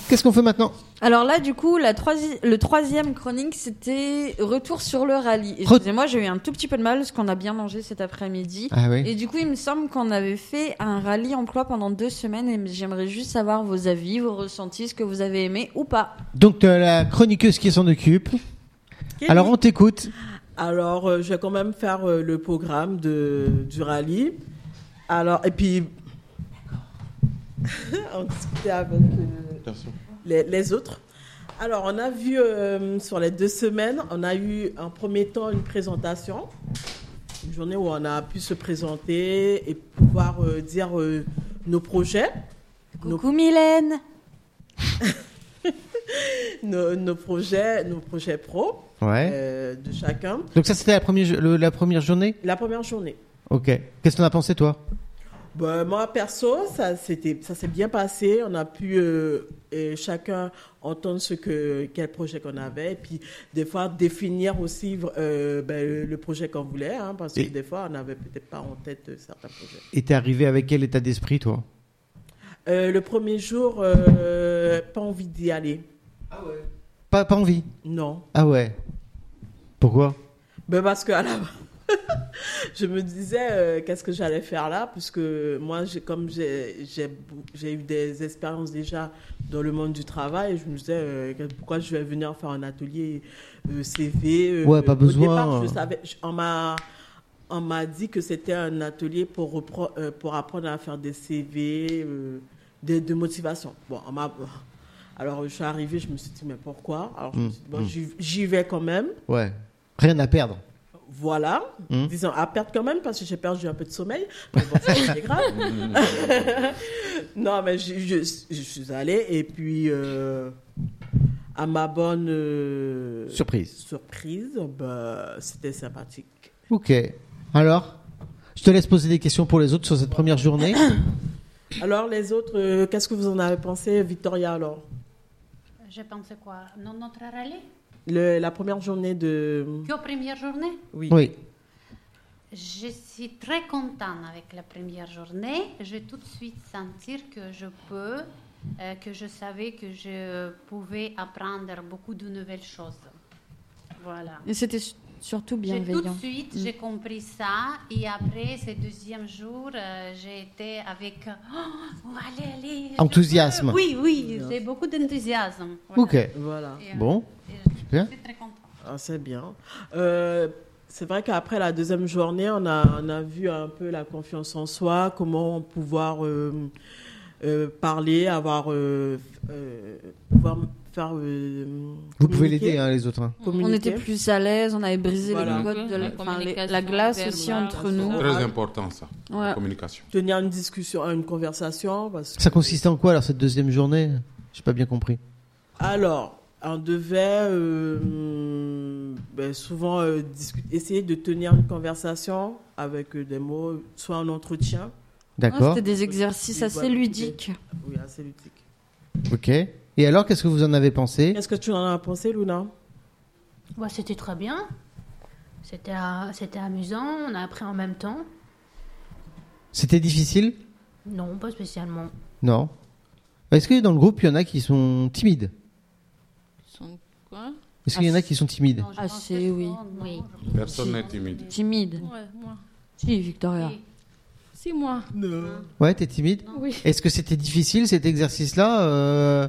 Speaker 3: Qu'est-ce qu'on fait maintenant
Speaker 1: Alors là, du coup, la troisi- le troisième chronique, c'était retour sur le rallye.
Speaker 3: Re-
Speaker 1: Excusez-moi, j'ai eu un tout petit peu de mal parce qu'on a bien mangé cet après-midi.
Speaker 3: Ah oui.
Speaker 1: Et du coup, il me semble qu'on avait fait un rallye emploi pendant deux semaines et j'aimerais juste savoir vos avis, vos ressentis, ce que vous avez aimé ou pas.
Speaker 3: Donc t'as la chroniqueuse qui s'en occupe.
Speaker 4: Kelly.
Speaker 3: Alors on t'écoute.
Speaker 4: Alors, euh, je vais quand même faire euh, le programme de, du rallye. Alors, et puis, on discutait avec euh, les, les autres. Alors, on a vu euh, sur les deux semaines, on a eu en premier temps une présentation, une journée où on a pu se présenter et pouvoir euh, dire euh, nos projets. Nos
Speaker 1: Coucou Mylène
Speaker 4: nos, nos projets, nos projets pro
Speaker 3: Ouais.
Speaker 4: euh, de chacun.
Speaker 3: Donc ça c'était la première, jo- le- la première journée
Speaker 4: La première journée.
Speaker 3: Ok. Qu'est-ce que t'en as pensé toi
Speaker 4: Bah, moi perso, ça c'était, ça s'est bien passé. On a pu euh, euh, chacun entendre ce que quel projet qu'on avait, et puis des fois définir aussi euh, ben, le- le projet qu'on voulait, hein, parce que
Speaker 3: Et-
Speaker 4: des fois on n'avait peut-être pas en tête euh, certains projets.
Speaker 3: Et t'es arrivé avec quel état d'esprit toi
Speaker 4: Euh, le premier jour, euh, pas envie d'y aller.
Speaker 3: pas, pas envie.
Speaker 4: Non,
Speaker 3: Ah ouais. Pourquoi
Speaker 4: ben parce que à la- je me disais euh, qu'est-ce que j'allais faire là, puisque moi, j'ai- comme j'ai j'ai bou- j'ai eu des expériences déjà dans le monde du travail, je me disais euh, que- pourquoi je vais venir faire un atelier euh, CV. euh,
Speaker 3: Ouais, pas besoin. hein.
Speaker 4: Au départ, je savais, je- on m'a on m'a dit que c'était un atelier pour repren- euh, pour apprendre à faire des CV, euh, de, de motivation. Bon, on m'a alors je suis arrivée, je me suis dit mais pourquoi Alors je me
Speaker 3: Mm,
Speaker 4: suis dit, bon,
Speaker 3: mm.
Speaker 4: j'y- j'y vais quand même.
Speaker 3: Ouais. Rien à perdre.
Speaker 4: Voilà,
Speaker 3: Hmm.
Speaker 4: disons à perdre quand même parce que j'ai perdu un peu de sommeil. Mais bon, c'est pas
Speaker 3: Hmm.
Speaker 4: grave. non, mais je, je- je suis allée et puis euh, à ma bonne euh,
Speaker 3: Surprise.
Speaker 4: surprise, bah, c'était sympathique.
Speaker 3: Ok. Alors, je te laisse poser des questions pour les autres sur cette première journée.
Speaker 4: Alors les autres, euh, qu'est-ce que vous en avez pensé, Victoria alors
Speaker 2: Je pensais quoi Non, notre rallye
Speaker 4: Le- La première journée de
Speaker 2: Que première journée
Speaker 3: oui.
Speaker 2: Je suis très contente avec la première journée. J'ai tout de suite senti que je peux, euh, que je savais que je pouvais apprendre beaucoup de nouvelles choses. Voilà.
Speaker 1: Et c'était su- surtout
Speaker 2: J'ai tout de
Speaker 1: bienveillant.
Speaker 2: suite, j'ai compris ça. Et après, ce deuxième jour, euh, j'ai été avec... Oh, allez, allez je
Speaker 3: Enthousiasme.
Speaker 2: peux. Oui, oui, j'ai beaucoup d'enthousiasme. Voilà.
Speaker 3: Ok.
Speaker 4: voilà.
Speaker 2: Et, euh,
Speaker 3: Bon.
Speaker 2: et je
Speaker 3: Super.
Speaker 2: suis très contente.
Speaker 4: Ah, c'est bien. Euh, c'est vrai qu'après la deuxième journée, on a, on a vu un peu la confiance en soi, comment pouvoir euh, euh, parler, avoir, euh, euh, pouvoir faire. euh,
Speaker 3: Vous pouvez
Speaker 4: communiquer.
Speaker 3: l'aider, hein, les autres. hein.
Speaker 1: On
Speaker 4: Communiquer.
Speaker 1: était plus à l'aise, on avait brisé
Speaker 4: Voilà.
Speaker 1: les codes de la,
Speaker 8: La
Speaker 1: enfin, les- la
Speaker 8: communication
Speaker 1: glace
Speaker 8: verbale,
Speaker 1: aussi entre
Speaker 8: c'est
Speaker 1: nous.
Speaker 8: ça.
Speaker 5: Très important ça,
Speaker 1: Ouais.
Speaker 5: la communication.
Speaker 4: Tenir une discussion, une conversation. Parce que-
Speaker 3: Ça consistait en quoi alors cette deuxième journée J'ai pas bien compris.
Speaker 4: Alors, on devait euh, ben, souvent euh, discuter, essayer de tenir une conversation avec euh, des mots, soit un entretien,
Speaker 1: Ouais,
Speaker 3: D'accord.
Speaker 1: c'était des exercices
Speaker 4: Oui,
Speaker 1: assez
Speaker 4: voilà.
Speaker 1: ludiques.
Speaker 4: oui, assez ludique.
Speaker 3: ok. Et alors, qu'est-ce que vous en avez pensé
Speaker 4: Qu'est-ce que tu en as pensé, Luna
Speaker 10: Ouais, c'était très bien. C'était euh, c'était amusant. On a appris en même temps.
Speaker 3: C'était difficile
Speaker 10: Non, pas spécialement.
Speaker 3: Non. Est-ce que dans le groupe, il y en a qui sont timides
Speaker 8: Ils sont quoi
Speaker 3: Est-ce qu'il y en a qui sont timides
Speaker 2: Non, je
Speaker 1: Ah,
Speaker 2: pense
Speaker 1: c'est-
Speaker 2: que
Speaker 1: oui.
Speaker 2: non, non,
Speaker 10: Oui.
Speaker 2: je-
Speaker 5: Personne n'est timide.
Speaker 1: Timide.
Speaker 8: Ouais, moi.
Speaker 1: Si, Victoria.
Speaker 2: Oui.
Speaker 8: Si, moi.
Speaker 3: Ouais, t'es timide
Speaker 8: Oui.
Speaker 3: Est-ce que c'était difficile cet exercice-là euh,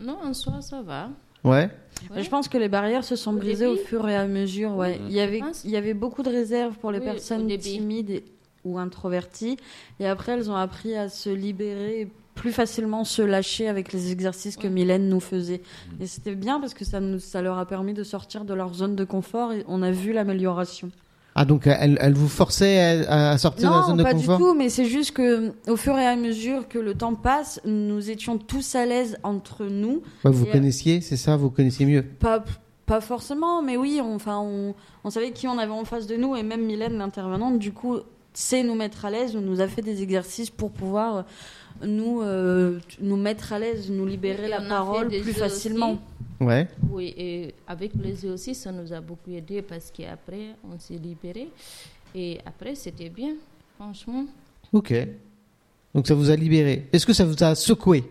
Speaker 8: Non, en soi, ça va.
Speaker 3: Ouais.
Speaker 1: Je pense que les barrières se sont brisées au Ah,
Speaker 8: début
Speaker 1: fur et à mesure. Ouais.
Speaker 3: Mm.
Speaker 8: Mhm.
Speaker 1: Il, y avait,
Speaker 8: Je pense.
Speaker 1: il y avait beaucoup de réserves pour les
Speaker 8: Oui, au
Speaker 1: personnes
Speaker 8: début.
Speaker 1: timides et- ou introverties. Et après, elles ont appris à se libérer et plus facilement se lâcher avec les exercices que Mylène nous faisait.
Speaker 3: Mm.
Speaker 1: Et c'était bien parce que ça, nous, ça leur a permis de sortir de leur zone de confort et on a vu l'amélioration.
Speaker 3: Ah, donc euh, elle, elle vous forçait à, à sortir de la zone
Speaker 1: Non,
Speaker 3: de
Speaker 1: pas du
Speaker 3: confort
Speaker 1: tout, mais c'est juste que au fur et à mesure que le temps passe, nous étions tous à l'aise entre nous.
Speaker 3: Ouais, vous
Speaker 1: Et, euh,
Speaker 3: connaissiez, c'est ça, vous connaissiez mieux.
Speaker 1: pas, pas forcément, mais oui, on, enfin, on, on savait qui on avait en face de nous, et même Mylène, l'intervenante, du coup, sait nous mettre à l'aise, nous a fait des exercices pour pouvoir euh, nous, euh, nous mettre à l'aise, nous libérer
Speaker 8: Et
Speaker 1: la
Speaker 8: on a fait
Speaker 1: parole
Speaker 8: des
Speaker 1: plus
Speaker 8: jeux
Speaker 1: facilement.
Speaker 8: aussi.
Speaker 3: Ouais.
Speaker 8: Oui, et avec les yeux aussi, ça nous a beaucoup aidé parce qu'après, on s'est libéré. Et après, c'était bien, franchement.
Speaker 3: Ok. Donc ça vous a libéré. Est-ce que ça vous a secoué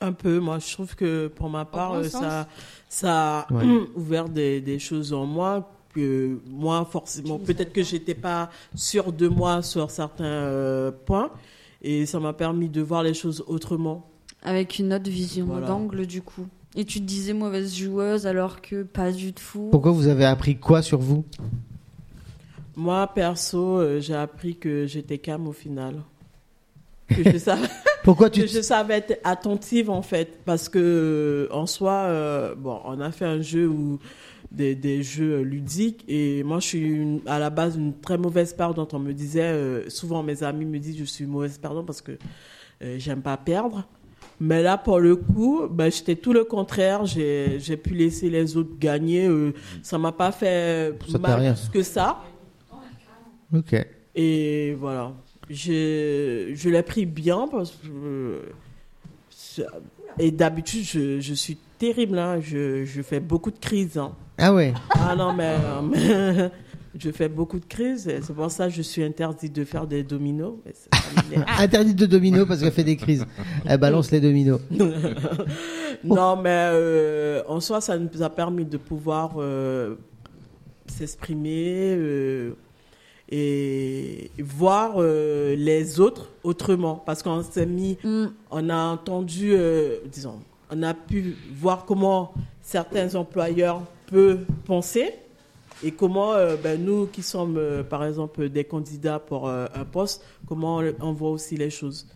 Speaker 4: Un peu, moi, je trouve que pour ma part,
Speaker 8: bon
Speaker 4: euh,
Speaker 8: sens.
Speaker 4: ça, ça a
Speaker 3: Ouais.
Speaker 4: ouvert des, des choses en moi que moi, forcément, peut-être que j'étais pas sûre de moi sur certains euh, points, et ça m'a permis de voir les choses autrement.
Speaker 1: Avec une autre vision
Speaker 4: Voilà.
Speaker 1: d'angle, du coup. Et tu te disais mauvaise joueuse alors que pas du tout.
Speaker 3: Pourquoi vous avez appris quoi sur vous
Speaker 4: Moi, perso, euh, j'ai appris que j'étais calme au final. Que je savais,
Speaker 3: Pourquoi tu
Speaker 4: que je savais être attentive, en fait, parce que, euh, en soi, euh, bon, on a fait un jeu où des, des jeux euh, ludiques. Et moi, je suis une- à la base une très mauvaise perdante. On me disait, euh, souvent mes amis me disent, je suis une mauvaise perdante parce que euh, j'aime pas perdre. Mais là, pour le coup, ben, j'étais tout le contraire. J'ai j'ai pu laisser les autres gagner. euh, ça m'a pas fait
Speaker 3: Ça t'a
Speaker 4: mal
Speaker 3: rien.
Speaker 4: plus que ça.
Speaker 3: Ok.
Speaker 4: Et voilà. Je, je l'ai pris bien parce que. euh, ça- et d'habitude, je, je suis terrible. hein. Je, je fais beaucoup de crises. hein.
Speaker 3: Ah ouais.
Speaker 4: Ah non, mais, euh, je fais beaucoup de crises. et C'est pour ça que je suis interdite de faire des dominos. mais c'est pas mineur.
Speaker 3: Interdite de domino parce qu'elle fait des crises. Elle balance les dominos.
Speaker 4: non, mais euh, en soi, ça nous a permis de pouvoir euh, s'exprimer euh, et voir euh, les autres autrement. Parce qu'on s'est mis
Speaker 1: Mm.
Speaker 4: on a entendu, euh, disons, on a pu voir comment certains employeurs peuvent penser et comment euh, ben, nous qui sommes, euh, par exemple, des candidats pour euh, un poste, comment on, on voit aussi les choses.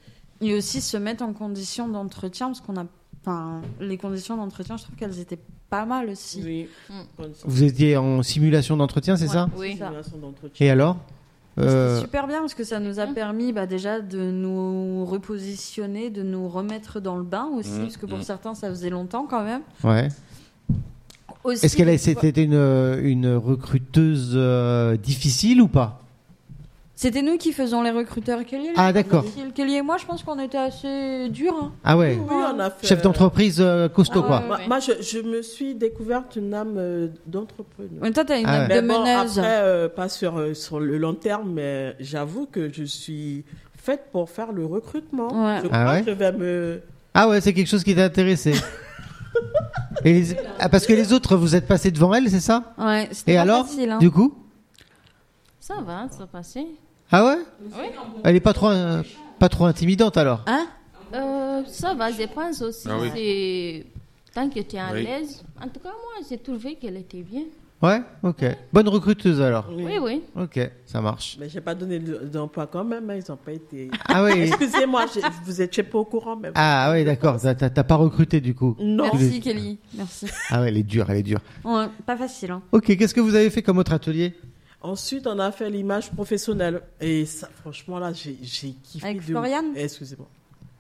Speaker 1: Et aussi se mettre en condition d'entretien, parce qu'on a. Enfin, les conditions d'entretien, je trouve qu'elles étaient pas mal aussi.
Speaker 4: Oui.
Speaker 3: Vous étiez en simulation d'entretien, c'est ça
Speaker 8: Oui.
Speaker 3: Et alors Euh,
Speaker 1: C'était super bien parce que ça nous a permis bah, déjà de nous repositionner, de nous remettre dans le bain aussi,
Speaker 3: Mm,
Speaker 5: Mmh,
Speaker 1: parce que pour
Speaker 5: mmh.
Speaker 1: certains ça faisait longtemps quand même.
Speaker 3: Ouais.
Speaker 1: Aussi,
Speaker 3: Est-ce qu'elle a-
Speaker 1: de pouvoir-
Speaker 3: c'était une, une recruteuse euh, difficile ou pas
Speaker 1: C'était nous qui faisons les recruteurs, Kelly. et
Speaker 3: Ah,
Speaker 1: les
Speaker 3: d'accord.
Speaker 1: recruteurs. Kelly et moi, je pense qu'on était assez durs. hein.
Speaker 3: Ah ouais.
Speaker 4: Oui, on a fait-
Speaker 3: Chef d'entreprise euh, costaud
Speaker 1: Ah
Speaker 3: quoi.
Speaker 1: ouais.
Speaker 4: Moi, moi, je, je me suis découverte une âme euh, d'entrepreneur.
Speaker 1: Mais toi, t'as une
Speaker 3: Ah
Speaker 1: âme
Speaker 3: ouais.
Speaker 1: de
Speaker 4: Mais bon,
Speaker 1: meneuse.
Speaker 4: après, euh, pas sur, euh, sur le long terme, mais j'avoue que je suis faite pour faire le recrutement.
Speaker 1: Ouais.
Speaker 4: Je
Speaker 1: Ah
Speaker 4: crois
Speaker 3: ouais
Speaker 4: que je vais me...
Speaker 3: Ah ouais, c'est quelque chose qui t'a intéressé. Et les- ah, parce que les autres, vous êtes passés devant elle, c'est ça
Speaker 1: Ouais, c'était
Speaker 3: Et
Speaker 1: pas
Speaker 3: alors
Speaker 1: facile, hein.
Speaker 3: Du coup
Speaker 8: Ça va, ça passait.
Speaker 3: Ah ouais Elle est pas trop, euh, pas trop intimidante alors
Speaker 1: Hein
Speaker 8: Euh, ça va, je pense aussi.
Speaker 5: Ah oui.
Speaker 8: c'est- Tant que tu es à
Speaker 5: Oui.
Speaker 8: l'aise. En tout cas, moi, j'ai trouvé qu'elle était bien.
Speaker 3: Ouais, ok. Bonne recruteuse alors.
Speaker 8: Oui, oui.
Speaker 3: Ok, ça marche.
Speaker 4: Mais j'ai pas donné de- d'emploi quand même, hein, ils ont pas été.
Speaker 3: Ah oui.
Speaker 4: Excusez-moi, je- vous étiez pas au courant même.
Speaker 3: Ah oui, d'accord. T'as- T'as t'as pas recruté du coup.
Speaker 4: Non.
Speaker 3: Tous
Speaker 1: Merci,
Speaker 3: les-
Speaker 1: Kelly. Merci.
Speaker 3: Ah ouais, elle est dure, elle est dure.
Speaker 1: Ouais, pas facile. hein.
Speaker 3: Ok, qu'est-ce que vous avez fait comme autre atelier
Speaker 4: Ensuite, on a fait l'image professionnelle. Et ça, franchement, là, j'ai j'ai kiffé.
Speaker 1: Avec
Speaker 4: de-
Speaker 1: Floriane
Speaker 4: Excusez-moi.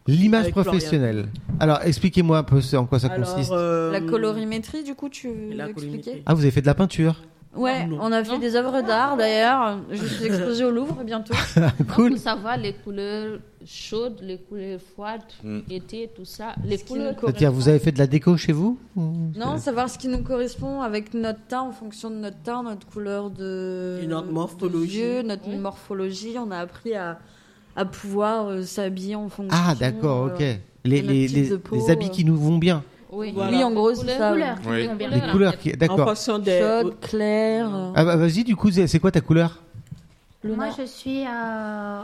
Speaker 3: L'image
Speaker 4: Avec Florian.
Speaker 3: professionnelle. Alors, expliquez-moi un peu ce- en quoi ça consiste.
Speaker 4: euh,
Speaker 1: La colorimétrie, du coup, tu veux
Speaker 4: la
Speaker 1: l'expliquer
Speaker 4: colorimétrie.
Speaker 3: Ah, vous avez fait de la peinture.
Speaker 1: Ouais,
Speaker 4: Non.
Speaker 1: on a fait des œuvres d'art d'ailleurs. Je suis exposée au Louvre bientôt.
Speaker 3: Cool.
Speaker 8: Donc, ça va, les couleurs chaudes, les couleurs froides,
Speaker 3: Mm.
Speaker 8: été, tout ça. Les
Speaker 1: Ce qui
Speaker 8: couleurs.
Speaker 1: nous
Speaker 3: C'est-à-dire, vous avez fait de la déco chez vous ou-
Speaker 1: Non, savoir ce qui nous correspond avec notre teint en fonction de notre teint, notre couleur de.
Speaker 4: Et notre
Speaker 1: de
Speaker 4: morphologie.
Speaker 1: yeux, notre
Speaker 8: Oui.
Speaker 1: morphologie. On a appris à, à pouvoir euh, s'habiller en fonction.
Speaker 3: Ah, d'accord, ok.
Speaker 1: euh,
Speaker 3: Les, les,
Speaker 1: notre type
Speaker 3: les-
Speaker 1: de peau,
Speaker 3: les habits
Speaker 1: euh.
Speaker 3: qui nous vont bien.
Speaker 8: Oui.
Speaker 4: Voilà.
Speaker 1: Oui, en gros, c'est
Speaker 8: Couleur,
Speaker 1: ça.
Speaker 10: Couleurs, qui
Speaker 5: Oui.
Speaker 10: vont bien.
Speaker 3: Les couleurs qui.
Speaker 4: En
Speaker 3: D'accord.
Speaker 4: fonction des. euh,
Speaker 1: Chaude, Euh, claire.
Speaker 3: Ah, bah, vas-y, du coup, c'est c'est quoi ta couleur
Speaker 10: Moi,
Speaker 1: Luna.
Speaker 10: je suis euh,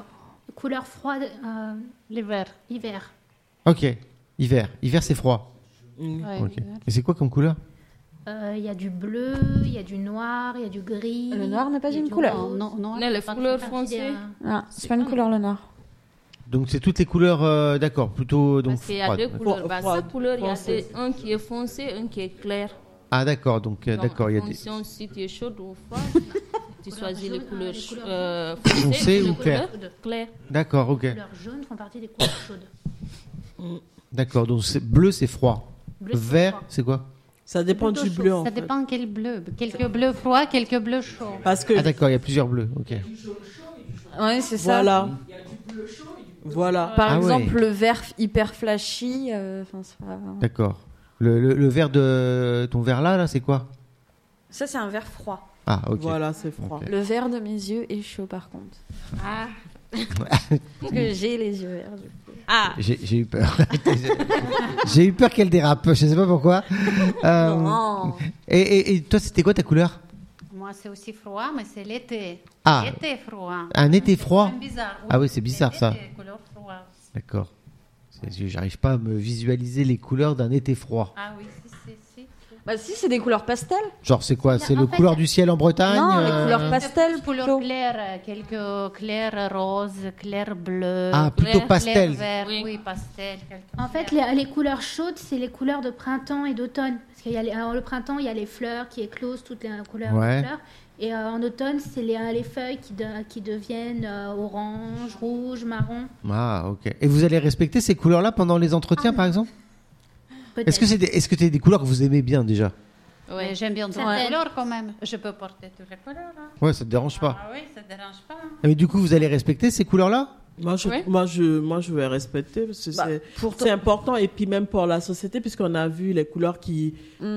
Speaker 10: couleur froide euh,
Speaker 2: Les verts.
Speaker 10: hiver.
Speaker 3: Ok. Hiver. Hiver, c'est froid.
Speaker 10: Ouais,
Speaker 3: Ok.
Speaker 10: vert.
Speaker 3: Et c'est quoi comme couleur
Speaker 10: Euh, Il y a du bleu, il y a du noir, il y a du gris.
Speaker 1: Le noir n'est pas
Speaker 10: il y a
Speaker 1: une
Speaker 10: du
Speaker 1: couleur.
Speaker 10: rose.
Speaker 2: Non, non,
Speaker 8: Non, la
Speaker 10: Enfin,
Speaker 8: couleur
Speaker 10: c'est
Speaker 8: foncée.
Speaker 10: particulier.
Speaker 1: Ah, c'est pas une couleur le noir.
Speaker 3: Donc c'est toutes les couleurs, euh, d'accord, plutôt donc
Speaker 8: Parce qu'il y a
Speaker 3: froides.
Speaker 8: deux couleurs. Bah,
Speaker 4: Froide,
Speaker 8: cette couleur, il y a
Speaker 4: foncée.
Speaker 8: deux- un qui est foncé, un qui est clair.
Speaker 3: Ah d'accord, donc euh,
Speaker 8: Donc,
Speaker 3: d'accord, il y a
Speaker 8: En
Speaker 3: des
Speaker 8: fonction si tu es chaude ou froide, tu choisis les couleurs euh,
Speaker 3: Foncées
Speaker 8: foncées
Speaker 3: ou
Speaker 8: les
Speaker 3: claires.
Speaker 8: couleurs claires.
Speaker 3: D'accord, OK.
Speaker 10: Les couleurs jaunes font partie des couleurs chaudes.
Speaker 3: D'accord, donc c'est bleu c'est froid.
Speaker 10: Bleu, c'est
Speaker 3: Vert,
Speaker 10: froid.
Speaker 3: c'est quoi
Speaker 4: Ça dépend
Speaker 10: Plutôt
Speaker 4: du
Speaker 10: chaud,
Speaker 4: bleu, en
Speaker 2: Ça
Speaker 4: fait.
Speaker 2: dépend quel bleu. Quelques bleus froids, quelques bleus chauds.
Speaker 4: Parce que,
Speaker 3: Ah d'accord, il y a plusieurs bleus. OK.
Speaker 1: Ouais, c'est ça.
Speaker 4: voilà. Voilà.
Speaker 1: Par
Speaker 3: Ah ouais.
Speaker 1: exemple, le vert hyper flashy. euh, Enfin, c'est pas...
Speaker 3: D'accord. Le, le- le vert de ton vert là là, c'est quoi
Speaker 1: Ça, c'est un vert froid.
Speaker 3: Ah OK.
Speaker 4: Voilà, c'est froid.
Speaker 1: Le vert de mes yeux est chaud, par contre.
Speaker 8: Ah,
Speaker 1: Parce que j'ai les yeux verts. du coup.
Speaker 8: ah.
Speaker 3: J'ai j'ai eu peur. j'ai eu peur qu'elle dérape, je sais pas pourquoi. Euh,
Speaker 1: Non.
Speaker 3: et, et- et toi c'était quoi ta couleur
Speaker 2: Moi, c'est aussi froid, mais c'est l'été.
Speaker 3: Ah.
Speaker 2: L'été froid.
Speaker 3: Un été froid.
Speaker 2: C'est bizarre.
Speaker 3: Ah oui, c'est bizarre, ça.
Speaker 2: L'été, couleur froid.
Speaker 3: D'accord. C'est- J'arrive pas à me visualiser les couleurs d'un été froid.
Speaker 2: Ah oui, si, si, si.
Speaker 1: Bah si, c'est des couleurs pastel.
Speaker 3: Genre, c'est quoi
Speaker 2: Là,
Speaker 3: C'est
Speaker 2: en
Speaker 3: le
Speaker 2: fait,
Speaker 3: couleur du ciel en Bretagne
Speaker 1: non, les
Speaker 3: euh,
Speaker 1: couleurs pastel.
Speaker 2: Plus couleur
Speaker 1: plutôt.
Speaker 2: claire, quelques clairs roses, clairs bleus.
Speaker 3: Ah, plutôt
Speaker 8: clair,
Speaker 2: clairs
Speaker 3: pastel.
Speaker 2: verts,
Speaker 8: Oui.
Speaker 2: oui. pastel. quelques
Speaker 6: En fait,
Speaker 2: clairs.
Speaker 6: les, les couleurs chaudes, c'est les couleurs de printemps et d'automne. Parce qu'il y a les- alors, le printemps, il y a les fleurs qui éclosent, toutes les couleurs.
Speaker 3: Ouais.
Speaker 6: les fleurs. Et euh, en automne, c'est les, euh, les feuilles qui, de- qui deviennent euh, orange, rouge, marron.
Speaker 3: Ah, ok. Et vous allez respecter ces couleurs-là pendant les entretiens, par exemple
Speaker 6: Peut-être.
Speaker 3: Est-ce que c'est des, est-ce que t'as des couleurs que vous aimez bien déjà
Speaker 2: Mais
Speaker 8: Ouais.
Speaker 2: j'aime bien toutes
Speaker 1: Ouais.
Speaker 2: les couleurs quand même. Je peux porter toutes les couleurs. hein.
Speaker 3: Ouais, ça te dérange pas. Ah,
Speaker 2: Ah oui, ça ne dérange pas.
Speaker 3: Mais du coup, vous allez respecter ces couleurs-là
Speaker 4: Moi je,
Speaker 8: Ouais.
Speaker 4: moi, je, moi, je vais respecter parce que c'est- c'est important et puis même pour la société puisqu'on a vu les couleurs qui,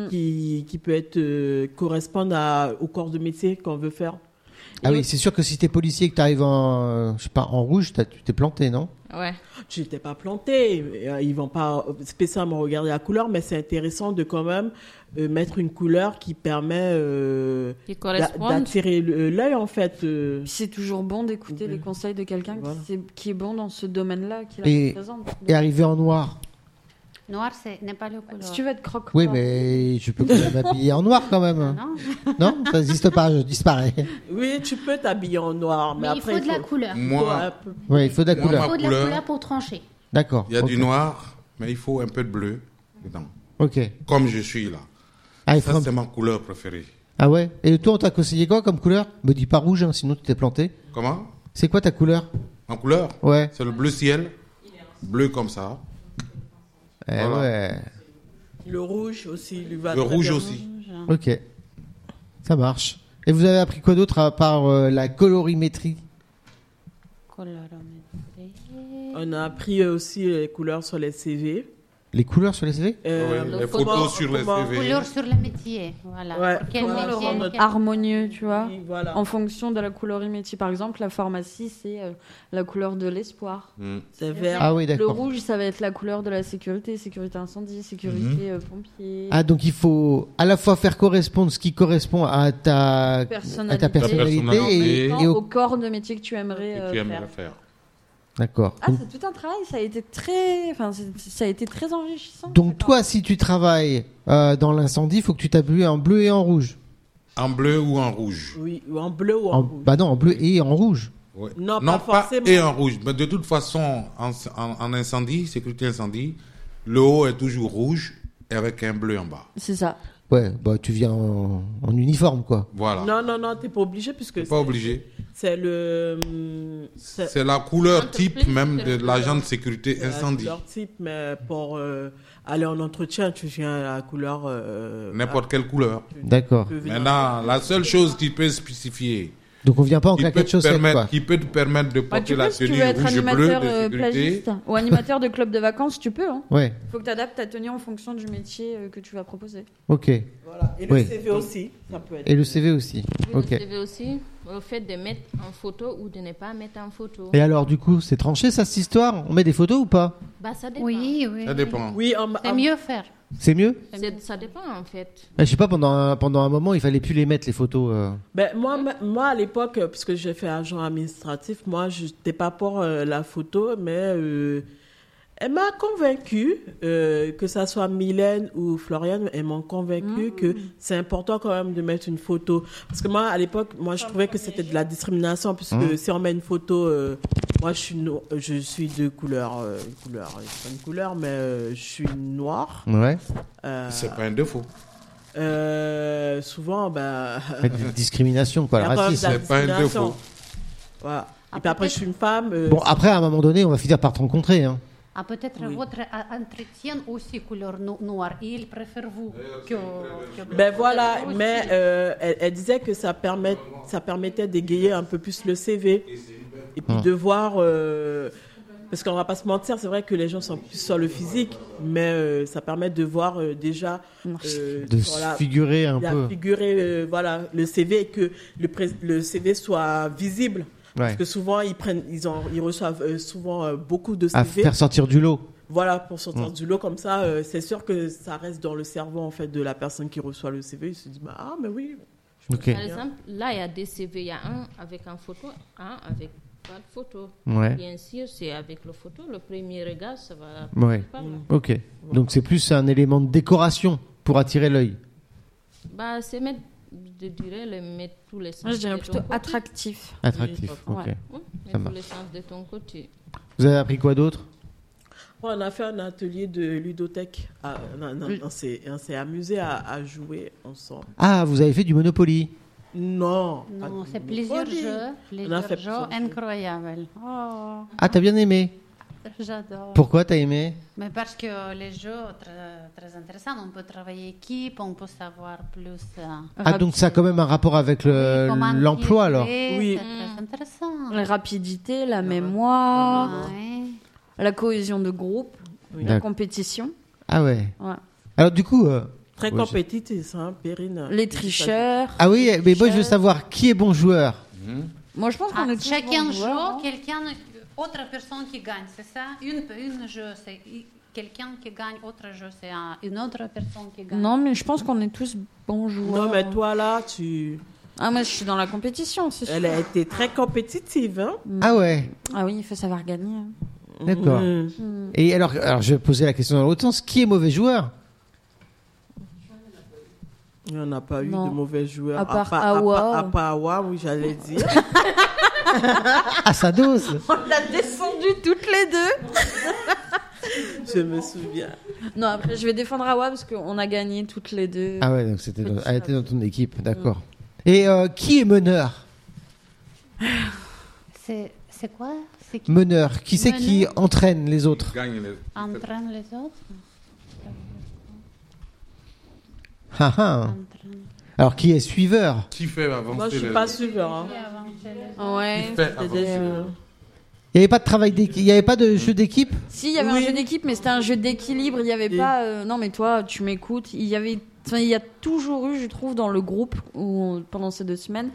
Speaker 4: qui, qui peut être euh, correspondent à, au corps de métier qu'on veut faire.
Speaker 3: Ah
Speaker 1: Et
Speaker 3: oui,
Speaker 1: au-
Speaker 3: c'est sûr que si t'es policier et que t'arrives en, euh, je sais pas, en rouge, t'as- tu t'es planté, non
Speaker 8: ouais.
Speaker 4: Je n'étais pas plantée, euh, ils vont pas spécialement regarder la couleur, mais c'est intéressant de quand même euh, mettre une couleur qui permet euh,
Speaker 8: Qui
Speaker 4: d'a-
Speaker 8: correspondent.
Speaker 4: d'attirer le- l'œil en fait. euh.
Speaker 1: Puis C'est toujours bon d'écouter les conseils de quelqu'un qui
Speaker 4: Voilà.
Speaker 1: sait- qui est bon dans ce domaine-là, qui la
Speaker 3: Et-
Speaker 1: représente.
Speaker 3: Et arriver en noir.
Speaker 2: Noir, ce n'est pas le couleur.
Speaker 1: Si tu veux être croque
Speaker 3: Oui, mais je peux quand même m'habiller en noir quand même.
Speaker 2: Non,
Speaker 3: Non, ça n'existe pas, je disparais.
Speaker 4: Oui, tu peux t'habiller en noir, mais,
Speaker 6: Mais il
Speaker 4: après
Speaker 6: faut de la couleur. Il
Speaker 4: Ouais, un
Speaker 5: Moi,
Speaker 4: peu-
Speaker 3: Ouais, il faut de la
Speaker 5: Moi,
Speaker 3: couleur.
Speaker 5: ma
Speaker 6: faut de la
Speaker 5: couleur.
Speaker 6: couleur pour trancher.
Speaker 3: D'accord.
Speaker 5: il y a
Speaker 3: ok.
Speaker 5: du noir, mais il faut un peu de bleu dedans.
Speaker 3: Ok.
Speaker 5: Comme je suis là.
Speaker 3: Ah, il faut
Speaker 5: Ça,
Speaker 3: un-
Speaker 5: c'est ma couleur préférée.
Speaker 3: Ah ouais Et toi, on t'a conseillé quoi comme couleur Me dis pas rouge, hein, sinon tu t'es planté.
Speaker 5: Comment
Speaker 3: C'est quoi ta couleur
Speaker 5: Ma couleur
Speaker 3: Ouais.
Speaker 5: C'est le bleu ciel. Bleu comme ça.
Speaker 3: Eh
Speaker 5: Voilà.
Speaker 3: ouais.
Speaker 4: Le rouge aussi lui va
Speaker 5: Le
Speaker 4: très
Speaker 5: rouge
Speaker 4: bien.
Speaker 5: aussi.
Speaker 3: Ok. Ça marche. Et vous avez appris quoi d'autre à part euh, la colorimétrie
Speaker 2: colorométrie.
Speaker 4: On a appris euh, aussi les couleurs sur les CV.
Speaker 3: Les couleurs sur les CV
Speaker 4: Euh,
Speaker 5: Ouais,
Speaker 4: comment-
Speaker 5: les photos sur les
Speaker 4: comment-
Speaker 5: CV.
Speaker 2: Couleur sur le métier, voilà.
Speaker 4: Ouais,
Speaker 2: Pour quel
Speaker 4: voilà,
Speaker 2: métier,
Speaker 4: sur notre-
Speaker 2: quel-
Speaker 1: harmonieux, tu vois,
Speaker 4: Oui, voilà.
Speaker 1: en fonction de la colorimétrie. Par exemple, la pharmacie, c'est euh, la couleur de l'espoir.
Speaker 5: Mm.
Speaker 4: C'est vert.
Speaker 3: Ah oui,
Speaker 1: Le
Speaker 3: d'accord.
Speaker 1: rouge, ça va être la couleur de la sécurité, sécurité incendie, sécurité euh, pompier.
Speaker 3: Ah, donc il faut à la fois faire correspondre ce qui correspond à ta, à
Speaker 1: Personnalité.
Speaker 3: ta personnalité et,
Speaker 5: personnalité.
Speaker 1: Tant
Speaker 3: et
Speaker 1: au
Speaker 3: au.
Speaker 1: corps de métier que tu aimerais euh,
Speaker 5: Et tu aimes
Speaker 1: faire.
Speaker 5: le faire.
Speaker 3: D'accord.
Speaker 1: Ah, c'est tout un travail, ça a été très, enfin, c'est- ça a été très enrichissant.
Speaker 3: Donc
Speaker 1: D'accord.
Speaker 3: toi, si tu travailles euh, dans l'incendie, il faut que tu t'habilles en bleu et en rouge.
Speaker 5: En bleu ou en rouge
Speaker 4: Oui, ou en bleu ou en,
Speaker 3: En-
Speaker 4: rouge.
Speaker 3: Bah non, en bleu et en rouge.
Speaker 5: Ouais.
Speaker 4: Non, pas forcément.
Speaker 5: et en rouge. Mais de toute façon, en, en- en incendie, sécurité incendie, le haut est toujours rouge et avec un bleu en bas.
Speaker 1: C'est ça.
Speaker 3: Ouais, bah tu viens en, en uniforme quoi.
Speaker 5: Voilà.
Speaker 4: Non, non, non, t'es pas obligé puisque
Speaker 5: pas
Speaker 4: c'est-
Speaker 5: obligé.
Speaker 4: c'est le. hum, C'est
Speaker 5: C'est la couleur
Speaker 8: Entreprise,
Speaker 5: type même de
Speaker 8: c'est-
Speaker 5: l'agent de sécurité
Speaker 4: la
Speaker 5: incendie.
Speaker 4: couleur type, mais pour euh, aller en entretien, tu viens à la couleur. euh,
Speaker 5: N'importe quelle couleur.
Speaker 3: D'accord.
Speaker 4: tu peux venir.
Speaker 5: Maintenant, la seule chose qui peut spécifier,
Speaker 3: Donc on vient pas en
Speaker 5: qui peut,
Speaker 3: claquette
Speaker 5: te
Speaker 3: chaussette
Speaker 5: permettre,
Speaker 3: quoi.
Speaker 5: qui peut te permettre de
Speaker 1: Bah,
Speaker 5: porter
Speaker 1: tu
Speaker 5: la
Speaker 1: peux, si tu
Speaker 5: tenue
Speaker 1: veux être
Speaker 5: rouge et bleue
Speaker 1: animateur
Speaker 5: de
Speaker 1: euh,
Speaker 5: sécurité,
Speaker 1: plagiste ou animateur de club de vacances, tu peux. Hein.
Speaker 3: Ouais.
Speaker 1: Faut que tu adaptes ta tenue en fonction du métier euh, que tu vas proposer.
Speaker 3: Ok.
Speaker 4: Voilà. Et
Speaker 3: Oui.
Speaker 4: le CV aussi, ça peut être.
Speaker 3: Et le CV aussi.
Speaker 8: Vous
Speaker 3: Ok.
Speaker 8: devez aussi au fait de mettre en photo ou de ne pas mettre en photo.
Speaker 3: Et alors, du coup, c'est tranché ça, cette histoire On met des photos ou pas
Speaker 8: Bah, ça dépend.
Speaker 2: Oui, oui.
Speaker 1: euh,
Speaker 5: ça dépend.
Speaker 4: Oui, en, en-
Speaker 2: C'est mieux faire.
Speaker 3: C'est mieux
Speaker 8: C'est- Ça dépend en fait.
Speaker 3: Ah, Je sais pas, pendant un, pendant un moment, il fallait plus les mettre, les photos. euh.
Speaker 4: Ben, moi, ma- moi, à l'époque, euh, puisque j'ai fait agent administratif, moi, je n'étais pas pour euh, la photo, mais euh, Elle m'a convaincue, euh, que ça soit Mylène ou Floriane, elles m'ont convaincue que c'est important quand même de mettre une photo. Parce que moi, à l'époque, moi, je trouvais que c'était de la discrimination, puisque
Speaker 3: Mhm.
Speaker 4: si on met une photo, euh, moi, je suis, no- euh, je suis de couleur, euh, couleur, c'est pas une couleur, mais euh, je suis noire.
Speaker 3: Ouais.
Speaker 4: Euh,
Speaker 5: C'est pas un défaut.
Speaker 4: euh, souvent, bah.
Speaker 3: Mais de la discrimination, quoi, le
Speaker 4: la preuve de
Speaker 3: racisme.
Speaker 4: la
Speaker 5: C'est pas un
Speaker 4: discrimination.
Speaker 5: défaut.
Speaker 4: Voilà. Et puis après, je suis une femme. euh,
Speaker 3: Bon, après, à un moment donné, on va finir par te rencontrer. Hein.
Speaker 2: Ah, peut-être votre a- entretien aussi couleur no- noire. Il préfère vous que. que-
Speaker 4: Ben voilà, mais euh, elle, elle disait que ça, permet, ça permettait d'égayer un peu plus le CV et puis
Speaker 3: Hmm.
Speaker 4: de voir, euh, parce qu'on va pas se mentir, c'est vrai que les gens sont plus sur le physique, mais euh, ça permet de voir euh, déjà euh,
Speaker 3: De
Speaker 4: sur la-
Speaker 3: se figurer un
Speaker 4: la
Speaker 3: peu.
Speaker 4: figurer, euh, voilà, le CV et que le, pré- le CV soit visible. Parce
Speaker 3: Ouais.
Speaker 4: que souvent, ils, prennent, ils, ont, ils reçoivent euh, souvent euh, beaucoup de CV.
Speaker 3: À faire sortir du lot.
Speaker 4: Voilà, pour sortir du lot comme ça, euh, c'est sûr que ça reste dans le cerveau en fait de la personne qui reçoit le CV. Il se dit bah, ah mais oui. je me
Speaker 3: Ok.
Speaker 4: souviens.
Speaker 8: Par exemple, là, il y a des CV. Il y a un avec un photo, un avec pas de photo.
Speaker 3: Ouais.
Speaker 8: Bien sûr, c'est avec le photo. Le premier regard, ça va.
Speaker 3: Ouais.
Speaker 8: par là.
Speaker 3: Ok. Donc, c'est plus un élément de décoration pour attirer l'œil.
Speaker 8: Bah, c'est mettre, je dirais, le mettre tous les sens.
Speaker 1: Moi, je dirais
Speaker 8: de ton
Speaker 1: plutôt
Speaker 8: côté.
Speaker 1: attractif.
Speaker 3: Attractif.
Speaker 1: Oui.
Speaker 3: Ok.
Speaker 1: Ouais.
Speaker 8: Oui,
Speaker 3: Ça
Speaker 8: mettre tous les
Speaker 3: marche.
Speaker 8: sens de ton côté.
Speaker 3: Vous avez appris quoi d'autre
Speaker 4: Ouais, on a fait un atelier de ludothèque. Ah, non, non, on s'est on s'est amusé à, à jouer ensemble.
Speaker 3: Ah, vous avez fait du Monopoly.
Speaker 4: Non. pas
Speaker 1: ah,
Speaker 2: Non,
Speaker 4: de
Speaker 2: c'est
Speaker 4: Monopoly.
Speaker 2: plusieurs jeux. Plusieurs
Speaker 4: fait
Speaker 2: jeux
Speaker 4: plusieurs jeux.
Speaker 2: incroyables. Oh,
Speaker 3: Ah, t'as bien aimé.
Speaker 2: j'adore.
Speaker 3: Pourquoi t'as aimé
Speaker 2: Mais parce que les jeux, très, très intéressants, on peut travailler équipe, on peut savoir plus. euh,
Speaker 3: Ah, donc ça a quand même un rapport avec le-
Speaker 2: comment
Speaker 3: Euh, l'emploi,
Speaker 2: tirer,
Speaker 3: alors.
Speaker 4: Oui.
Speaker 2: C'est
Speaker 1: Mm.
Speaker 2: très intéressant.
Speaker 1: La rapidité, la mémoire,
Speaker 2: Ouais.
Speaker 1: la cohésion de groupe,
Speaker 4: Oui.
Speaker 1: la
Speaker 3: D'ac-
Speaker 1: compétition.
Speaker 3: Ah ouais.
Speaker 1: Ouais.
Speaker 3: Alors, du coup... euh,
Speaker 4: Très
Speaker 3: Ouais,
Speaker 4: compétitif, hein, Perrine.
Speaker 1: Les tricheurs.
Speaker 3: Ah oui, mais moi, je veux savoir qui est bon joueur.
Speaker 1: Moi, je pense
Speaker 2: Ah,
Speaker 1: qu'on est tous
Speaker 2: chacun
Speaker 1: bons
Speaker 2: joue,
Speaker 1: joueurs, hein.
Speaker 2: quelqu'un, autre personne qui gagne, c'est ça Une, une jeu, c'est quelqu'un qui gagne, autre jeu, c'est un- une autre personne qui gagne.
Speaker 1: Non, mais je pense qu'on est tous bons joueurs.
Speaker 4: Non mais toi là, tu,
Speaker 1: Ah, moi, je suis dans la compétition, c'est sûr.
Speaker 4: elle a été très compétitive. Hein
Speaker 3: Ah ouais.
Speaker 1: Ah oui, il faut savoir gagner. hein.
Speaker 3: D'accord.
Speaker 4: Mhm.
Speaker 3: Et alors, alors, je vais poser la question dans l'autre sens. Qui est mauvais joueur
Speaker 4: Il n'y en a pas eu
Speaker 1: Non.
Speaker 4: de mauvais joueurs.
Speaker 1: À part
Speaker 4: part- à
Speaker 1: Awa.
Speaker 4: part- à part Awa, oui, j'allais dire.
Speaker 3: Ah, sa dose
Speaker 1: On l'a descendu toutes les deux.
Speaker 4: Je me souviens.
Speaker 1: Non, après, je vais défendre Awa parce qu'on a gagné toutes les deux.
Speaker 3: Ah ouais, donc c'était dans- elle était dans ton équipe, d'accord. Et euh, qui est meneur
Speaker 2: C'est, c'est quoi C'est qui
Speaker 3: Meneur, qui c'est qui entraîne les autres
Speaker 5: Gagne les-
Speaker 2: entraîne les autres
Speaker 3: Ah, ah.
Speaker 2: Entraîne.
Speaker 3: Alors qui est suiveur
Speaker 5: Qui fait avancer
Speaker 4: Moi, je suis
Speaker 5: les-
Speaker 4: pas suiveur. hein. Euh,
Speaker 5: Qui
Speaker 1: Ouais.
Speaker 5: fait avancer
Speaker 4: Des-
Speaker 3: Euh,
Speaker 5: les-
Speaker 3: Il n'y avait pas de travail d'équipe, il n'y avait pas de jeu d'équipe
Speaker 1: Si, il y avait
Speaker 4: Oui.
Speaker 1: un jeu d'équipe, mais c'était un jeu d'équilibre. Il n'y avait
Speaker 4: Et-
Speaker 1: pas. euh, non, mais toi, tu m'écoutes. Il y avait. Enfin, il y a toujours eu, je trouve, dans le groupe où, pendant ces deux semaines,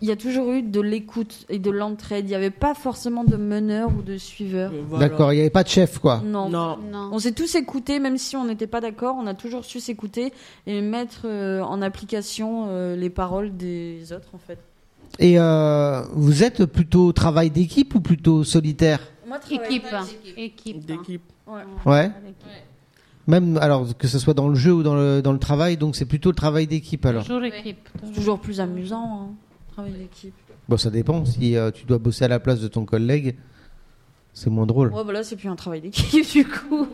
Speaker 1: il y a toujours eu de l'écoute et de l'entraide. Il n'y avait pas forcément de meneur ou de suiveur.
Speaker 4: Euh, voilà.
Speaker 3: D'accord, il n'y avait pas de chef quoi.
Speaker 1: Non.
Speaker 4: Non.
Speaker 2: Non.
Speaker 1: On s'est tous écoutés, même si on n'était pas d'accord. On a toujours su s'écouter et mettre euh, en application euh, les paroles des autres, en fait.
Speaker 3: Et euh, vous êtes plutôt travail d'équipe ou plutôt solitaire
Speaker 1: Moi,
Speaker 2: Équipe. Équipe. hein.
Speaker 4: d'équipe.
Speaker 3: Ouais. Même alors que ce soit dans le jeu ou dans le, dans le travail, donc c'est plutôt le travail d'équipe alors.
Speaker 2: Toujours équipe. toujours.
Speaker 1: Toujours plus amusant, hein, travail d'équipe.
Speaker 3: Bon, ça dépend. Si euh, tu dois bosser à la place de ton collègue, c'est moins drôle.
Speaker 1: Ouais, bah là, c'est plus un travail d'équipe, du coup.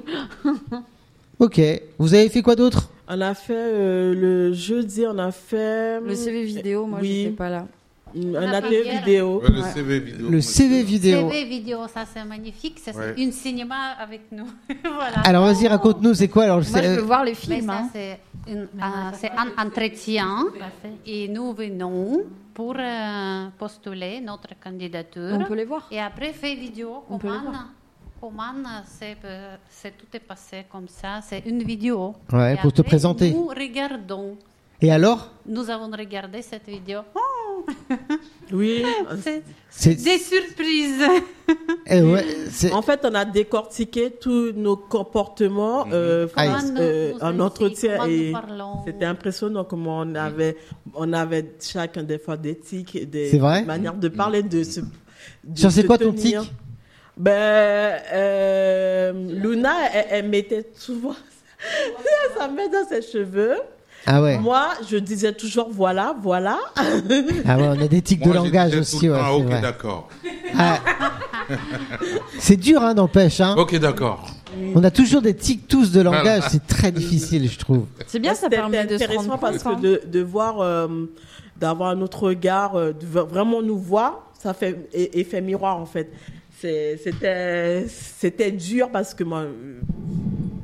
Speaker 3: Ok. Vous avez fait quoi d'autre
Speaker 4: On a fait euh, le jeudi, on a fait
Speaker 1: Le CV vidéo, moi,
Speaker 4: Mm. Oui.
Speaker 1: j'étais pas là.
Speaker 4: mm, un
Speaker 2: La
Speaker 4: atelier
Speaker 2: première.
Speaker 4: vidéo.
Speaker 5: Ouais, le CV vidéo.
Speaker 3: Le CV vidéo.
Speaker 2: CV vidéo, ça c'est magnifique, ça, c'est
Speaker 5: Ouais.
Speaker 2: une cinéma avec nous. voilà.
Speaker 3: Alors vas-y, raconte-nous, c'est quoi alors le
Speaker 1: Moi, je
Speaker 3: C-
Speaker 1: veux voir les
Speaker 2: Mais
Speaker 1: films.
Speaker 2: ça,
Speaker 1: hein.
Speaker 2: c'est, une- un- c'est un entretien et nous venons pour euh, postuler notre candidature.
Speaker 1: On peut les voir.
Speaker 2: Et après, fait vidéo.
Speaker 1: On peut les
Speaker 2: Comment,
Speaker 1: voir.
Speaker 2: comment c'est, euh, c'est- tout est passé comme ça. C'est une vidéo.
Speaker 3: Ouais,
Speaker 2: Et
Speaker 3: pour te
Speaker 2: après,
Speaker 3: présenter.
Speaker 2: Nous regardons.
Speaker 3: Et alors
Speaker 2: Nous avons regardé cette vidéo. Oh,
Speaker 4: Oui.
Speaker 3: Euh,
Speaker 2: c'est
Speaker 3: C'est
Speaker 2: des surprises.
Speaker 3: eh ouais, c'est-
Speaker 4: En fait, on a décortiqué tous nos comportements
Speaker 3: Mhm.
Speaker 4: euh,
Speaker 3: Aïe.
Speaker 4: face,
Speaker 2: Comment nous-
Speaker 4: euh,
Speaker 2: nous
Speaker 4: en
Speaker 2: sommes
Speaker 4: entretien
Speaker 2: ici,
Speaker 4: et
Speaker 2: comment nous parlons.
Speaker 4: c'était impressionnant comment
Speaker 3: Mhm.
Speaker 4: on avait on avait chacun des fois des tics, et des
Speaker 3: C'est vrai
Speaker 4: manières de parler de se de
Speaker 3: Sur c'est
Speaker 4: se
Speaker 3: quoi ton
Speaker 4: tenir.
Speaker 3: tic
Speaker 4: Ben euh, euh, Luna, elle, elle mettait souvent sa main dans ses cheveux.
Speaker 3: Ah ouais.
Speaker 4: Moi, je disais toujours voilà, voilà.
Speaker 3: Ah ouais, on a des tics de langage aussi. ouais,
Speaker 5: Ah,
Speaker 3: c'est
Speaker 5: ok,
Speaker 3: vrai.
Speaker 5: d'accord.
Speaker 3: Ah. C'est dur, hein, n'empêche. Hein.
Speaker 5: Ok, d'accord.
Speaker 3: On a toujours des tics tous de langage.
Speaker 5: Voilà.
Speaker 3: C'est très difficile, je trouve.
Speaker 1: C'est bien, ça
Speaker 4: C'était
Speaker 1: permet de se
Speaker 4: intéressant
Speaker 1: rendre
Speaker 4: parce
Speaker 1: compte, hein.
Speaker 4: que de, de voir, euh, d'avoir un autre regard, euh, de v- vraiment nous voir, ça fait e- effet miroir en fait. C'est- C'était c'était dur parce que moi, euh,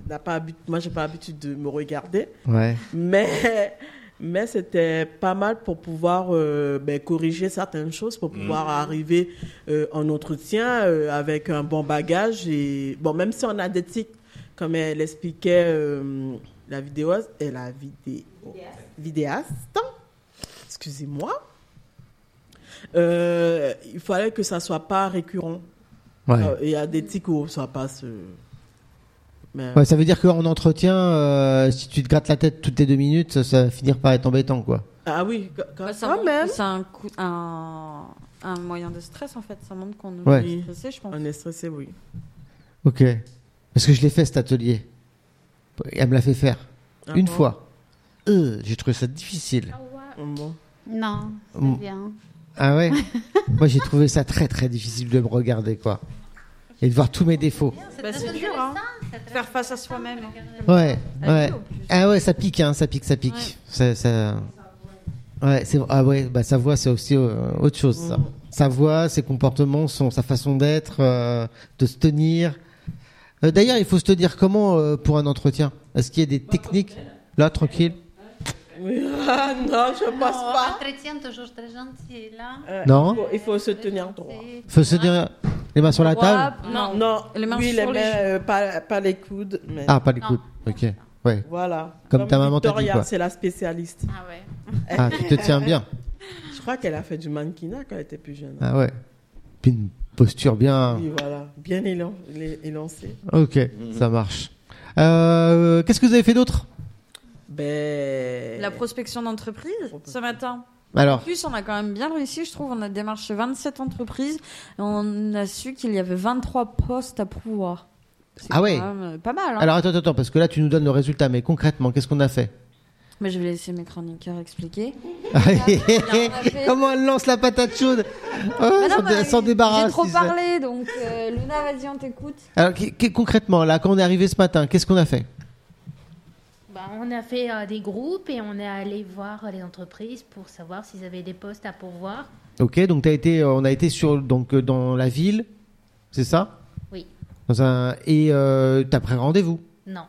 Speaker 4: on n'a pas, habit- moi j'ai pas l'habitude de me regarder,
Speaker 3: Ouais.
Speaker 4: mais mais c'était pas mal pour pouvoir euh, ben, corriger certaines choses, pour pouvoir arriver euh, en entretien euh, avec un bon bagage et bon même si on a des tics, comme elle expliquait euh, la vidéaste et la vidé- vidéaste, excusez-moi, euh, il fallait que ça soit pas récurrent.
Speaker 3: Ouais.
Speaker 4: Euh, Il y a des tics où ça passe. euh, mais-
Speaker 3: Ouais, ça veut dire qu'en entretien, euh, si tu te grattes la tête toutes les deux minutes, ça, ça va finir par être embêtant, quoi.
Speaker 4: Ah oui, quand- quand-
Speaker 1: Bah, ça
Speaker 4: quand
Speaker 1: montre
Speaker 4: même.
Speaker 1: que C'est un, coup- un, un moyen de stress en fait. Ça montre qu'on
Speaker 3: Ouais.
Speaker 1: est stressé, je pense.
Speaker 4: On est stressé, oui.
Speaker 3: Ok. Parce que je l'ai fait cet atelier. Elle me l'a fait faire.
Speaker 4: Ah
Speaker 3: Une
Speaker 4: bon
Speaker 3: fois. Euh, j'ai trouvé ça difficile.
Speaker 4: Bon.
Speaker 2: Non, c'est
Speaker 3: Mm.
Speaker 2: bien.
Speaker 3: Ah ouais Moi, j'ai trouvé ça très très difficile de me regarder, quoi. Et de voir tous mes défauts.
Speaker 1: Bah, c'est dur, hein. Faire face à soi-même.
Speaker 3: Ouais, ouais. Ah ouais, ça pique, hein, ça pique, ça pique. Ça, ça- Ouais, c'est ah ouais, bah sa voix c'est aussi euh, autre chose. Ça. Sa voix, ses comportements, son sa façon d'être, euh, de se tenir. Euh, D'ailleurs, il faut se tenir comment euh, pour un entretien Est-ce qu'il y a des techniques Là, tranquille.
Speaker 4: Oui. Ah non, je pense pas.
Speaker 2: Entretien toujours très gentil, là.
Speaker 4: Euh,
Speaker 3: Non.
Speaker 4: Il faut, il faut se tenir droit.
Speaker 3: Faut se tenir les mains sur la table.
Speaker 1: Non.
Speaker 4: Non,
Speaker 1: Les mains
Speaker 4: oui,
Speaker 1: sur
Speaker 4: les
Speaker 1: les
Speaker 4: mains, euh, pas, pas les coudes. Mais...
Speaker 3: Ah, pas les coudes. Ok. Ouais.
Speaker 4: Voilà.
Speaker 3: Comme ta maman t'a dit,
Speaker 4: Victoria,
Speaker 3: quoi.
Speaker 4: c'est la spécialiste.
Speaker 8: Ah ouais.
Speaker 3: Ah, tu te tiens bien.
Speaker 4: Je crois qu'elle a fait du mannequinat quand elle était plus jeune.
Speaker 3: Ah ouais. Puis une posture bien.
Speaker 4: Oui, voilà. Bien élan- élan- élancée.
Speaker 3: Ok, ça marche. Euh, Qu'est-ce que vous avez fait d'autre
Speaker 4: Ben...
Speaker 1: La prospection d'entreprise ce matin. En
Speaker 3: Alors.
Speaker 1: plus, on a quand même bien réussi, je trouve. On a démarché 27 entreprises. Et on a su qu'il y avait 23 postes à pouvoir. C'est
Speaker 3: Ah ouais.
Speaker 1: quand même Pas mal. hein.
Speaker 3: Alors attends, attends, attends, parce que là tu nous donnes le résultat, mais concrètement, qu'est-ce qu'on a fait
Speaker 1: Mais je vais laisser mes chroniqueurs expliquer.
Speaker 3: Comment elle lance la patate chaude Ah,
Speaker 1: Mais Bah non,
Speaker 3: s'en dé-
Speaker 1: mais
Speaker 3: s'en débarrasse.
Speaker 1: J'ai trop
Speaker 3: tu sais.
Speaker 1: parlé, donc euh, Luna, vas-y, on t'écoute.
Speaker 3: Alors qui- qui- concrètement, là, quand on est arrivé ce matin, qu'est-ce qu'on a fait
Speaker 6: Bah, on a fait euh, des groupes et on est allé voir euh, les entreprises pour savoir s'ils avaient des postes à pourvoir.
Speaker 3: Ok, donc t'as été, euh, on a été sur, donc euh, dans la ville, c'est ça
Speaker 6: Oui.
Speaker 3: Dans un et euh, t'as pris rendez-vous.
Speaker 6: Non.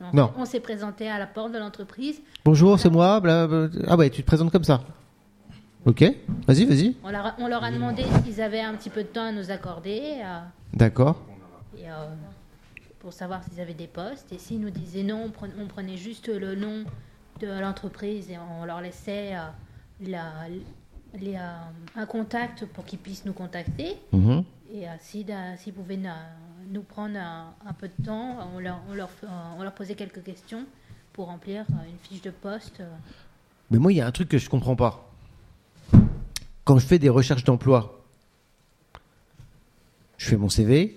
Speaker 6: On-
Speaker 3: Non.
Speaker 6: On s'est présenté à la porte de l'entreprise.
Speaker 3: Bonjour, c'est moi. bla- bla- Ah ouais, tu te présentes comme ça. Ok, vas-y, vas-y.
Speaker 6: On, leur a- on leur a demandé s'ils avaient un petit peu de temps à nous accorder euh,
Speaker 3: D'accord.
Speaker 6: et, euh, pour savoir s'ils avaient des postes. Et s'ils nous disaient non, on prenait, on prenait juste le nom de l'entreprise et on leur laissait euh, la- les, euh, un contact pour qu'ils puissent nous contacter.
Speaker 3: Mhm.
Speaker 6: Et euh, si, da- s'ils pouvaient na- nous prendre un, un peu de temps, on leur, on, leur, f- euh, on leur posait quelques questions pour remplir euh, une fiche de poste. euh.
Speaker 3: Mais moi, il y a un truc que je comprends pas. Quand je fais des recherches d'emploi, je fais mon CV,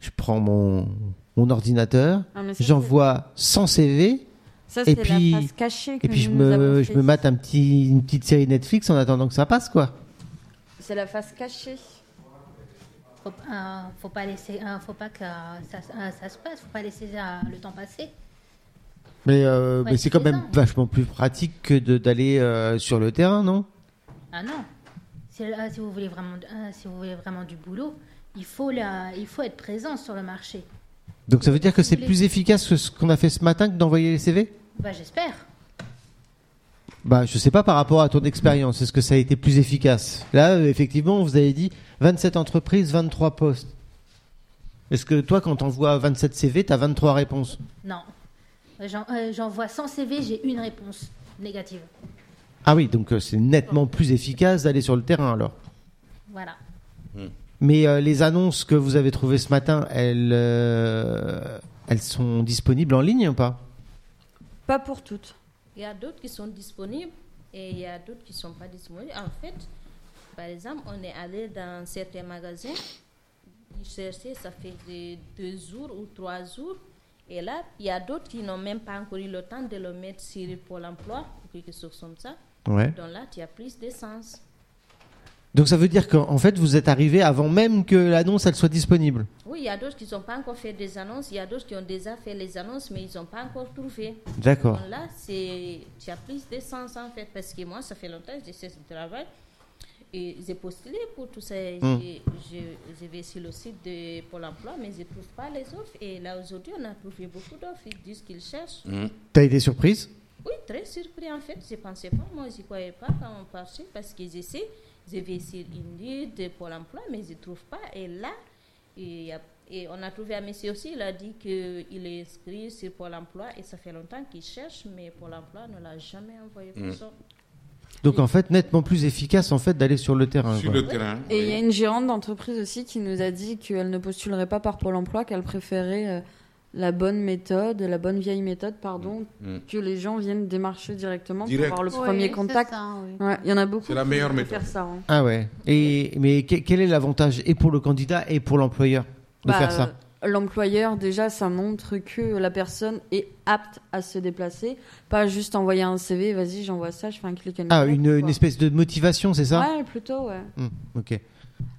Speaker 3: je prends mon, mon ordinateur,
Speaker 1: Ah, mais ça,
Speaker 3: j'envoie 100 CV,
Speaker 1: Ça,
Speaker 3: Et
Speaker 1: c'est
Speaker 3: puis-
Speaker 1: la face cachée que
Speaker 3: et puis je
Speaker 1: nous avons
Speaker 3: me, je
Speaker 1: fait.
Speaker 3: me mate un petit, une petite série Netflix en attendant que ça passe, quoi.
Speaker 1: C'est la face cachée.
Speaker 6: Faut, euh, faut pas laisser, euh, faut pas que euh, ça, se- euh, ça se passe, faut pas laisser euh, le temps passer.
Speaker 3: Mais, euh,
Speaker 6: Ouais,
Speaker 3: mais c'est quand
Speaker 6: c'est
Speaker 3: même
Speaker 6: ça.
Speaker 3: vachement plus pratique que de- d'aller euh, sur le terrain, non
Speaker 6: Ah non, si, euh, si vous voulez vraiment, euh, si vous voulez vraiment du boulot, il faut la- il faut être présent sur le marché.
Speaker 3: Donc ça veut dire que c'est
Speaker 6: voulez-
Speaker 3: plus efficace que ce qu'on a fait ce matin que d'envoyer les CV
Speaker 6: Bah j'espère.
Speaker 3: Bah, je sais pas par rapport à ton expérience, est-ce que ça a été plus efficace Là, euh, effectivement, vous avez dit 27 entreprises, 23 postes. Est-ce que toi, quand t'envoies 27 CV, t'as 23 réponses
Speaker 6: Non, Euh, j'en- euh, j'envoie 100 CV, j'ai une réponse négative.
Speaker 3: Ah oui, donc euh, c'est nettement plus efficace d'aller sur le terrain alors.
Speaker 6: Voilà.
Speaker 3: Mais euh, les annonces que vous avez trouvées ce matin, elles, euh, elles sont disponibles en ligne ou pas
Speaker 1: Pas pour toutes.
Speaker 8: Il y a d'autres qui sont disponibles et il y a d'autres qui ne sont pas disponibles. En fait, par exemple, on est allé dans certains magasins Ils cherchaient, ça fait des- deux jours ou trois jours. Et là, il y a d'autres qui n'ont même pas encore eu le temps de le mettre sur Pôle emploi ou quelque chose comme ça.
Speaker 3: Ouais.
Speaker 8: Donc là, tu as plus d'essence.
Speaker 3: Donc ça veut dire qu'en en fait, vous êtes arrivé avant même que l'annonce elle soit disponible.
Speaker 8: Oui, il y a d'autres qui n'ont pas encore fait des annonces. Il y a d'autres qui ont déjà fait les annonces, mais ils n'ont pas encore trouvé.
Speaker 3: D'accord.
Speaker 8: Donc là, c'est- tu as plus d'essence en fait. Parce que moi, ça fait longtemps que je cherche du travail. Et j'ai postulé pour tout ça.
Speaker 3: Mm.
Speaker 8: J'ai- Je, je vais sur le site de Pôle emploi, mais je ne trouve pas les offres. Et là, aujourd'hui, on a trouvé beaucoup d'offres. Ils disent qu'ils cherchent.
Speaker 3: T'as été surprise
Speaker 8: Oui, très surpris en fait. Je ne pensais pas, moi, je n'y croyais pas quand on partait parce que j'essaie, je vais sur Indeed, Pôle emploi, mais je ne trouve pas. Et là, il y a- et on a trouvé un monsieur aussi, il a dit qu'il est inscrit sur Pôle emploi et ça fait longtemps qu'il cherche, mais Pôle emploi ne l'a jamais envoyé pour
Speaker 3: Mm.
Speaker 8: ça.
Speaker 3: Donc en fait, nettement plus efficace en fait d'aller sur le terrain.
Speaker 5: Sur
Speaker 3: quoi.
Speaker 5: le terrain.
Speaker 1: Et il y a une gérante d'entreprise aussi qui nous a dit qu'elle ne postulerait pas par Pôle emploi, qu'elle préférait euh, la bonne méthode, la bonne vieille méthode, pardon,
Speaker 5: Mm.
Speaker 1: que les gens viennent démarcher directement
Speaker 5: Direct.
Speaker 1: pour avoir le
Speaker 2: Oui,
Speaker 1: premier
Speaker 2: c'est
Speaker 1: contact.
Speaker 2: ça, oui.
Speaker 1: Ouais, il y en a beaucoup.
Speaker 5: C'est la
Speaker 1: qui
Speaker 5: meilleure
Speaker 1: préfèrent
Speaker 5: méthode.
Speaker 1: ça, hein.
Speaker 3: Ah ouais. Et mais que- quel est l'avantage et pour le candidat et pour l'employeur de
Speaker 1: Bah,
Speaker 3: faire ça
Speaker 1: euh, L'employeur, déjà, ça montre que la personne est apte à se déplacer, pas juste envoyer un CV, vas-y, j'envoie ça, je fais un click and
Speaker 3: Ah,
Speaker 1: collect,
Speaker 3: une, une
Speaker 1: quoi.
Speaker 3: espèce de motivation, c'est ça
Speaker 1: Ouais, plutôt, ouais.
Speaker 3: Hmm, Ok.
Speaker 1: Et,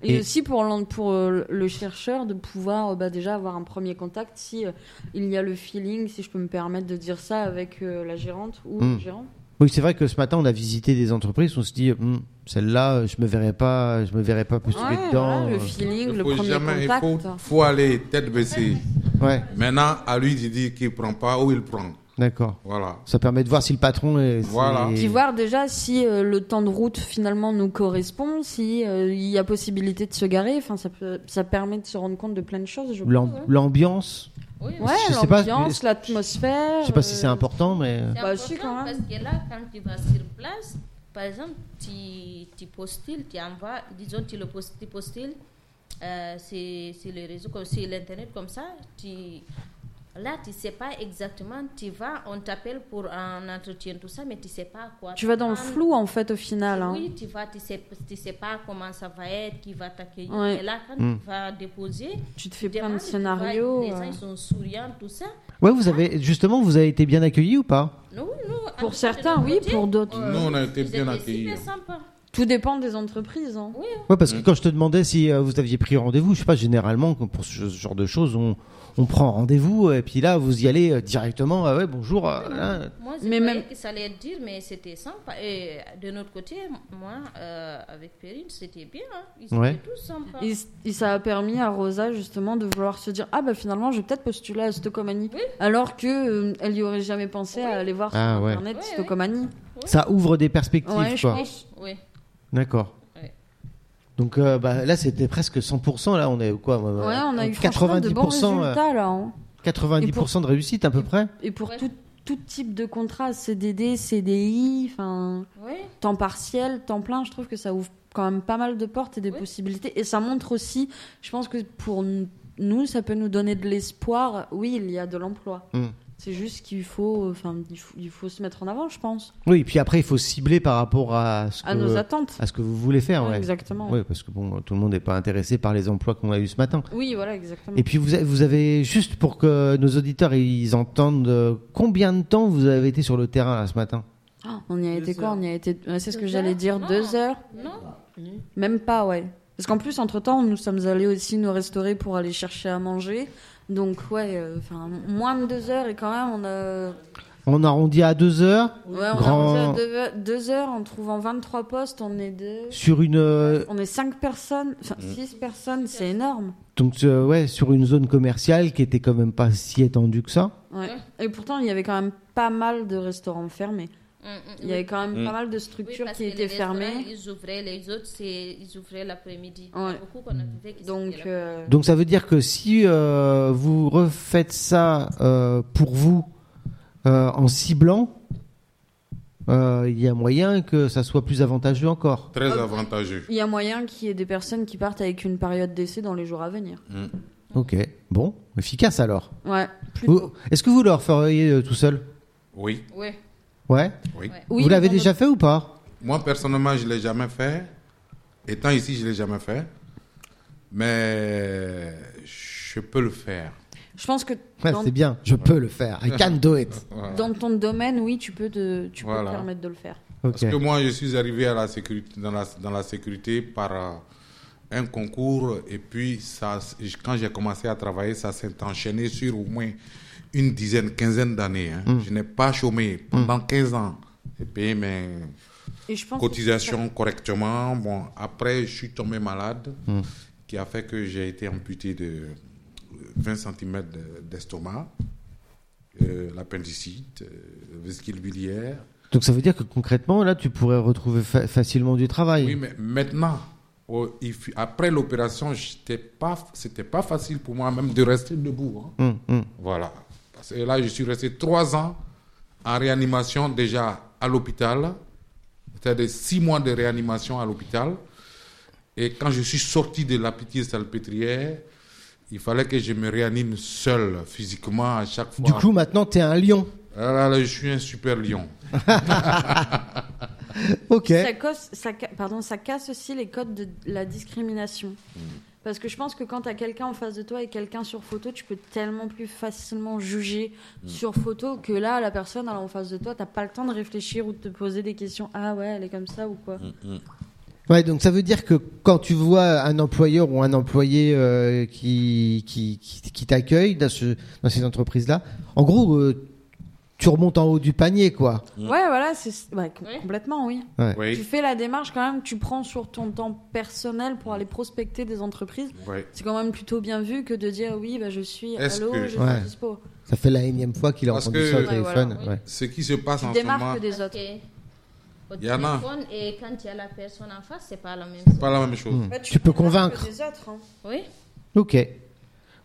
Speaker 3: Et-
Speaker 1: aussi pour, l'en- pour euh, le chercheur de pouvoir euh, bah, déjà avoir un premier contact si euh, il y a le feeling, si je peux me permettre de dire ça avec euh, la gérante ou
Speaker 3: Mm.
Speaker 1: le gérant.
Speaker 3: Oui, c'est vrai que ce matin, on a visité des entreprises, on se dit, Hmm, celle-là, je me verrais pas, je me verrais pas postuler
Speaker 1: Ouais,
Speaker 3: dedans.
Speaker 1: voilà, le
Speaker 3: Euh,
Speaker 1: feeling, le
Speaker 5: faut
Speaker 1: premier
Speaker 5: jamais- il
Speaker 1: contact.
Speaker 5: faut, faut aller tête baissée.
Speaker 3: Ouais,
Speaker 5: Maintenant, à lui de dire qu'il prend pas ou il prend.
Speaker 3: d'accord.
Speaker 5: Voilà.
Speaker 3: Ça permet de voir si le patron est.
Speaker 5: Voilà.
Speaker 3: c'est-
Speaker 1: Puis voir déjà si euh, le temps de route finalement nous correspond, si euh, il y a possibilité de se garer. Enfin, ça, peut- ça permet de se rendre compte de plein de choses. Je
Speaker 3: l'am-
Speaker 1: pense, ouais.
Speaker 3: l'ambiance.
Speaker 8: Oui,
Speaker 1: Ouais,
Speaker 3: Je sais pas,
Speaker 1: l'ambiance, l'atmosphère.
Speaker 3: Je sais pas si c'est
Speaker 1: euh,
Speaker 3: important, mais
Speaker 8: C'est
Speaker 1: Bah,
Speaker 8: important
Speaker 1: si, quand
Speaker 8: parce
Speaker 1: même.
Speaker 8: que là, quand tu vas sur place, par exemple, tu, tu postules, tu envoies, disons, tu le post- tu postules euh, sur, sur les réseaux, comme- sur l'Internet, comme ça. Tu, là, tu sais pas exactement, tu vas, on t'appelle pour un entretien, tout ça, mais tu sais pas à quoi.
Speaker 1: Tu vas dans le
Speaker 8: t'attendre.
Speaker 1: flou en fait au final. hein.
Speaker 8: Ah. Oui, tu vas, tu sais, tu sais pas comment ça va être, qui va t'accueillir.
Speaker 1: Ouais.
Speaker 8: Et là, quand
Speaker 3: Mm.
Speaker 5: Hmm.
Speaker 8: tu vas déposer,
Speaker 1: Tu te fais
Speaker 8: tu
Speaker 1: plein de
Speaker 8: demandes, tu vois,
Speaker 1: scénarios.
Speaker 8: Les gens,
Speaker 1: euh.
Speaker 8: ils sont souriants, tout ça.
Speaker 3: ouais, vous avez justement, vous avez été bien accueillis ou pas
Speaker 8: Nous, nous, en tout
Speaker 1: Pour
Speaker 8: cas,
Speaker 1: certains,
Speaker 8: de
Speaker 1: oui,
Speaker 8: notre côté,
Speaker 1: pour d'autres.
Speaker 5: Nous, on a été
Speaker 8: ils
Speaker 5: bien
Speaker 8: étaient
Speaker 5: accueillis. hein.
Speaker 8: super sympas.
Speaker 1: Tout dépend des entreprises. hein.
Speaker 3: Ouais, parce que quand je te demandais si euh, vous aviez pris rendez-vous, je sais pas, généralement quand- pour ce genre de choses, on, on prend rendez-vous et puis là, vous y allez euh, directement. Ah ouais, bonjour. euh, là.
Speaker 8: Moi, je
Speaker 1: Mais
Speaker 8: mais
Speaker 1: même-
Speaker 8: que ça allait être dur, mais c'était sympa. Et euh, de notre côté, moi, euh, avec Perrine, c'était bien. hein. Ils
Speaker 3: Ouais.
Speaker 8: étaient tous sympas.
Speaker 1: Et, c- et ça a permis à Rosa justement de vouloir se dire ah bah finalement je vais peut-être postuler à Stocomanie alors que euh, elle y aurait jamais pensé à aller voir
Speaker 3: Ah,
Speaker 1: sur
Speaker 3: ouais.
Speaker 1: internet
Speaker 8: Ouais, ouais.
Speaker 1: Stocomanie.
Speaker 3: Ça ouvre des perspectives,
Speaker 1: Ouais, je
Speaker 3: quoi.
Speaker 1: pense.
Speaker 8: Oui.
Speaker 3: D'accord.
Speaker 8: Ouais.
Speaker 3: Donc euh, bah, là, c'était presque 100%. Là, on est quoi
Speaker 1: Ouais,
Speaker 3: euh,
Speaker 1: on a eu 90 de bons
Speaker 3: 90%, euh,
Speaker 1: résultats Mm. là. hein.
Speaker 3: 90 de réussite à peu près.
Speaker 1: Et pour
Speaker 8: Ouais.
Speaker 1: tout tout type de contrat CDD, CDI, enfin
Speaker 8: Oui.
Speaker 1: temps partiel, temps plein, je trouve que ça ouvre quand même pas mal de portes et des
Speaker 8: Oui.
Speaker 1: possibilités. Et ça montre aussi, je pense que pour n- nous, ça peut nous donner de l'espoir. Oui, il y a de l'emploi.
Speaker 3: Mm.
Speaker 1: C'est juste qu'il faut, enfin, il faut, il faut se mettre en avant, je pense,
Speaker 3: Oui, et puis après, il faut cibler par rapport à ce que,
Speaker 1: à nos attentes.
Speaker 3: à ce que vous voulez faire. Ouais.
Speaker 1: Exactement.
Speaker 3: Oui, parce que bon, tout le monde n'est pas intéressé par les emplois qu'on a eu ce matin.
Speaker 1: Oui, voilà, exactement.
Speaker 3: Et puis vous avez, vous avez juste pour que nos auditeurs ils entendent euh, combien de temps vous avez été sur le terrain là, ce matin.
Speaker 1: Ah, on y a
Speaker 4: Deux
Speaker 1: été quoi
Speaker 4: heures.
Speaker 1: On y a été, ouais, c'est ce
Speaker 8: Deux
Speaker 1: que j'allais
Speaker 8: heures
Speaker 1: dire,
Speaker 8: Non.
Speaker 1: deux heures,
Speaker 8: Non.
Speaker 1: même pas, ouais. Parce qu'en plus, entre temps, nous sommes allés aussi nous restaurer pour aller chercher à manger. Donc ouais, euh, enfin moins de deux heures et quand même on a
Speaker 3: On arrondit à deux heures
Speaker 1: Ouais, on
Speaker 3: Grand-
Speaker 1: a rendu à deux, heures- deux heures en trouvant 23 postes, on est deux.
Speaker 3: sur une euh,
Speaker 1: On est cinq personnes, enfin six personnes, c'est énorme.
Speaker 3: donc euh, ouais sur une zone commerciale qui était quand même pas si étendue que ça.
Speaker 1: Ouais. Et pourtant, il y avait quand même pas mal de restaurants fermés.
Speaker 8: Mm, mm,
Speaker 1: Il y avait
Speaker 8: oui.
Speaker 1: quand même
Speaker 5: Mm.
Speaker 1: pas mal de
Speaker 8: Oui,
Speaker 1: structures
Speaker 8: parce
Speaker 1: qui
Speaker 8: que les
Speaker 1: étaient fermées.
Speaker 8: restaurants, Ils ouvraient, les autres, c'est- ils ouvraient l'après-midi. Il y a
Speaker 1: Ouais.
Speaker 8: beaucoup qu'on a trouvé qui
Speaker 1: Donc,
Speaker 8: s'étaient là.
Speaker 1: euh,
Speaker 3: Donc ça veut dire que si euh, vous refaites ça euh, pour vous euh, en ciblant, euh, il y a moyen que ça soit plus avantageux encore.
Speaker 5: Très avantageux.
Speaker 1: il y a moyen qu'il y ait des personnes qui partent avec une période d'essai dans les jours à venir.
Speaker 3: Ok, bon, efficace alors.
Speaker 1: Ouais, plutôt.
Speaker 3: Vous- Est-ce que vous le referiez euh, tout seul
Speaker 5: Oui,
Speaker 8: Ouais.
Speaker 3: Ouais.
Speaker 5: oui.
Speaker 1: Oui,
Speaker 3: vous l'avez
Speaker 1: dans
Speaker 3: déjà fait ou pas
Speaker 5: Moi, personnellement, je ne l'ai jamais fait. Étant ici, je ne l'ai jamais fait. mais je peux le faire.
Speaker 1: Je pense que
Speaker 3: Ouais,
Speaker 1: dans,
Speaker 3: c'est bien, je peux le faire. I can do it.
Speaker 5: Voilà.
Speaker 1: dans ton domaine, oui, tu peux te, tu peux
Speaker 5: Voilà.
Speaker 1: te permettre de le faire.
Speaker 3: Ok.
Speaker 5: Parce que moi, je suis arrivé à la sécurité, dans, la, dans la sécurité par euh, un concours. Et puis, ça, quand j'ai commencé à travailler, ça s'est enchaîné sur au moins une dizaine, quinzaine d'années. hein. Je n'ai pas chômé pendant 15 ans. J'ai payé mes
Speaker 1: Et je pense que-
Speaker 5: cotisations correctement. Bon, après, je suis tombé malade, qui a fait que j'ai été amputé de 20 cm d'estomac, euh, l'appendicite, euh, vésicule biliaire.
Speaker 3: Donc ça veut dire que concrètement, là, tu pourrais retrouver fa- facilement du travail.
Speaker 5: Oui, mais maintenant, oh, il fut- après l'opération, j'étais pas, c'était pas facile pour moi même de rester debout. hein.
Speaker 3: Hum, hum.
Speaker 5: Voilà. Parce que là, je suis resté trois ans en réanimation déjà à l'hôpital. C'est-à-dire six mois de réanimation à l'hôpital. Et quand je suis sorti de la pitié salpêtrière, il fallait que je me réanime seul, physiquement, à chaque fois.
Speaker 3: Du coup, maintenant, t'es un lion.
Speaker 5: Ah là là, je suis un super lion.
Speaker 3: Ok.
Speaker 1: ça, casse, ça ca- pardon, ça casse aussi les codes de la discrimination. Parce que je pense que quand tu as quelqu'un en face de toi et quelqu'un sur photo, tu peux tellement plus facilement juger sur photo que là, la personne elle est en face de toi, t'as pas le temps de réfléchir ou de te poser des questions. Ah ouais, elle est comme ça ou quoi
Speaker 3: Ouais, donc ça veut dire que quand tu vois un employeur ou un employé euh, qui, qui, qui, qui t'accueille dans, ce, dans ces entreprises-là, en gros, euh, tu remontes en haut du panier, quoi.
Speaker 1: Ouais, voilà, c'est ouais, com- complètement, oui. Tu
Speaker 5: Oui.
Speaker 1: fais la démarche quand même, tu prends sur ton temps personnel pour aller prospecter des entreprises.
Speaker 5: Oui.
Speaker 1: C'est quand même plutôt bien vu que de dire oui, bah, je suis
Speaker 5: Est-ce
Speaker 1: allô,
Speaker 5: que-
Speaker 1: je
Speaker 3: Ouais.
Speaker 1: suis dispo.
Speaker 3: Ça fait la énième fois qu'il a
Speaker 5: Parce
Speaker 3: entendu
Speaker 5: que-
Speaker 3: ça au
Speaker 5: Ouais,
Speaker 3: téléphone.
Speaker 6: voilà, oui.
Speaker 3: ouais.
Speaker 5: Ce qui se passe
Speaker 1: Tu
Speaker 5: en
Speaker 1: te
Speaker 5: ce moment,
Speaker 1: démarques des
Speaker 6: Parce
Speaker 1: autres.
Speaker 6: que Au
Speaker 5: Il y en a.
Speaker 6: téléphone et quand il y a la personne en face, c'est pas la même
Speaker 5: c'est
Speaker 6: chose.
Speaker 5: pas la même chose.
Speaker 1: Bah,
Speaker 3: Hmm. Tu peux
Speaker 1: te démarques
Speaker 3: convaincre.
Speaker 1: des autres, hein.
Speaker 6: Oui,
Speaker 3: Ok.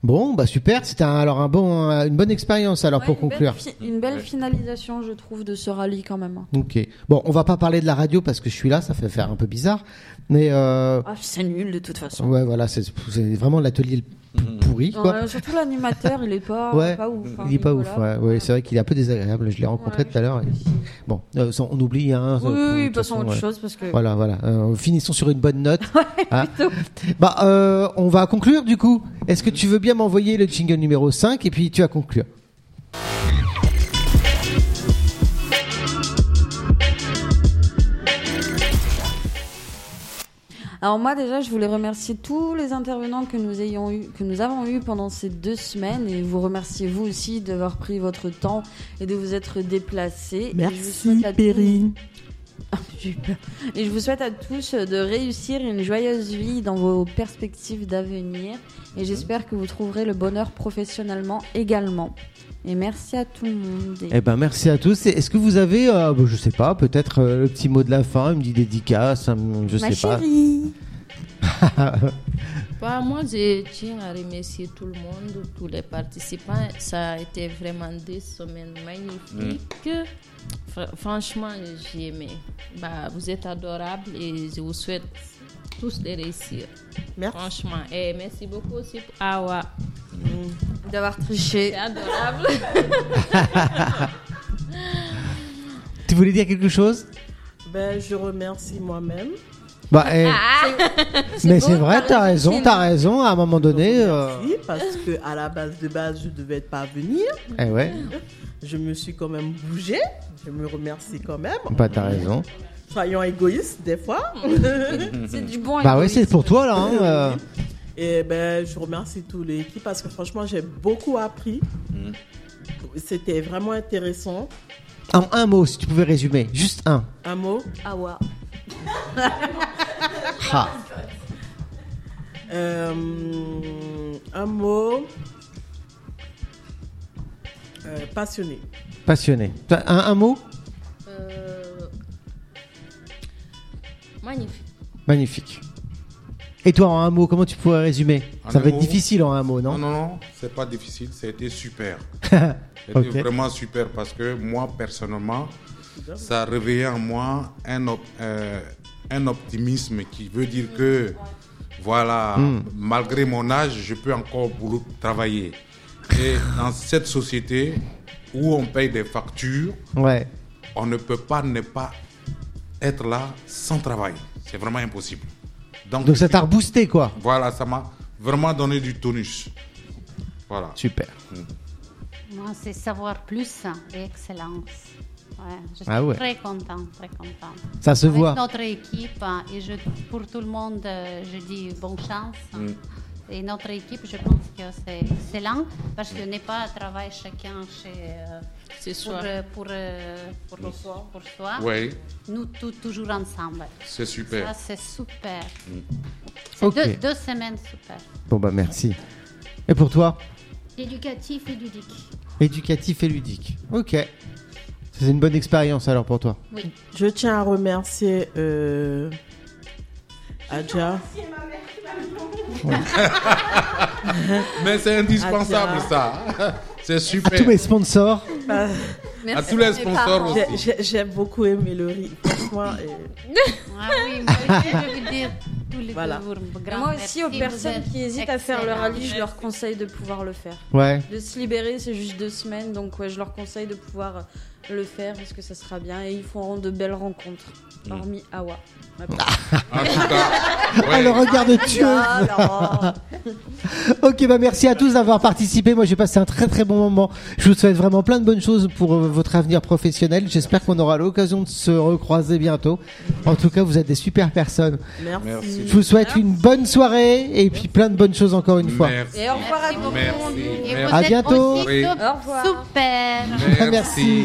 Speaker 3: Bon, bah super, c'était un- alors un bon, euh, une bonne expérience alors
Speaker 1: Ouais,
Speaker 3: pour
Speaker 1: une belle
Speaker 3: conclure.
Speaker 1: fi- une belle
Speaker 5: Ouais.
Speaker 1: finalisation, je trouve, de ce rallye quand même. hein.
Speaker 3: Ok. Bon, on va pas parler de la radio parce que je suis là, ça fait faire un peu bizarre. Mais euh,
Speaker 1: Ah, c'est nul de toute façon.
Speaker 3: ouais, voilà, c'est c'est vraiment l'atelier le p- pourri, quoi.
Speaker 1: Euh, surtout l'animateur, il est pas,
Speaker 3: Ouais,
Speaker 1: pas ouf. hein,
Speaker 3: Il est pas ouf,
Speaker 1: Nicolas.
Speaker 3: ouais. Ouais, c'est vrai qu'il est un peu désagréable. Je l'ai rencontré
Speaker 1: Ouais,
Speaker 3: tout à l'heure. et- Bon, euh, sans- on oublie. Hein,
Speaker 1: Oui,
Speaker 3: euh,
Speaker 1: oui,
Speaker 3: de toute
Speaker 1: passons à
Speaker 3: façon,
Speaker 1: autre
Speaker 3: ouais.
Speaker 1: chose parce que.
Speaker 3: Voilà, voilà. Euh, finissons sur une bonne note. Hein. bah, euh, on va conclure du coup. Est-ce que tu veux bien m'envoyer le jingle numéro 5 et puis tu vas conclure
Speaker 1: Alors moi déjà, je voulais remercier tous les intervenants que nous ayons eu, que nous avons eu pendant ces deux semaines, et vous remercier vous aussi d'avoir pris votre temps et de vous être déplacés. Et je vous
Speaker 4: Merci,
Speaker 1: souhaite à tous-
Speaker 4: Perrine.
Speaker 1: J'ai eu peur. Et je vous souhaite à tous de réussir une joyeuse vie dans vos perspectives d'avenir. Et j'espère que vous trouverez le bonheur professionnellement également. Et merci à tout le monde. Et-
Speaker 3: Eh ben, merci à tous. Et Est-ce que vous avez, euh, bah, je sais pas, peut-être euh, le petit mot de la fin, une petite dédicace, un- je
Speaker 1: Ma
Speaker 3: sais Ah,
Speaker 1: chérie
Speaker 3: pas.
Speaker 8: Bah, moi, je tiens à remercier tout le monde, tous les participants. Ça a été vraiment deux semaines magnifiques. Fr- franchement, j'ai aimé. Bah, vous êtes adorables et je vous souhaite tous de réussir.
Speaker 4: Merci.
Speaker 8: Franchement. Et merci beaucoup aussi pour Awa.
Speaker 1: d'avoir triché.
Speaker 8: C'est adorable.
Speaker 3: tu voulais dire quelque chose
Speaker 4: Ben, je remercie moi-même.
Speaker 3: Bah, eh, mais
Speaker 1: Ah, beau,
Speaker 3: c'est vrai,
Speaker 1: t'as
Speaker 3: t'as
Speaker 1: raison,
Speaker 3: raison,
Speaker 1: c'est
Speaker 3: t'as raison. À un moment donné, euh,
Speaker 4: Oui, parce que à la base de base, je devais pas venir.
Speaker 3: eh ouais,
Speaker 4: Je me suis quand même bougée. Je me remercie quand même.
Speaker 3: bah t'as raison.
Speaker 4: Soyons égoïstes des fois.
Speaker 1: C'est du bon.
Speaker 3: Bah ouais,
Speaker 1: égoïsme.
Speaker 3: c'est pour toi là. hein, euh.
Speaker 4: Et ben, je remercie toute l'équipe parce que franchement, j'ai beaucoup appris. C'était vraiment intéressant.
Speaker 3: En un mot, si tu pouvais résumer, juste un.
Speaker 4: Un mot.
Speaker 1: Ah ouais.
Speaker 3: Ah.
Speaker 4: Euh, un mot. Euh, passionné.
Speaker 3: Passionné. T'as Un, un mot
Speaker 8: Euh, Magnifique.
Speaker 3: Magnifique. Et toi, en un mot, comment tu pourrais résumer
Speaker 5: En
Speaker 3: Ça
Speaker 5: un
Speaker 3: va être
Speaker 5: mot
Speaker 3: difficile en un mot, non
Speaker 5: Non, non, non, c'est pas difficile, ça a été super. C'était
Speaker 3: Ok.
Speaker 5: vraiment super parce que moi, personnellement, ça a réveillé en moi un, op- euh, un optimisme qui veut dire que, voilà, malgré mon âge, je peux encore boulot- travailler. Et dans cette société où on paye des factures,
Speaker 3: Ouais.
Speaker 5: on ne peut pas ne pas être là sans travail. C'est vraiment impossible. Donc,
Speaker 3: ça t'a reboosté, quoi.
Speaker 5: Voilà, ça m'a vraiment donné du tonus. Voilà.
Speaker 3: Super.
Speaker 2: Moi, c'est savoir plus et excellence. Ouais, je suis
Speaker 3: Ah ouais.
Speaker 2: très contente, très contente.
Speaker 3: Ça se
Speaker 2: Avec
Speaker 3: voit.
Speaker 2: notre équipe, hein, et je, pour tout le monde, euh, je dis bonne chance. hein.
Speaker 5: Mm.
Speaker 2: Et notre équipe, je pense que c'est excellent parce que n'est pas à travail chacun chez, euh,
Speaker 8: C'est
Speaker 2: pour,
Speaker 8: soi.
Speaker 2: euh, pour, euh, pour, soi. Pour soi.
Speaker 5: Oui.
Speaker 2: Nous tous toujours ensemble.
Speaker 5: C'est super.
Speaker 2: Ça, c'est super.
Speaker 5: Mm.
Speaker 2: C'est
Speaker 3: Ok.
Speaker 2: deux, deux semaines super.
Speaker 3: Bon, bah, merci. Et pour toi
Speaker 6: Éducatif et ludique.
Speaker 3: Éducatif et ludique. Ok. C'est une bonne expérience, alors, pour toi.
Speaker 4: Je tiens à remercier euh, Adja.
Speaker 5: Mais c'est indispensable,
Speaker 4: Ah,
Speaker 5: ça. hein. C'est
Speaker 3: À
Speaker 5: super.
Speaker 3: tous mes sponsors.
Speaker 5: À tous les sponsors
Speaker 4: J'ai-
Speaker 5: aussi.
Speaker 4: j'ai- J'ai beaucoup aimé le riz. Franchement, euh,
Speaker 2: Ah oui, moi aussi, je veux dire tous les
Speaker 4: Voilà.
Speaker 2: deux, vous- grand
Speaker 1: Moi aussi, aux
Speaker 2: merci, vous
Speaker 1: personnes
Speaker 2: êtes
Speaker 1: qui hésitent à faire le
Speaker 2: excellents.
Speaker 1: rallye, je leur conseille de pouvoir le faire.
Speaker 3: Ouais.
Speaker 1: De se libérer, c'est juste deux semaines, donc ouais, je leur conseille de pouvoir euh, le faire parce que ça sera bien et ils feront de belles rencontres, hormis Awa. ma petite.
Speaker 5: En tout cas, ouais.
Speaker 3: Ah, le regard de tueuse.
Speaker 1: Alors,
Speaker 3: Ok, bah merci à tous d'avoir participé. Moi, j'ai passé un très très bon moment. Je vous souhaite vraiment plein de bonnes choses pour euh, votre avenir professionnel. J'espère qu'on aura l'occasion de se recroiser bientôt. En tout cas, vous êtes des super personnes.
Speaker 4: merci.
Speaker 5: Merci.
Speaker 3: Je vous souhaite une bonne soirée et puis plein de bonnes choses encore une fois.
Speaker 5: Merci.
Speaker 1: et au revoir à tout le monde.
Speaker 5: Merci.
Speaker 2: Et vous
Speaker 5: Merci.
Speaker 3: À
Speaker 2: êtes
Speaker 3: bientôt.
Speaker 2: aussi
Speaker 5: Oui.
Speaker 2: sup-
Speaker 1: Au revoir.
Speaker 2: Super.
Speaker 5: Merci.